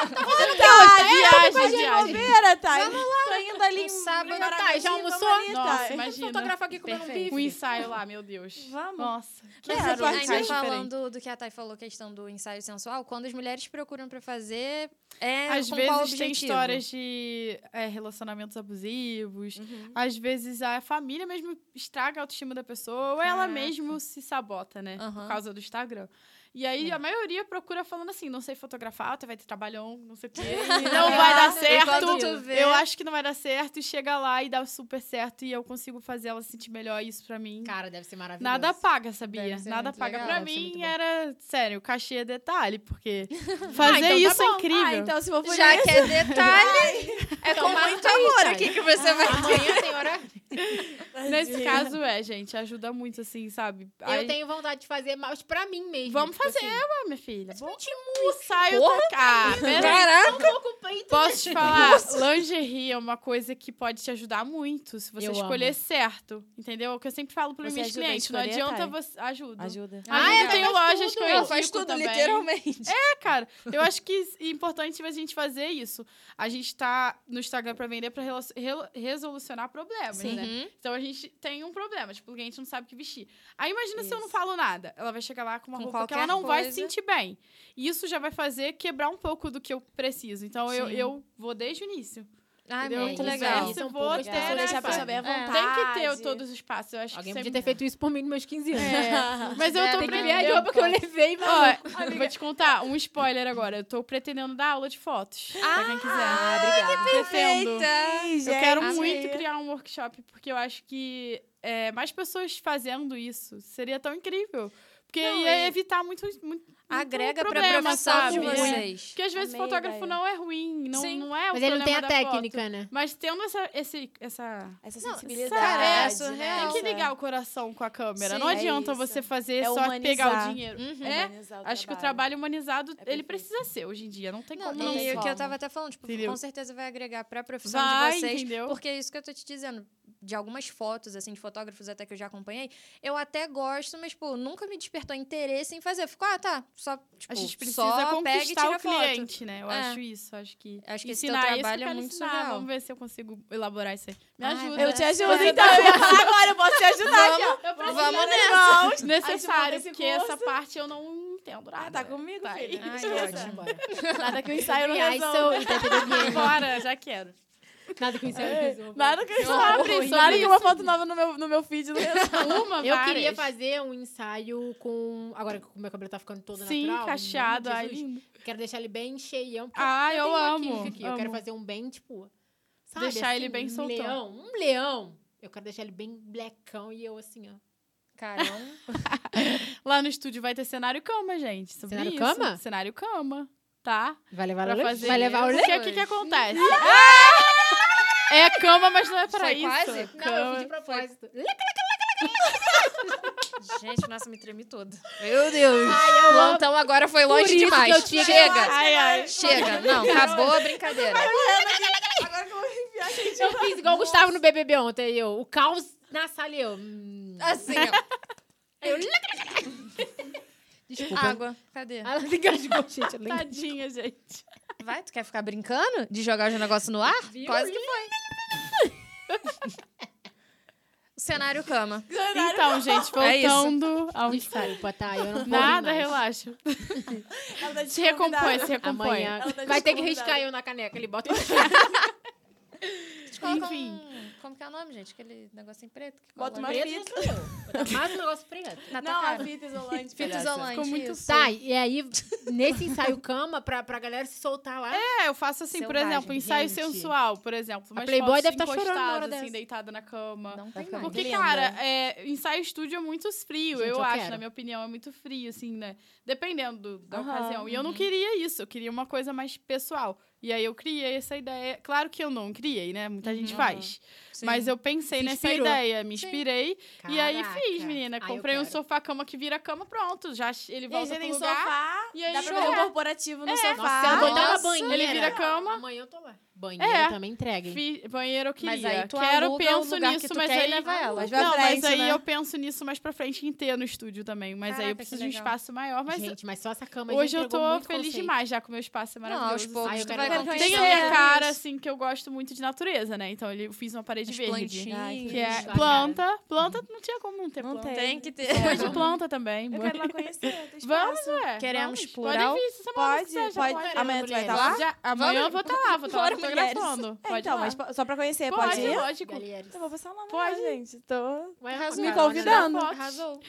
Speaker 4: Viagem,
Speaker 1: viagem,
Speaker 4: é
Speaker 3: é
Speaker 4: viagem.
Speaker 1: bobeira, Thay. Vamos lá. Tô indo mundo ali.
Speaker 2: Um sábado,
Speaker 1: em
Speaker 3: tá, já almoçou?
Speaker 1: Margarita.
Speaker 4: Nossa, imagina.
Speaker 3: Fotógrafo aqui comendo um
Speaker 2: Perfeito.
Speaker 4: O
Speaker 3: bife.
Speaker 4: ensaio lá, meu Deus.
Speaker 1: Vamos.
Speaker 4: Nossa.
Speaker 1: Mas
Speaker 4: Quero.
Speaker 1: essa parte
Speaker 4: Ensaio
Speaker 2: Ainda
Speaker 1: Faz
Speaker 4: diferente.
Speaker 2: né? falando do que a Thay falou, questão do ensaio sensual, quando as mulheres procuram pra fazer, é
Speaker 4: Às
Speaker 2: com qual
Speaker 4: vezes
Speaker 2: objetivo?
Speaker 4: tem histórias de é, relacionamentos abusivos.
Speaker 2: Uhum.
Speaker 4: Às vezes a família mesmo estraga a autoestima da pessoa. Ou ela
Speaker 2: Caraca.
Speaker 4: mesmo se sabota, né? Por
Speaker 2: Aham. É.
Speaker 4: causa do Instagram. E aí a maioria procura falando assim, não sei fotografar, tu vai ter trabalhão, não sei o
Speaker 2: (laughs)
Speaker 4: quê. não
Speaker 2: É.
Speaker 4: vai dar
Speaker 2: E quando
Speaker 4: certo.
Speaker 2: tu vê-
Speaker 4: Eu acho que não vai dar certo. E chega lá e dá super certo. E eu consigo fazer ela se sentir melhor. E isso pra mim...
Speaker 3: Cara, deve ser maravilhoso.
Speaker 4: Nada paga, sabia?
Speaker 2: Deve ser
Speaker 4: Nada
Speaker 2: muito
Speaker 4: paga.
Speaker 2: legal,
Speaker 4: pra
Speaker 2: deve ser muito
Speaker 4: mim
Speaker 2: bom.
Speaker 4: era, sério, cachê é detalhe,
Speaker 2: (laughs)
Speaker 4: porque fazer
Speaker 3: então tá
Speaker 4: isso é
Speaker 3: bom.
Speaker 4: incrível.
Speaker 1: Ah, então se for por
Speaker 2: Já
Speaker 1: isso-
Speaker 2: que é detalhe, é
Speaker 3: Então
Speaker 2: com
Speaker 3: marca
Speaker 4: um
Speaker 2: muito
Speaker 3: aí,
Speaker 2: amor
Speaker 3: Thay.
Speaker 2: aqui que
Speaker 4: Uhum.
Speaker 2: você vai.
Speaker 3: Amanhã tem hora.
Speaker 4: (laughs) Nesse caso é, gente, ajuda muito, assim, sabe?
Speaker 3: Eu tenho vontade de fazer, mas pra mim mesmo.
Speaker 4: Vamos
Speaker 3: tipo
Speaker 4: fazer, é
Speaker 3: assim.
Speaker 4: ué, minha filha. Vou te ensaio tá cá. Pera aí.
Speaker 2: Caraca!
Speaker 4: Posso te falar? Lingerie é uma coisa que pode te ajudar muito, se você
Speaker 3: Eu
Speaker 4: escolher
Speaker 3: amo.
Speaker 4: certo. Entendeu? É o que eu sempre falo para
Speaker 1: Você
Speaker 4: meus
Speaker 1: ajuda a
Speaker 4: clientes. Não
Speaker 1: escolher,
Speaker 4: adianta
Speaker 1: Thay?
Speaker 4: você... Ajuda.
Speaker 1: Ajuda.
Speaker 3: Ah,
Speaker 4: Ah,
Speaker 3: é,
Speaker 4: eu tenho
Speaker 3: faz
Speaker 4: lojas
Speaker 3: tudo.
Speaker 4: que eu
Speaker 3: Ela
Speaker 2: faz
Speaker 4: indico
Speaker 2: tudo,
Speaker 4: também.
Speaker 2: literalmente.
Speaker 4: É, cara, (laughs) eu acho que é importante a gente fazer isso. A gente tá no Instagram pra vender pra relo- relo- resolucionar problemas,
Speaker 1: Sim.
Speaker 4: né?
Speaker 2: Uhum.
Speaker 4: Então a gente tem um problema, tipo, o cliente não sabe o que vestir. Aí imagina se eu não falo nada. Ela vai chegar lá com uma
Speaker 2: Com
Speaker 4: roupa que ela
Speaker 2: qualquer
Speaker 4: não vai
Speaker 2: coisa.
Speaker 4: se sentir bem. E isso já vai fazer quebrar um pouco do que eu preciso. Então eu,
Speaker 2: Sim.
Speaker 4: eu vou desde o início.
Speaker 2: Ai,
Speaker 4: Entendeu?
Speaker 2: muito
Speaker 3: Isso é
Speaker 2: legal.
Speaker 3: isso.
Speaker 4: Eu
Speaker 3: São
Speaker 4: vou
Speaker 3: poucas
Speaker 4: até,
Speaker 3: pessoas,
Speaker 4: né,
Speaker 1: deixar a pessoa
Speaker 4: sabe?
Speaker 1: bem à
Speaker 2: É.
Speaker 1: vontade.
Speaker 4: Tem que ter o- todos os passos. Eu acho
Speaker 3: Alguém
Speaker 4: que isso é
Speaker 3: podia ter
Speaker 4: muito-
Speaker 3: feito isso por mim nos meus 15 anos.
Speaker 2: (laughs)
Speaker 4: É. Mas eu tô
Speaker 2: Tem que
Speaker 4: pretendendo-
Speaker 2: ver a
Speaker 3: roupa que eu levei,
Speaker 4: Ó, eu vou te contar um spoiler agora. Eu tô pretendendo dar aula de fotos. pra quem quiser.
Speaker 3: obrigada.
Speaker 4: Pretendo.
Speaker 1: Ih,
Speaker 4: Eu
Speaker 1: gente.
Speaker 4: quero
Speaker 2: amei.
Speaker 4: muito criar um workshop, porque eu acho que é, mais pessoas fazendo isso seria tão incrível. Porque
Speaker 2: Não,
Speaker 4: ia
Speaker 2: e-
Speaker 4: evitar muito, muito
Speaker 2: Agrega pra
Speaker 4: problema,
Speaker 2: profissão de
Speaker 4: sabe?
Speaker 2: vocês.
Speaker 4: Porque às vezes
Speaker 1: Amei
Speaker 4: o
Speaker 1: a
Speaker 4: fotógrafo
Speaker 1: ideia.
Speaker 4: não é ruim, não,
Speaker 2: Sim.
Speaker 4: não é o
Speaker 3: Mas ele não tem
Speaker 4: problema
Speaker 3: a
Speaker 4: da foto.
Speaker 3: técnica, né?
Speaker 4: Mas tendo essa, esse, essa...
Speaker 1: Essa
Speaker 2: Não,
Speaker 1: sensibilidade.
Speaker 4: cara, é
Speaker 2: surreal.
Speaker 1: né?
Speaker 4: Tem que
Speaker 1: Essa-
Speaker 4: ligar o coração com a câmera.
Speaker 2: Sim,
Speaker 4: não
Speaker 1: é
Speaker 4: adianta
Speaker 1: isso.
Speaker 4: você fazer
Speaker 1: É
Speaker 4: só pegar
Speaker 1: humanizar.
Speaker 4: o dinheiro.
Speaker 2: Uhum.
Speaker 4: É,
Speaker 1: Humanizar
Speaker 4: acho que o trabalho humanizado, ele
Speaker 1: perfeito.
Speaker 4: precisa ser hoje em dia. Não tem
Speaker 2: Não,
Speaker 4: como
Speaker 1: não
Speaker 4: não
Speaker 2: e
Speaker 1: tem
Speaker 2: o que eu
Speaker 1: como.
Speaker 2: tava até falando, tipo,
Speaker 4: Entendeu?
Speaker 2: com certeza vai agregar pra profissão
Speaker 4: Vai,
Speaker 2: de vocês.
Speaker 4: entendeu?
Speaker 2: Porque é isso que eu tô te dizendo. De algumas fotos, assim, de fotógrafos até que eu já acompanhei, eu até gosto, mas, pô, nunca me despertou interesse em fazer. Ficou, ah, tá, só, tipo,
Speaker 4: A gente precisa
Speaker 2: só pega e
Speaker 4: conquistar
Speaker 2: tira
Speaker 4: o cliente, né? Eu
Speaker 2: É.
Speaker 4: acho isso, acho que...
Speaker 2: Acho que esse
Speaker 4: ensinar
Speaker 2: teu
Speaker 4: isso
Speaker 2: trabalho
Speaker 4: eu
Speaker 2: é
Speaker 4: quero
Speaker 2: muito
Speaker 4: ensinar.
Speaker 2: surreal.
Speaker 4: Vamos ver se eu consigo elaborar isso aí. Me
Speaker 2: Ai,
Speaker 4: ajuda.
Speaker 2: vai
Speaker 1: Eu te ajudo,
Speaker 4: Você
Speaker 1: então. Eu ia falar agora, eu posso te ajudar aqui, ó.
Speaker 4: Eu preciso
Speaker 2: Vamos
Speaker 4: das
Speaker 2: nessa.
Speaker 4: mãos.
Speaker 1: Ajuda
Speaker 4: Necessário,
Speaker 1: esse
Speaker 4: porque essa
Speaker 1: curso.
Speaker 4: parte eu não entendo nada.
Speaker 1: Ah, tá
Speaker 4: (laughs)
Speaker 1: comigo,
Speaker 4: Vai.
Speaker 1: filha.
Speaker 2: Ai,
Speaker 1: Esqueça.
Speaker 2: ótimo.
Speaker 1: Nada que o ensaio não
Speaker 3: Ai,
Speaker 1: resolva.
Speaker 3: sou- tá tudo bem.
Speaker 4: Bora, já quero.
Speaker 3: Nada que o ensaio resolva.
Speaker 1: Nada que o
Speaker 4: Eu amo
Speaker 1: ensaio não
Speaker 4: isso.
Speaker 1: Nada que uma foto nova no meu, no meu feed não resolva.
Speaker 4: Uma,
Speaker 3: Eu
Speaker 4: várias.
Speaker 3: queria fazer um ensaio com. Agora que o meu cabelo tá ficando todo
Speaker 4: Sim,
Speaker 3: natural.
Speaker 4: cacheado.
Speaker 3: em nome
Speaker 4: Ai,
Speaker 3: de Jesus,
Speaker 4: lindo.
Speaker 3: Quero deixar ele bem cheião. porque
Speaker 4: Ah, eu
Speaker 3: tenho uma
Speaker 4: amo,
Speaker 3: química aqui. Eu quero
Speaker 4: amo.
Speaker 3: fazer um bem, tipo. Sabe,
Speaker 4: Deixar
Speaker 3: assim,
Speaker 4: ele bem
Speaker 3: um
Speaker 4: soltão.
Speaker 3: leão. Um leão. Eu quero deixar ele bem blackão e eu assim, ó.
Speaker 2: (laughs) Caramba.
Speaker 4: Lá no estúdio vai ter cenário cama, gente. sobre
Speaker 3: Cenário
Speaker 4: isso.
Speaker 3: cama?
Speaker 4: Cenário cama, tá?
Speaker 3: Vai levar
Speaker 4: Pra
Speaker 3: o leite?
Speaker 4: fazer
Speaker 3: Vai levar o
Speaker 4: isso.
Speaker 3: leite?
Speaker 4: Porque o que que acontece? É cama, mas não é pra
Speaker 2: Foi
Speaker 4: isso.
Speaker 2: quase?
Speaker 3: Não, eu
Speaker 4: Cama.
Speaker 3: fiz de propósito.
Speaker 2: Gente, nossa, me tremi toda. Meu Deus.
Speaker 3: Ai,
Speaker 2: o plantão agora foi
Speaker 3: Por
Speaker 2: longe
Speaker 3: isso que eu
Speaker 2: demais.
Speaker 3: tinha que
Speaker 2: Chega,
Speaker 4: Ai, ai.
Speaker 2: chega. Não, acabou a brincadeira.
Speaker 1: Agora que eu vou enfiar, gente.
Speaker 3: Eu fiz igual o Gustavo no BBB ontem. Eu, o caos na sala e eu. hum.
Speaker 2: Assim, ó. (laughs)
Speaker 3: Desculpa.
Speaker 2: Água. Cadê?
Speaker 3: Ela se engasgou, gente. Eu nem...
Speaker 4: Tadinha, (laughs) gente.
Speaker 2: Vai, tu quer ficar brincando de jogar o negócio no ar?
Speaker 3: Viu?
Speaker 2: Quase que foi. (laughs) Cenário cama.
Speaker 4: Então, gente,
Speaker 2: É isso. é
Speaker 4: voltando ao
Speaker 3: Desculpa, tá? Eu não
Speaker 4: Nada,
Speaker 3: posso mais.
Speaker 4: relaxa.
Speaker 1: Ela tá
Speaker 4: Se recompõe, se
Speaker 1: desconvidada.
Speaker 4: recompõe.
Speaker 3: Amanhã
Speaker 1: Ela tá
Speaker 3: vai ter que
Speaker 1: desconvidada.
Speaker 3: riscar eu na caneca. Ele (laughs) bota
Speaker 2: Eles colocam
Speaker 4: Enfim.
Speaker 2: um- Como que é o nome, gente? Aquele negocinho preto que
Speaker 1: Bota
Speaker 2: cola
Speaker 1: uma
Speaker 2: preto
Speaker 3: preto, não sou eu. Vou dar mais um negócio preto.
Speaker 2: na tua
Speaker 1: Não, é a
Speaker 2: cara.
Speaker 1: fita isolante.
Speaker 2: Fita
Speaker 1: palhaça.
Speaker 2: isolante.
Speaker 4: Ficou muito
Speaker 2: isso.
Speaker 3: Tá, e aí, nesse ensaio cama, pra, pra galera se soltar lá.
Speaker 4: É, eu faço assim, por
Speaker 2: Selvagem,
Speaker 4: exemplo, ensaio
Speaker 3: gente.
Speaker 4: sensual, por exemplo. Umas
Speaker 3: Playboy
Speaker 4: fotos
Speaker 3: deve tá chorando na
Speaker 4: encostadas,
Speaker 3: hora
Speaker 4: assim,
Speaker 3: dessa.
Speaker 4: deitada na cama.
Speaker 2: Não
Speaker 3: Vai
Speaker 2: tem
Speaker 3: ficar
Speaker 2: mais.
Speaker 3: muito
Speaker 4: Porque,
Speaker 3: lenda.
Speaker 4: cara, é, ensaio estúdio é muito frio,
Speaker 3: Gente,
Speaker 4: eu,
Speaker 3: eu
Speaker 4: acho,
Speaker 3: quero.
Speaker 4: na minha opinião, é muito frio, assim, né? Dependendo do- da
Speaker 1: Aham,
Speaker 4: ocasião. E eu não queria isso, eu queria uma coisa mais pessoal. E aí eu criei essa ideia. Claro que eu não criei, né? Muita gente faz.
Speaker 2: Sim.
Speaker 4: Mas é eu pensei
Speaker 2: Se
Speaker 4: nessa
Speaker 2: inspirou.
Speaker 4: ideia, me
Speaker 2: Sim.
Speaker 4: inspirei. E aí
Speaker 3: Caraca.
Speaker 4: fiz, menina.
Speaker 3: Ah, eu
Speaker 4: Comprei um
Speaker 3: quero.
Speaker 4: sofá-cama que vira cama, pronto. Já ele
Speaker 1: E aí
Speaker 4: volta
Speaker 1: você
Speaker 4: pro
Speaker 1: tem
Speaker 4: lugar.
Speaker 1: sofá,
Speaker 4: E aí,
Speaker 1: Dá pra
Speaker 4: show.
Speaker 1: ver um corporativo no sofá.
Speaker 3: Nossa, se ela botar uma
Speaker 2: Nossa.
Speaker 3: banheira.
Speaker 4: Ele vira cama.
Speaker 3: Amanhã eu tô lá. Banheiro
Speaker 4: É.
Speaker 3: também entrega, hein?
Speaker 4: Fi- banheiro eu queria.
Speaker 2: Mas aí tu
Speaker 1: um
Speaker 4: Quero,
Speaker 2: aluga o
Speaker 4: penso
Speaker 2: lugar que
Speaker 4: nisso,
Speaker 2: tu
Speaker 4: mas
Speaker 2: quer e
Speaker 4: aí...
Speaker 2: leva ela.
Speaker 1: Mas vai
Speaker 4: Não,
Speaker 1: pra frente,
Speaker 4: mas aí
Speaker 1: né?
Speaker 4: eu penso nisso mais pra frente em ter no estúdio também. Mas aí
Speaker 2: Caraca,
Speaker 4: eu
Speaker 2: que
Speaker 4: preciso de um
Speaker 2: legal.
Speaker 4: espaço maior, mas...
Speaker 3: Gente, mas só essa cama
Speaker 4: Hoje eu
Speaker 3: entregou
Speaker 4: tô
Speaker 3: muito
Speaker 4: feliz
Speaker 3: conceito.
Speaker 4: demais já com meu espaço, é
Speaker 2: Não, aos
Speaker 4: maravilhoso.
Speaker 2: poucos é
Speaker 3: Ai, eu
Speaker 2: tu
Speaker 3: quero
Speaker 2: vai
Speaker 1: conhecer.
Speaker 2: conquistando
Speaker 4: Tem a minha
Speaker 1: Isso.
Speaker 4: cara, assim, que eu gosto muito de natureza, né? Então ele- eu fiz uma parede
Speaker 2: as
Speaker 4: verde.
Speaker 2: plantinhas.
Speaker 4: Que é
Speaker 3: Sua
Speaker 4: planta. Planta não tinha como não ter
Speaker 1: Não
Speaker 4: planta.
Speaker 1: tem.
Speaker 2: Tem que ter.
Speaker 4: Gosto (laughs) de planta também.
Speaker 1: Eu
Speaker 4: mãe.
Speaker 1: quero lá conhecer. tem
Speaker 4: Vamos,
Speaker 1: espaço.
Speaker 4: ué.
Speaker 2: Queremos
Speaker 4: vamos.
Speaker 2: plural?
Speaker 4: Pode vir, essa semana
Speaker 1: Pode,
Speaker 4: que quiser, já
Speaker 1: pode.
Speaker 4: pode.
Speaker 1: Amanhã tu vai
Speaker 3: mulher.
Speaker 1: estar lá?
Speaker 4: Já- amanhã eu vou estar lá, vou estar lá
Speaker 1: Bora, mulheres.
Speaker 4: fotografando.
Speaker 1: (laughs) É,
Speaker 4: Pode
Speaker 1: então,
Speaker 4: ir lá.
Speaker 1: mas po- só pra conhecer,
Speaker 4: pode,
Speaker 1: pode ir?
Speaker 4: lógico.
Speaker 3: Galheiros.
Speaker 1: Eu vou passar lá amanhã,
Speaker 4: Pode.
Speaker 1: gente. Tô...
Speaker 3: Ué,
Speaker 2: Arrasou.
Speaker 1: Me
Speaker 3: Carol,
Speaker 1: convidando.
Speaker 4: Fotos.
Speaker 2: Arrasou.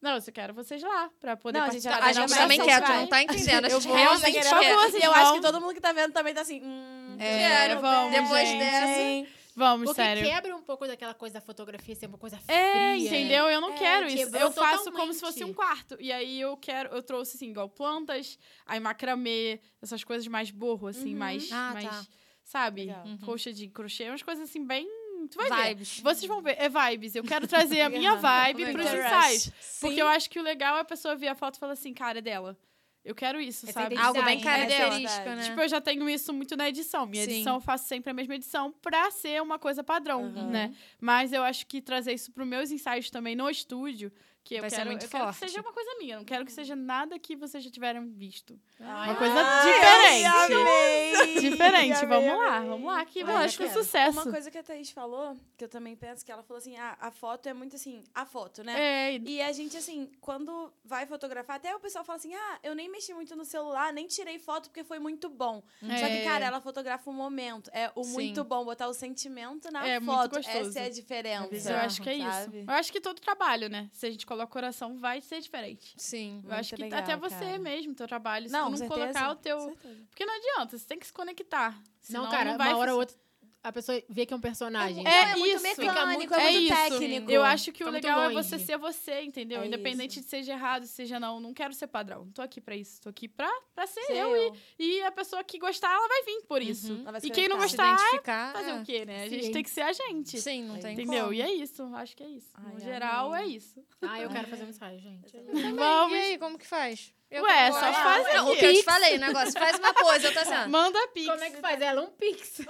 Speaker 4: Não, eu só quero vocês lá, pra poder
Speaker 1: Não, a gente
Speaker 4: participar.
Speaker 1: vai
Speaker 4: da
Speaker 2: A gente
Speaker 1: Agora
Speaker 2: também
Speaker 1: começa,
Speaker 2: quer, tu
Speaker 1: vai.
Speaker 2: não tá entendendo. A gente
Speaker 1: vou,
Speaker 2: realmente
Speaker 1: por
Speaker 2: quer.
Speaker 1: favor,
Speaker 4: vocês
Speaker 1: eu acho que
Speaker 4: vão.
Speaker 1: todo mundo que tá vendo também tá assim. Hum,
Speaker 2: É,
Speaker 1: quero,
Speaker 4: vamos,
Speaker 1: depois
Speaker 2: gente.
Speaker 1: dessa. hein?
Speaker 4: Vamos,
Speaker 3: Porque
Speaker 4: sério.
Speaker 3: quebra um pouco daquela coisa da fotografia ser uma coisa fria.
Speaker 4: É, entendeu? Eu não
Speaker 1: É,
Speaker 4: quero
Speaker 3: quebrou
Speaker 4: isso. Eu faço como
Speaker 3: totalmente.
Speaker 4: se fosse um quarto. E aí eu quero, eu trouxe assim, igual plantas, aí macramê, essas coisas mais borro, assim,
Speaker 1: Uhum.
Speaker 4: mais.
Speaker 2: Ah,
Speaker 4: mais
Speaker 2: tá.
Speaker 4: Sabe?
Speaker 1: Legal.
Speaker 2: Uhum.
Speaker 4: Coxa de crochê, umas coisas assim, bem. Tu vai ver.
Speaker 2: Vibes.
Speaker 4: Vocês vão ver. É vibes. Eu quero trazer a minha vibe pros
Speaker 1: Pinterest.
Speaker 4: ensaios.
Speaker 1: Sim.
Speaker 4: Porque eu acho que o legal é a pessoa ver a foto e falar assim, cara, é dela. Eu quero isso,
Speaker 3: Essa
Speaker 4: sabe?
Speaker 3: identidade.
Speaker 2: Algo bem
Speaker 1: Design, né?
Speaker 2: característico,
Speaker 1: Verdade.
Speaker 2: né?
Speaker 4: Tipo, eu já tenho isso muito na edição. Minha
Speaker 2: Sim.
Speaker 4: edição eu faço sempre a mesma edição pra ser uma coisa padrão,
Speaker 1: Uhum.
Speaker 4: né? Mas eu acho que trazer isso pros meus ensaios também no estúdio, que eu
Speaker 2: Vai ser
Speaker 4: quero,
Speaker 2: muito
Speaker 4: eu quero que
Speaker 2: forte.
Speaker 4: seja uma coisa minha, não
Speaker 1: Uhum.
Speaker 4: quero que seja nada que vocês já tiveram
Speaker 1: (laughs)
Speaker 4: visto.
Speaker 3: Ai,
Speaker 4: Uma coisa
Speaker 1: Ai,
Speaker 4: diferente.
Speaker 1: amei.
Speaker 4: Diferente,
Speaker 1: Amei,
Speaker 4: vamos
Speaker 1: amei.
Speaker 4: lá, vamos lá, que eu
Speaker 3: Ai, já
Speaker 4: acho que é
Speaker 3: quero.
Speaker 4: sucesso.
Speaker 1: Uma coisa que a Thaís falou, que eu também penso, que ela falou assim, ah, a foto é muito assim, a foto, né?
Speaker 4: É, e-
Speaker 1: E a gente, assim, quando vai fotografar, até o pessoal fala assim, ah, eu nem mexi muito no celular, nem tirei foto porque foi muito bom. Só que,
Speaker 4: é,
Speaker 1: cara, ela fotografa o momento. É o
Speaker 2: Sim.
Speaker 1: muito bom, botar o sentimento na
Speaker 4: É muito
Speaker 1: foto.
Speaker 4: gostoso.
Speaker 1: Essa é a
Speaker 2: Mas
Speaker 1: diferença.
Speaker 4: Eu acho que é
Speaker 1: sabe?
Speaker 4: isso. Eu acho que todo trabalho, né? Se a gente coloca o coração, vai ser diferente.
Speaker 2: Sim.
Speaker 4: Eu acho
Speaker 1: Muito
Speaker 4: que
Speaker 1: legal,
Speaker 4: até você
Speaker 1: cara.
Speaker 4: mesmo, teu trabalho, se
Speaker 1: Não,
Speaker 4: tu
Speaker 1: com
Speaker 4: não
Speaker 1: certeza.
Speaker 4: colocar o teu.
Speaker 1: Certeza.
Speaker 4: Porque não adianta, você tem que se conectar. Senão
Speaker 3: Não, cara,
Speaker 4: não vai
Speaker 3: uma
Speaker 4: funcionar.
Speaker 3: hora ou outra a pessoa vê que é um personagem.
Speaker 4: É
Speaker 1: é muito
Speaker 4: isso.
Speaker 1: mecânico,
Speaker 4: É
Speaker 1: é muito
Speaker 4: isso.
Speaker 1: técnico.
Speaker 4: Eu acho que o
Speaker 3: Tá muito
Speaker 4: legal é
Speaker 3: longe.
Speaker 4: você ser você, entendeu?
Speaker 1: É
Speaker 4: Independente
Speaker 1: isso.
Speaker 4: de seja errado, seja não. Não quero ser padrão. Não tô aqui pra isso. Tô aqui pra, pra ser
Speaker 1: Sei
Speaker 4: eu. E, e a pessoa que gostar, ela vai vir por isso.
Speaker 2: Uhum.
Speaker 1: Ela vai se
Speaker 4: E quem não
Speaker 2: Se
Speaker 1: conectar.
Speaker 4: gostar,
Speaker 2: identificar.
Speaker 4: Fazer o
Speaker 2: é.
Speaker 4: quê, né? A gente
Speaker 3: Sim.
Speaker 4: tem que ser a gente.
Speaker 2: Sim, não tem
Speaker 4: Entendeu?
Speaker 2: como.
Speaker 4: E é isso. Acho que é isso.
Speaker 1: Ai,
Speaker 4: no geral,
Speaker 1: amei.
Speaker 4: é isso.
Speaker 3: Ah, eu quero fazer um ensaio, gente.
Speaker 2: Vamos.
Speaker 4: Vamos.
Speaker 2: E aí, como que faz? Eu
Speaker 4: Ué,
Speaker 2: tô-
Speaker 4: só
Speaker 2: Ah,
Speaker 4: faz
Speaker 2: não,
Speaker 4: aqui.
Speaker 2: O que eu te falei, o negócio. Faz uma coisa, eu tô assim. ó.
Speaker 4: Manda pix.
Speaker 3: Como é que faz? Ela um pix.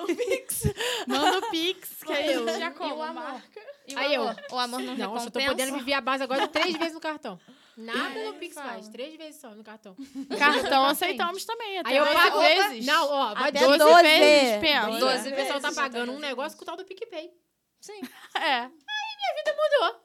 Speaker 4: Manda o pix, que aí
Speaker 3: (laughs) Eu.
Speaker 4: eu já
Speaker 2: E o
Speaker 4: como.
Speaker 2: amor?
Speaker 4: marca.
Speaker 2: E o
Speaker 3: Aí eu-
Speaker 2: amor? O amor não
Speaker 3: Não, eu só tô
Speaker 2: recompensa?
Speaker 3: podendo viver a base agora três vezes no cartão.
Speaker 4: é
Speaker 3: Nada
Speaker 2: Aí
Speaker 3: no Pix
Speaker 2: fala.
Speaker 3: mais. Três vezes só no cartão.
Speaker 4: Cartão aceitamos também. Até
Speaker 3: Aí eu
Speaker 4: doze
Speaker 3: pago.
Speaker 4: vezes.
Speaker 3: Não, ó, vai
Speaker 1: Até
Speaker 3: doze.
Speaker 1: 12.
Speaker 4: vezes, pensa.
Speaker 2: Doze
Speaker 3: O pessoal tá
Speaker 2: vezes,
Speaker 3: pagando um negócio com o tal do PicPay.
Speaker 2: Sim.
Speaker 4: É.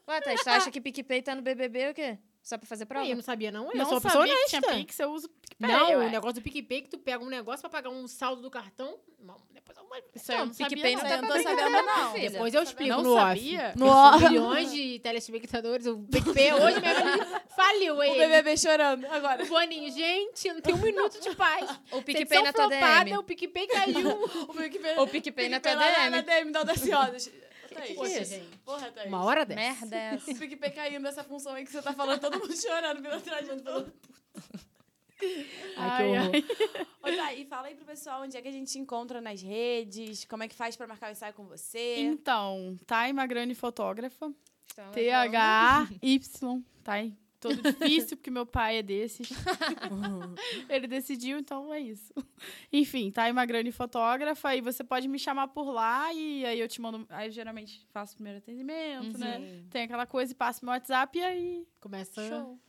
Speaker 2: Ué, Thaís, tu acha que PicPay tá no BBB o quê? Só pra fazer prova?
Speaker 3: Aí eu não sabia, não. Eu
Speaker 4: não
Speaker 3: sou uma pessoa
Speaker 4: sabia que
Speaker 3: honesta.
Speaker 4: tinha Pix, eu uso PicPay.
Speaker 3: Não,
Speaker 4: ué.
Speaker 3: o negócio do PicPay que tu pega um negócio pra pagar um saldo do cartão. Bom, depois eu,
Speaker 4: Isso aí eu não
Speaker 2: Então,
Speaker 4: sabia,
Speaker 2: PicPay
Speaker 4: não.
Speaker 2: não tá
Speaker 1: Eu não tô
Speaker 2: pra
Speaker 1: sabendo,
Speaker 2: brincadeira,
Speaker 1: não.
Speaker 2: filha.
Speaker 3: depois eu explico
Speaker 4: Não
Speaker 3: no off.
Speaker 4: sabia?
Speaker 1: No
Speaker 3: São
Speaker 1: ó-
Speaker 3: milhões de telespectadores. O PicPay hoje mesmo faliu,
Speaker 1: o
Speaker 3: hein?
Speaker 1: BBB chorando agora.
Speaker 3: O Boninho, gente, não tem um minuto de paz.
Speaker 2: O
Speaker 3: Vocês
Speaker 2: PicPay
Speaker 3: são
Speaker 2: na tua
Speaker 3: flopada,
Speaker 2: DM.
Speaker 3: O
Speaker 4: (laughs)
Speaker 3: PicPay caiu.
Speaker 1: O tá PicPay,
Speaker 2: O PicPay na tua
Speaker 1: lá na- na
Speaker 2: DM.
Speaker 1: DM da Audaciosos. Thaís.
Speaker 2: Poxa,
Speaker 3: gente.
Speaker 1: Porra, Thaís.
Speaker 3: Uma hora dessa.
Speaker 2: Merda é
Speaker 1: (laughs)
Speaker 2: essa.
Speaker 1: O PicPay caindo essa função aí que você tá falando, todo mundo (laughs) chorando pela trás. gente, falando,
Speaker 3: Ai, que
Speaker 4: Ai,
Speaker 3: horror.
Speaker 1: Ô, Thay, e fala aí pro pessoal onde é que a gente te encontra nas redes, como é que faz pra marcar o ensaio com
Speaker 3: É.
Speaker 1: você.
Speaker 4: Então, Taima Grande Fotógrafa.
Speaker 2: Então,
Speaker 4: T-H-Y. Tá aí.
Speaker 3: (laughs)
Speaker 4: Todo difícil, porque meu pai é desses. Ele decidiu, então é isso. Enfim, tá aí uma grande fotógrafa e você pode me chamar por lá e aí eu te mando. Aí eu geralmente faço o primeiro atendimento,
Speaker 3: Uhum.
Speaker 4: né? Tem aquela coisa e passo meu WhatsApp e aí.
Speaker 2: então,
Speaker 3: Começa.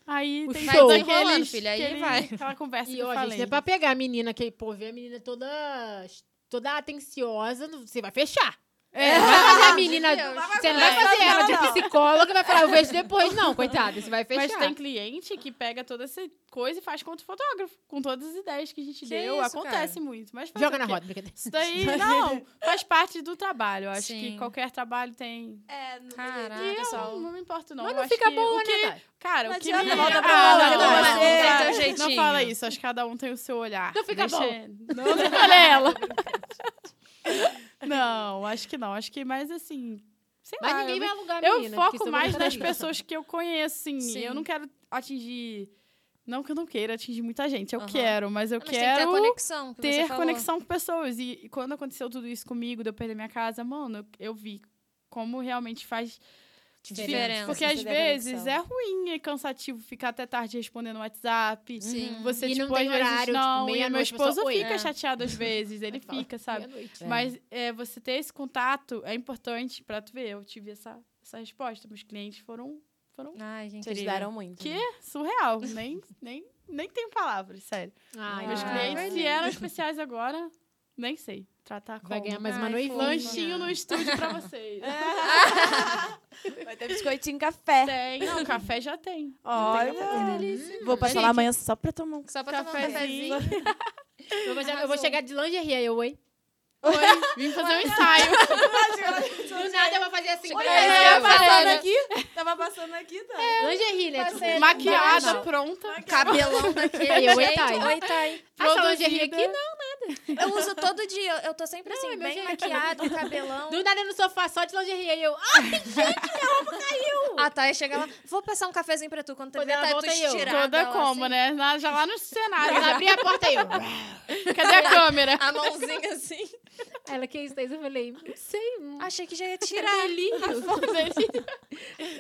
Speaker 4: Aí
Speaker 3: O
Speaker 4: tem
Speaker 3: show.
Speaker 4: todos
Speaker 2: Vai desenrolando,
Speaker 4: aqueles-
Speaker 2: filha, aí
Speaker 4: aquele-
Speaker 2: vai.
Speaker 4: Aquela conversa
Speaker 3: E
Speaker 4: que eu
Speaker 3: ó,
Speaker 4: falei.
Speaker 3: gente, é pra pegar a menina que, pô, vê a menina toda, toda atenciosa, não- você vai fechar.
Speaker 4: É.
Speaker 3: Não vai fazer a menina.
Speaker 2: Meu Deus.
Speaker 3: Você não vai
Speaker 1: Vai
Speaker 3: fazer ela de
Speaker 1: fazer, não.
Speaker 3: psicóloga e vai falar, eu vejo depois. Não, coitada, você vai fechar.
Speaker 4: Mas tem cliente que pega toda essa coisa e faz contra o fotógrafo, com todas as ideias que a gente
Speaker 2: Que
Speaker 4: deu.
Speaker 2: isso,
Speaker 4: Acontece
Speaker 2: cara.
Speaker 4: muito. Mas fazer
Speaker 3: Joga
Speaker 4: o
Speaker 3: na
Speaker 4: quê?
Speaker 3: roda, brincadeira.
Speaker 4: Isso daí, não, faz parte do trabalho. Eu acho
Speaker 2: Sim.
Speaker 4: que qualquer trabalho tem.
Speaker 1: É, no
Speaker 2: Caraca.
Speaker 4: E eu
Speaker 2: pessoal.
Speaker 4: não me importo, não.
Speaker 3: Mas
Speaker 4: Eu
Speaker 3: não
Speaker 4: acho
Speaker 3: fica
Speaker 4: que
Speaker 3: boa,
Speaker 4: o que-
Speaker 3: né, Thay?
Speaker 4: Cara,
Speaker 1: Não
Speaker 4: o que
Speaker 1: adianta,
Speaker 4: me-
Speaker 1: volta pra
Speaker 4: Ah,
Speaker 1: outra,
Speaker 4: não,
Speaker 1: não,
Speaker 4: mas-
Speaker 1: mas tem
Speaker 4: não,
Speaker 2: teu
Speaker 4: não
Speaker 2: jeitinho.
Speaker 4: fala isso, acho que cada um tem o seu olhar.
Speaker 3: Então fica
Speaker 4: Deixa-
Speaker 3: bom.
Speaker 4: Não, não falei ela. Não, acho que não. Acho que mais assim. Sei
Speaker 3: Mas
Speaker 4: lá,
Speaker 3: ninguém
Speaker 4: eu
Speaker 3: vai alugar a
Speaker 4: eu
Speaker 3: menina. porque
Speaker 4: foco
Speaker 3: isso
Speaker 4: mais
Speaker 3: vou
Speaker 4: nas
Speaker 3: fazer.
Speaker 4: pessoas que eu conheço, assim.
Speaker 2: Sim.
Speaker 4: Eu não quero atingir. Não que eu não queira atingir muita gente, eu
Speaker 2: Aham.
Speaker 4: quero, mas eu
Speaker 2: Ah, Mas tem que ter a
Speaker 4: quero
Speaker 2: conexão. que você
Speaker 4: ter
Speaker 2: falou.
Speaker 4: conexão com pessoas. E, e quando aconteceu tudo isso comigo, de eu perder minha casa, mano, eu vi como realmente faz
Speaker 2: Diferença.
Speaker 4: Porque às vezes é ruim e cansativo ficar até tarde respondendo WhatsApp.
Speaker 2: Sim.
Speaker 4: Você,
Speaker 3: E
Speaker 4: tipo,
Speaker 3: não tem
Speaker 4: às vezes
Speaker 3: horário, tipo,
Speaker 4: não. e
Speaker 3: meia-noite,
Speaker 4: meu
Speaker 3: a pessoa,
Speaker 4: esposo
Speaker 3: "Oi".
Speaker 4: fica
Speaker 2: É.
Speaker 4: chateado às vezes, ele
Speaker 3: Aí fala,
Speaker 4: fica, sabe?
Speaker 3: meia-noite.
Speaker 4: Mas é, você ter esse contato é importante pra tu ver. Eu tive essa, essa resposta. Meus clientes foram, foram (laughs)
Speaker 2: Ai, gente.
Speaker 1: Te ajudaram muito.
Speaker 4: Que? surreal. nem, nem, nem tenho palavras, sério.
Speaker 3: Ai,
Speaker 4: Meus
Speaker 1: Ah,
Speaker 4: clientes
Speaker 2: vai
Speaker 4: que eram especiais agora, nem sei. Tratar com
Speaker 3: Vai ganhar mais uma né?
Speaker 2: Ai,
Speaker 3: noivinha.
Speaker 4: lanchinho no estúdio pra vocês.
Speaker 1: né? Vai ter biscoitinho café.
Speaker 4: Tem. Não, café já tem.
Speaker 1: Olha.
Speaker 2: delícia.
Speaker 1: Vou passar lá amanhã só pra tomar um
Speaker 2: Só pra tomar um
Speaker 4: Cafezinho.
Speaker 2: cafezinho.
Speaker 3: Eu vou, eu vou
Speaker 2: Arrasou.
Speaker 3: chegar É de lingerie aí, eu, oi.
Speaker 4: Oi, vim fazer um ensaio.
Speaker 1: Tá,
Speaker 3: Do nada eu vou fazer assim.
Speaker 2: Olha,
Speaker 3: pra
Speaker 2: é,
Speaker 3: ela,
Speaker 1: tava
Speaker 2: eu
Speaker 3: vai,
Speaker 1: passando
Speaker 3: né?
Speaker 1: aqui. Tava passando aqui, tá?
Speaker 3: Lingerie, né?
Speaker 2: Passei ali,
Speaker 4: Maquiada,
Speaker 2: Não.
Speaker 4: pronta.
Speaker 2: Cabelão
Speaker 3: Aí,
Speaker 2: daquele.
Speaker 3: oi,
Speaker 2: jeito.
Speaker 3: Thay.
Speaker 2: Oi, Thay.
Speaker 3: Ah, essa lingerie aqui, não.
Speaker 2: Eu uso todo dia. Eu- Eu tô sempre assim,
Speaker 3: é meu
Speaker 2: bem
Speaker 3: jeito.
Speaker 2: maquiada, com cabelão.
Speaker 3: Do nada no sofá, só de lingerie. Aí eu, ah,
Speaker 2: A Thay chega lá. Vou passar um cafezinho pra tu. Quando tu
Speaker 3: Quando
Speaker 2: vê,
Speaker 3: ela
Speaker 2: Thay, tu
Speaker 3: volta, eu.
Speaker 2: estirada.
Speaker 4: Toda
Speaker 2: lá,
Speaker 4: como,
Speaker 2: assim.
Speaker 4: né? Na- já lá no
Speaker 3: (laughs)
Speaker 4: cenário.
Speaker 3: quando
Speaker 4: já.
Speaker 3: abri a porta aí eu.
Speaker 4: Cadê a câmera?
Speaker 2: A mãozinha assim.
Speaker 3: (laughs) Ela, que isso, Thaís? Eu falei, não sei, não
Speaker 2: Achei que já ia tirar.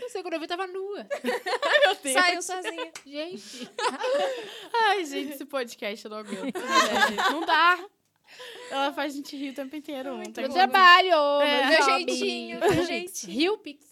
Speaker 3: sei. Quando eu vi, tava nua.
Speaker 2: Saiu sozinha.
Speaker 3: Gente.
Speaker 4: Ai, gente, esse podcast eu não aguento. né, gente? (laughs) Não dá. Ela faz a gente rir o tempo inteiro. Não tem
Speaker 3: Meu
Speaker 4: como.
Speaker 3: trabalho.
Speaker 4: É,
Speaker 3: meu
Speaker 2: meu
Speaker 3: hobby.
Speaker 2: jeitinho, meu
Speaker 3: Pix. Rio Pix.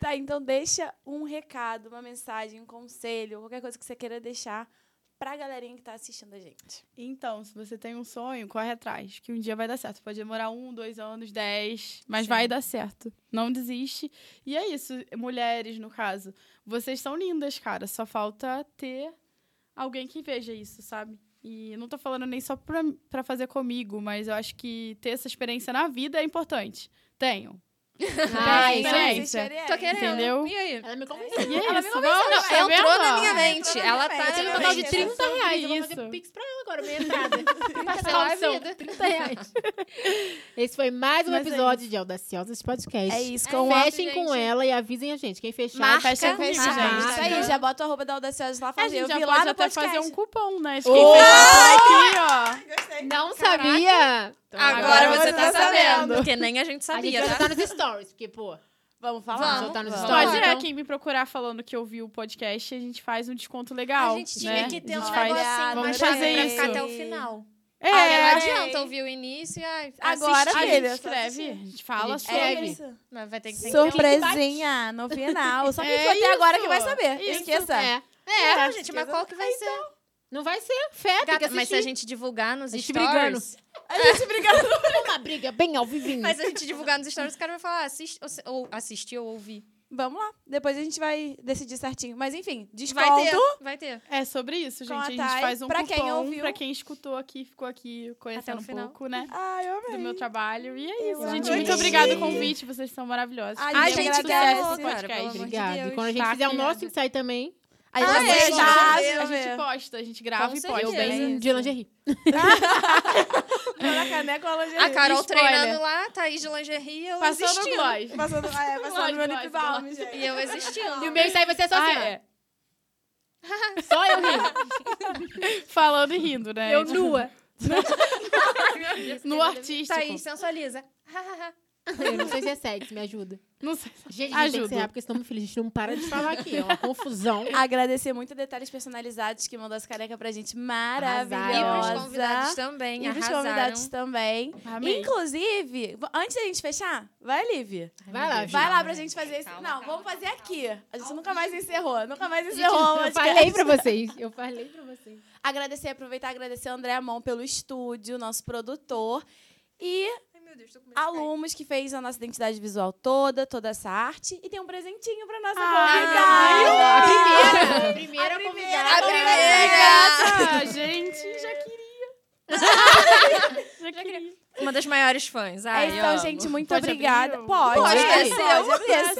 Speaker 1: Tá, então deixa um recado, uma mensagem, um conselho, qualquer coisa que você queira deixar pra galerinha que tá assistindo a gente.
Speaker 4: Então, se você tem um sonho, corre atrás, que um dia vai dar certo. Pode demorar um, dois anos, dez, mas
Speaker 2: Sim.
Speaker 4: vai dar certo. Não desiste. E é isso, mulheres, no caso. Vocês são lindas, cara. Só falta ter alguém que veja isso, sabe? E não tô falando nem só pra, pra fazer comigo, mas eu acho que ter essa experiência na vida é importante. Tenham.
Speaker 3: Ai,
Speaker 4: é isso
Speaker 1: Então,
Speaker 4: aí.
Speaker 1: vocês
Speaker 4: gente.
Speaker 1: querendo.
Speaker 2: Tô querendo.
Speaker 4: Entendeu?
Speaker 2: E aí?
Speaker 3: Ela me convenceu.
Speaker 4: E é
Speaker 1: Ela me
Speaker 4: isso, vamos, tá
Speaker 2: entrou
Speaker 4: vendo?
Speaker 2: na
Speaker 4: ó?
Speaker 2: minha
Speaker 1: Ela entrou
Speaker 2: mente.
Speaker 1: na
Speaker 2: Ela
Speaker 1: minha
Speaker 2: tá.
Speaker 1: mente.
Speaker 3: Eu tive um
Speaker 1: Ela
Speaker 3: total de
Speaker 1: Isso.
Speaker 3: 30 reais. Eu vou
Speaker 4: Isso.
Speaker 3: fazer Pix pra ela agora, minha entrada.
Speaker 2: Parcelar a
Speaker 3: São
Speaker 2: vida.
Speaker 3: 30 reais. Esse foi mais um
Speaker 1: Mas é
Speaker 3: episódio de Audaciosas Podcast.
Speaker 1: É isso,
Speaker 2: É
Speaker 1: com
Speaker 2: isso.
Speaker 1: a...
Speaker 3: Fechem
Speaker 2: Gente.
Speaker 3: com ela e avisem a gente. Quem fechar,
Speaker 2: Marca,
Speaker 3: fecha comigo,
Speaker 2: marca.
Speaker 1: É Isso
Speaker 3: gente.
Speaker 1: aí, já bota o arroba da Audaciosa lá.
Speaker 4: A
Speaker 1: Fala,
Speaker 4: gente
Speaker 1: eu
Speaker 4: já
Speaker 1: vi lá
Speaker 4: pode
Speaker 1: no
Speaker 4: até
Speaker 1: podcast.
Speaker 4: fazer um cupom, né? De
Speaker 3: Ô!
Speaker 4: quem fechar por aqui, ó.
Speaker 3: Não
Speaker 2: Caraca.
Speaker 3: sabia? Então,
Speaker 2: Agora você tá sabendo. Porque nem a gente
Speaker 3: A gente
Speaker 2: sabia,
Speaker 3: vai
Speaker 2: tá?
Speaker 3: soltar nos stories, porque, pô,
Speaker 1: Vamos falar?
Speaker 2: Vamos.
Speaker 3: soltar nos
Speaker 1: Vamos.
Speaker 3: stories.
Speaker 4: Pode, né?
Speaker 3: então-
Speaker 4: Quem me procurar falando que ouviu o podcast, a gente faz um desconto legal.
Speaker 2: a gente tinha
Speaker 4: né?
Speaker 2: que ter
Speaker 4: A
Speaker 2: um
Speaker 4: gente
Speaker 1: faz-
Speaker 2: negocinho
Speaker 4: Vamos
Speaker 2: mas
Speaker 4: fazer
Speaker 2: pra
Speaker 4: isso.
Speaker 2: ficar até o final.
Speaker 4: É,
Speaker 2: Porque não
Speaker 1: é.
Speaker 2: adianta ouvir o início e ai,
Speaker 1: Agora,
Speaker 2: assistir.
Speaker 4: a
Speaker 1: filha,
Speaker 4: gente
Speaker 1: só
Speaker 4: escreve, a gente
Speaker 2: É,
Speaker 4: fala
Speaker 3: gente
Speaker 1: É
Speaker 4: sobre.
Speaker 3: escreve.
Speaker 2: Mas vai ter um que ter
Speaker 1: Surpresinha no final. um Só quem
Speaker 4: É
Speaker 1: foi até agora
Speaker 4: isso.
Speaker 1: que vai saber.
Speaker 4: Isso.
Speaker 1: Esqueça.
Speaker 3: É.
Speaker 2: É,
Speaker 1: É,
Speaker 2: gente, mas qual que vai ser?
Speaker 3: Não vai ser fé, tem que
Speaker 2: Gata, mas se a
Speaker 3: assistir.
Speaker 2: gente divulgar nos
Speaker 3: A gente
Speaker 2: stories...
Speaker 3: brigando. é Uma briga bem ao vivinho.
Speaker 2: (laughs) Mas se a gente divulgar nos stories, o cara vai falar, "Ah, assiste, ou, se- ou assistir ou ouvir.
Speaker 1: Vamos lá. Depois a gente vai decidir certinho. Mas enfim, desconto.
Speaker 2: Vai ter, vai ter.
Speaker 4: É sobre isso, gente.
Speaker 1: Com a
Speaker 4: A gente
Speaker 1: Thay,
Speaker 4: faz um
Speaker 1: pra
Speaker 4: cupom
Speaker 1: quem ouviu.
Speaker 4: pra quem escutou aqui, ficou aqui
Speaker 2: Até o
Speaker 4: conhecendo um
Speaker 2: final.
Speaker 4: pouco, né?
Speaker 1: Ai, (laughs) eu
Speaker 4: Do meu trabalho. E é isso,
Speaker 1: Eu
Speaker 4: gente.
Speaker 1: amei.
Speaker 4: Muito obrigada pelo convite. Vocês são maravilhosos.
Speaker 1: Ai,
Speaker 4: Deu
Speaker 1: A
Speaker 2: A
Speaker 1: gente
Speaker 4: muito
Speaker 2: gente
Speaker 4: sucesso
Speaker 1: agradece,
Speaker 2: gravou,
Speaker 4: esse
Speaker 2: cara, pelo
Speaker 4: podcast.
Speaker 2: amor de
Speaker 3: Obrigada. e
Speaker 2: Deus. né?
Speaker 3: quando a gente
Speaker 4: Tá
Speaker 3: fizer o nosso
Speaker 4: criado.
Speaker 3: ensaio também,
Speaker 1: Aí
Speaker 2: Ah,
Speaker 1: já
Speaker 2: é,
Speaker 1: vai
Speaker 2: já.
Speaker 1: já.
Speaker 4: A gente
Speaker 1: ver.
Speaker 4: posta, a gente grava
Speaker 2: Com
Speaker 4: e posta.
Speaker 3: eu
Speaker 2: certeza.
Speaker 3: bem de lingerie.
Speaker 1: Coloca a caneca ou a lingerie.
Speaker 2: A Carol
Speaker 4: Spoiler.
Speaker 2: treinando lá, Thaís de lingerie, eu
Speaker 4: Passando
Speaker 2: assistindo.
Speaker 4: gloss.
Speaker 1: Passando, ah, é, passando meu
Speaker 4: Lógico,
Speaker 1: lip
Speaker 4: lógico,
Speaker 1: balm,
Speaker 2: E
Speaker 1: gente.
Speaker 2: eu assistindo.
Speaker 3: E o meu ensaio vai ser só assim,
Speaker 4: Ah,
Speaker 3: ó.
Speaker 4: é.
Speaker 3: (laughs) Só eu
Speaker 4: (laughs)
Speaker 3: rindo.
Speaker 4: Falando e rindo, né?
Speaker 3: Eu nua.
Speaker 2: (laughs)
Speaker 4: No artístico.
Speaker 2: Thaís (laughs) sensualiza.
Speaker 3: Eu não sei se é sexo, me ajuda.
Speaker 4: Não sei.
Speaker 3: Gente, a gente tem que
Speaker 4: Ajuda.
Speaker 3: encerrar, porque senão, meu filho, a gente não para de falar aqui. É uma confusão.
Speaker 1: Agradecer muito detalhes personalizados que mandou essa caneca pra gente.
Speaker 2: E
Speaker 1: Maravilhosa.
Speaker 2: pros convidados também,
Speaker 1: E pros
Speaker 2: arrasaram.
Speaker 1: convidados também.
Speaker 4: Amei.
Speaker 1: Inclusive, v- antes da gente fechar, vai, Lívia.
Speaker 3: Vai lá,
Speaker 1: Vai
Speaker 3: Ju.
Speaker 1: lá pra gente fazer esse.
Speaker 2: Calma,
Speaker 1: Não,
Speaker 2: calma,
Speaker 1: vamos fazer aqui. A gente nunca mais encerrou. Nunca mais encerrou.
Speaker 3: Eu
Speaker 1: mas-
Speaker 3: falei pra vocês. Eu falei pra vocês.
Speaker 1: Agradecer, aproveitar e agradecer o André Amon pelo estúdio, nosso produtor. E
Speaker 2: Ai, meu Deus, tô com medo de cair.
Speaker 1: alunos que fez a nossa identidade visual toda, toda essa arte. E tem um presentinho pra nossa convidada.
Speaker 3: A primeira. A primeira,
Speaker 1: A primeira
Speaker 3: convidada.
Speaker 2: A primeira!
Speaker 3: (laughs)
Speaker 4: Ah, gente, já queria. já queria.
Speaker 2: Uma das maiores fãs. Ai, eu
Speaker 1: então,
Speaker 2: amo.
Speaker 1: gente, muito
Speaker 4: Pode abrir
Speaker 1: obrigada.
Speaker 4: o-
Speaker 1: Pode,
Speaker 2: Pode,
Speaker 1: é
Speaker 2: é
Speaker 1: seu,
Speaker 2: seu,
Speaker 1: abrir, é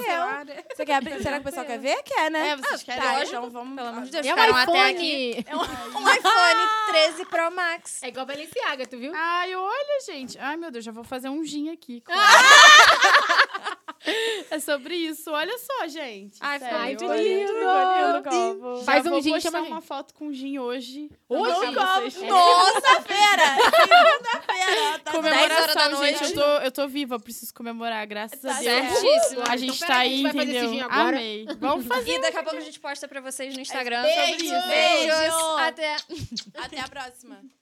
Speaker 1: seu. Você quer abrir? Será que o pessoal quer ver? Quer, né?
Speaker 4: É, vocês querem?
Speaker 1: Tá,
Speaker 2: lógico.
Speaker 1: então vamos.
Speaker 2: Pelo amor de Deus,
Speaker 3: É
Speaker 2: ficaram
Speaker 3: um
Speaker 2: até aqui.
Speaker 3: iPhone.
Speaker 2: Um iPhone 13 Pro Max.
Speaker 3: É igual a Balenciaga, tu viu?
Speaker 4: Ai, olha, gente. Ai, meu Deus, já vou fazer um gin aqui.
Speaker 3: (laughs)
Speaker 4: claro. é sobre isso. Olha só, gente.
Speaker 2: Ai, ficou
Speaker 4: Sério,
Speaker 2: muito
Speaker 4: olha,
Speaker 3: lindo.
Speaker 4: ficou lindo, Calvo. Já
Speaker 3: Faz um
Speaker 4: vou
Speaker 3: gin,
Speaker 4: postar
Speaker 3: chama a
Speaker 4: uma
Speaker 3: gente.
Speaker 4: foto com gin hoje.
Speaker 3: Hoje?
Speaker 4: Pra vocês.
Speaker 3: É.
Speaker 1: Nossa, feira! (laughs) Segunda-feira, tá?
Speaker 2: horas da
Speaker 4: Comemoração,
Speaker 2: noite.
Speaker 4: gente. Eu tô, eu tô viva, eu preciso comemorar, graças
Speaker 1: Tá
Speaker 4: a Deus.
Speaker 1: certo.
Speaker 2: Certíssimo.
Speaker 4: A gente
Speaker 3: Então,
Speaker 4: tá
Speaker 3: peraí,
Speaker 4: aí,
Speaker 3: a gente vai fazer esse
Speaker 4: entendeu?
Speaker 3: dia agora.
Speaker 4: Amei. Vamos fazer.
Speaker 2: E daqui a pouco a gente posta pra vocês no Instagram.
Speaker 1: Beijo!
Speaker 2: sobre isso. Beijos.
Speaker 1: Beijo!
Speaker 2: Até.
Speaker 1: Até a próxima.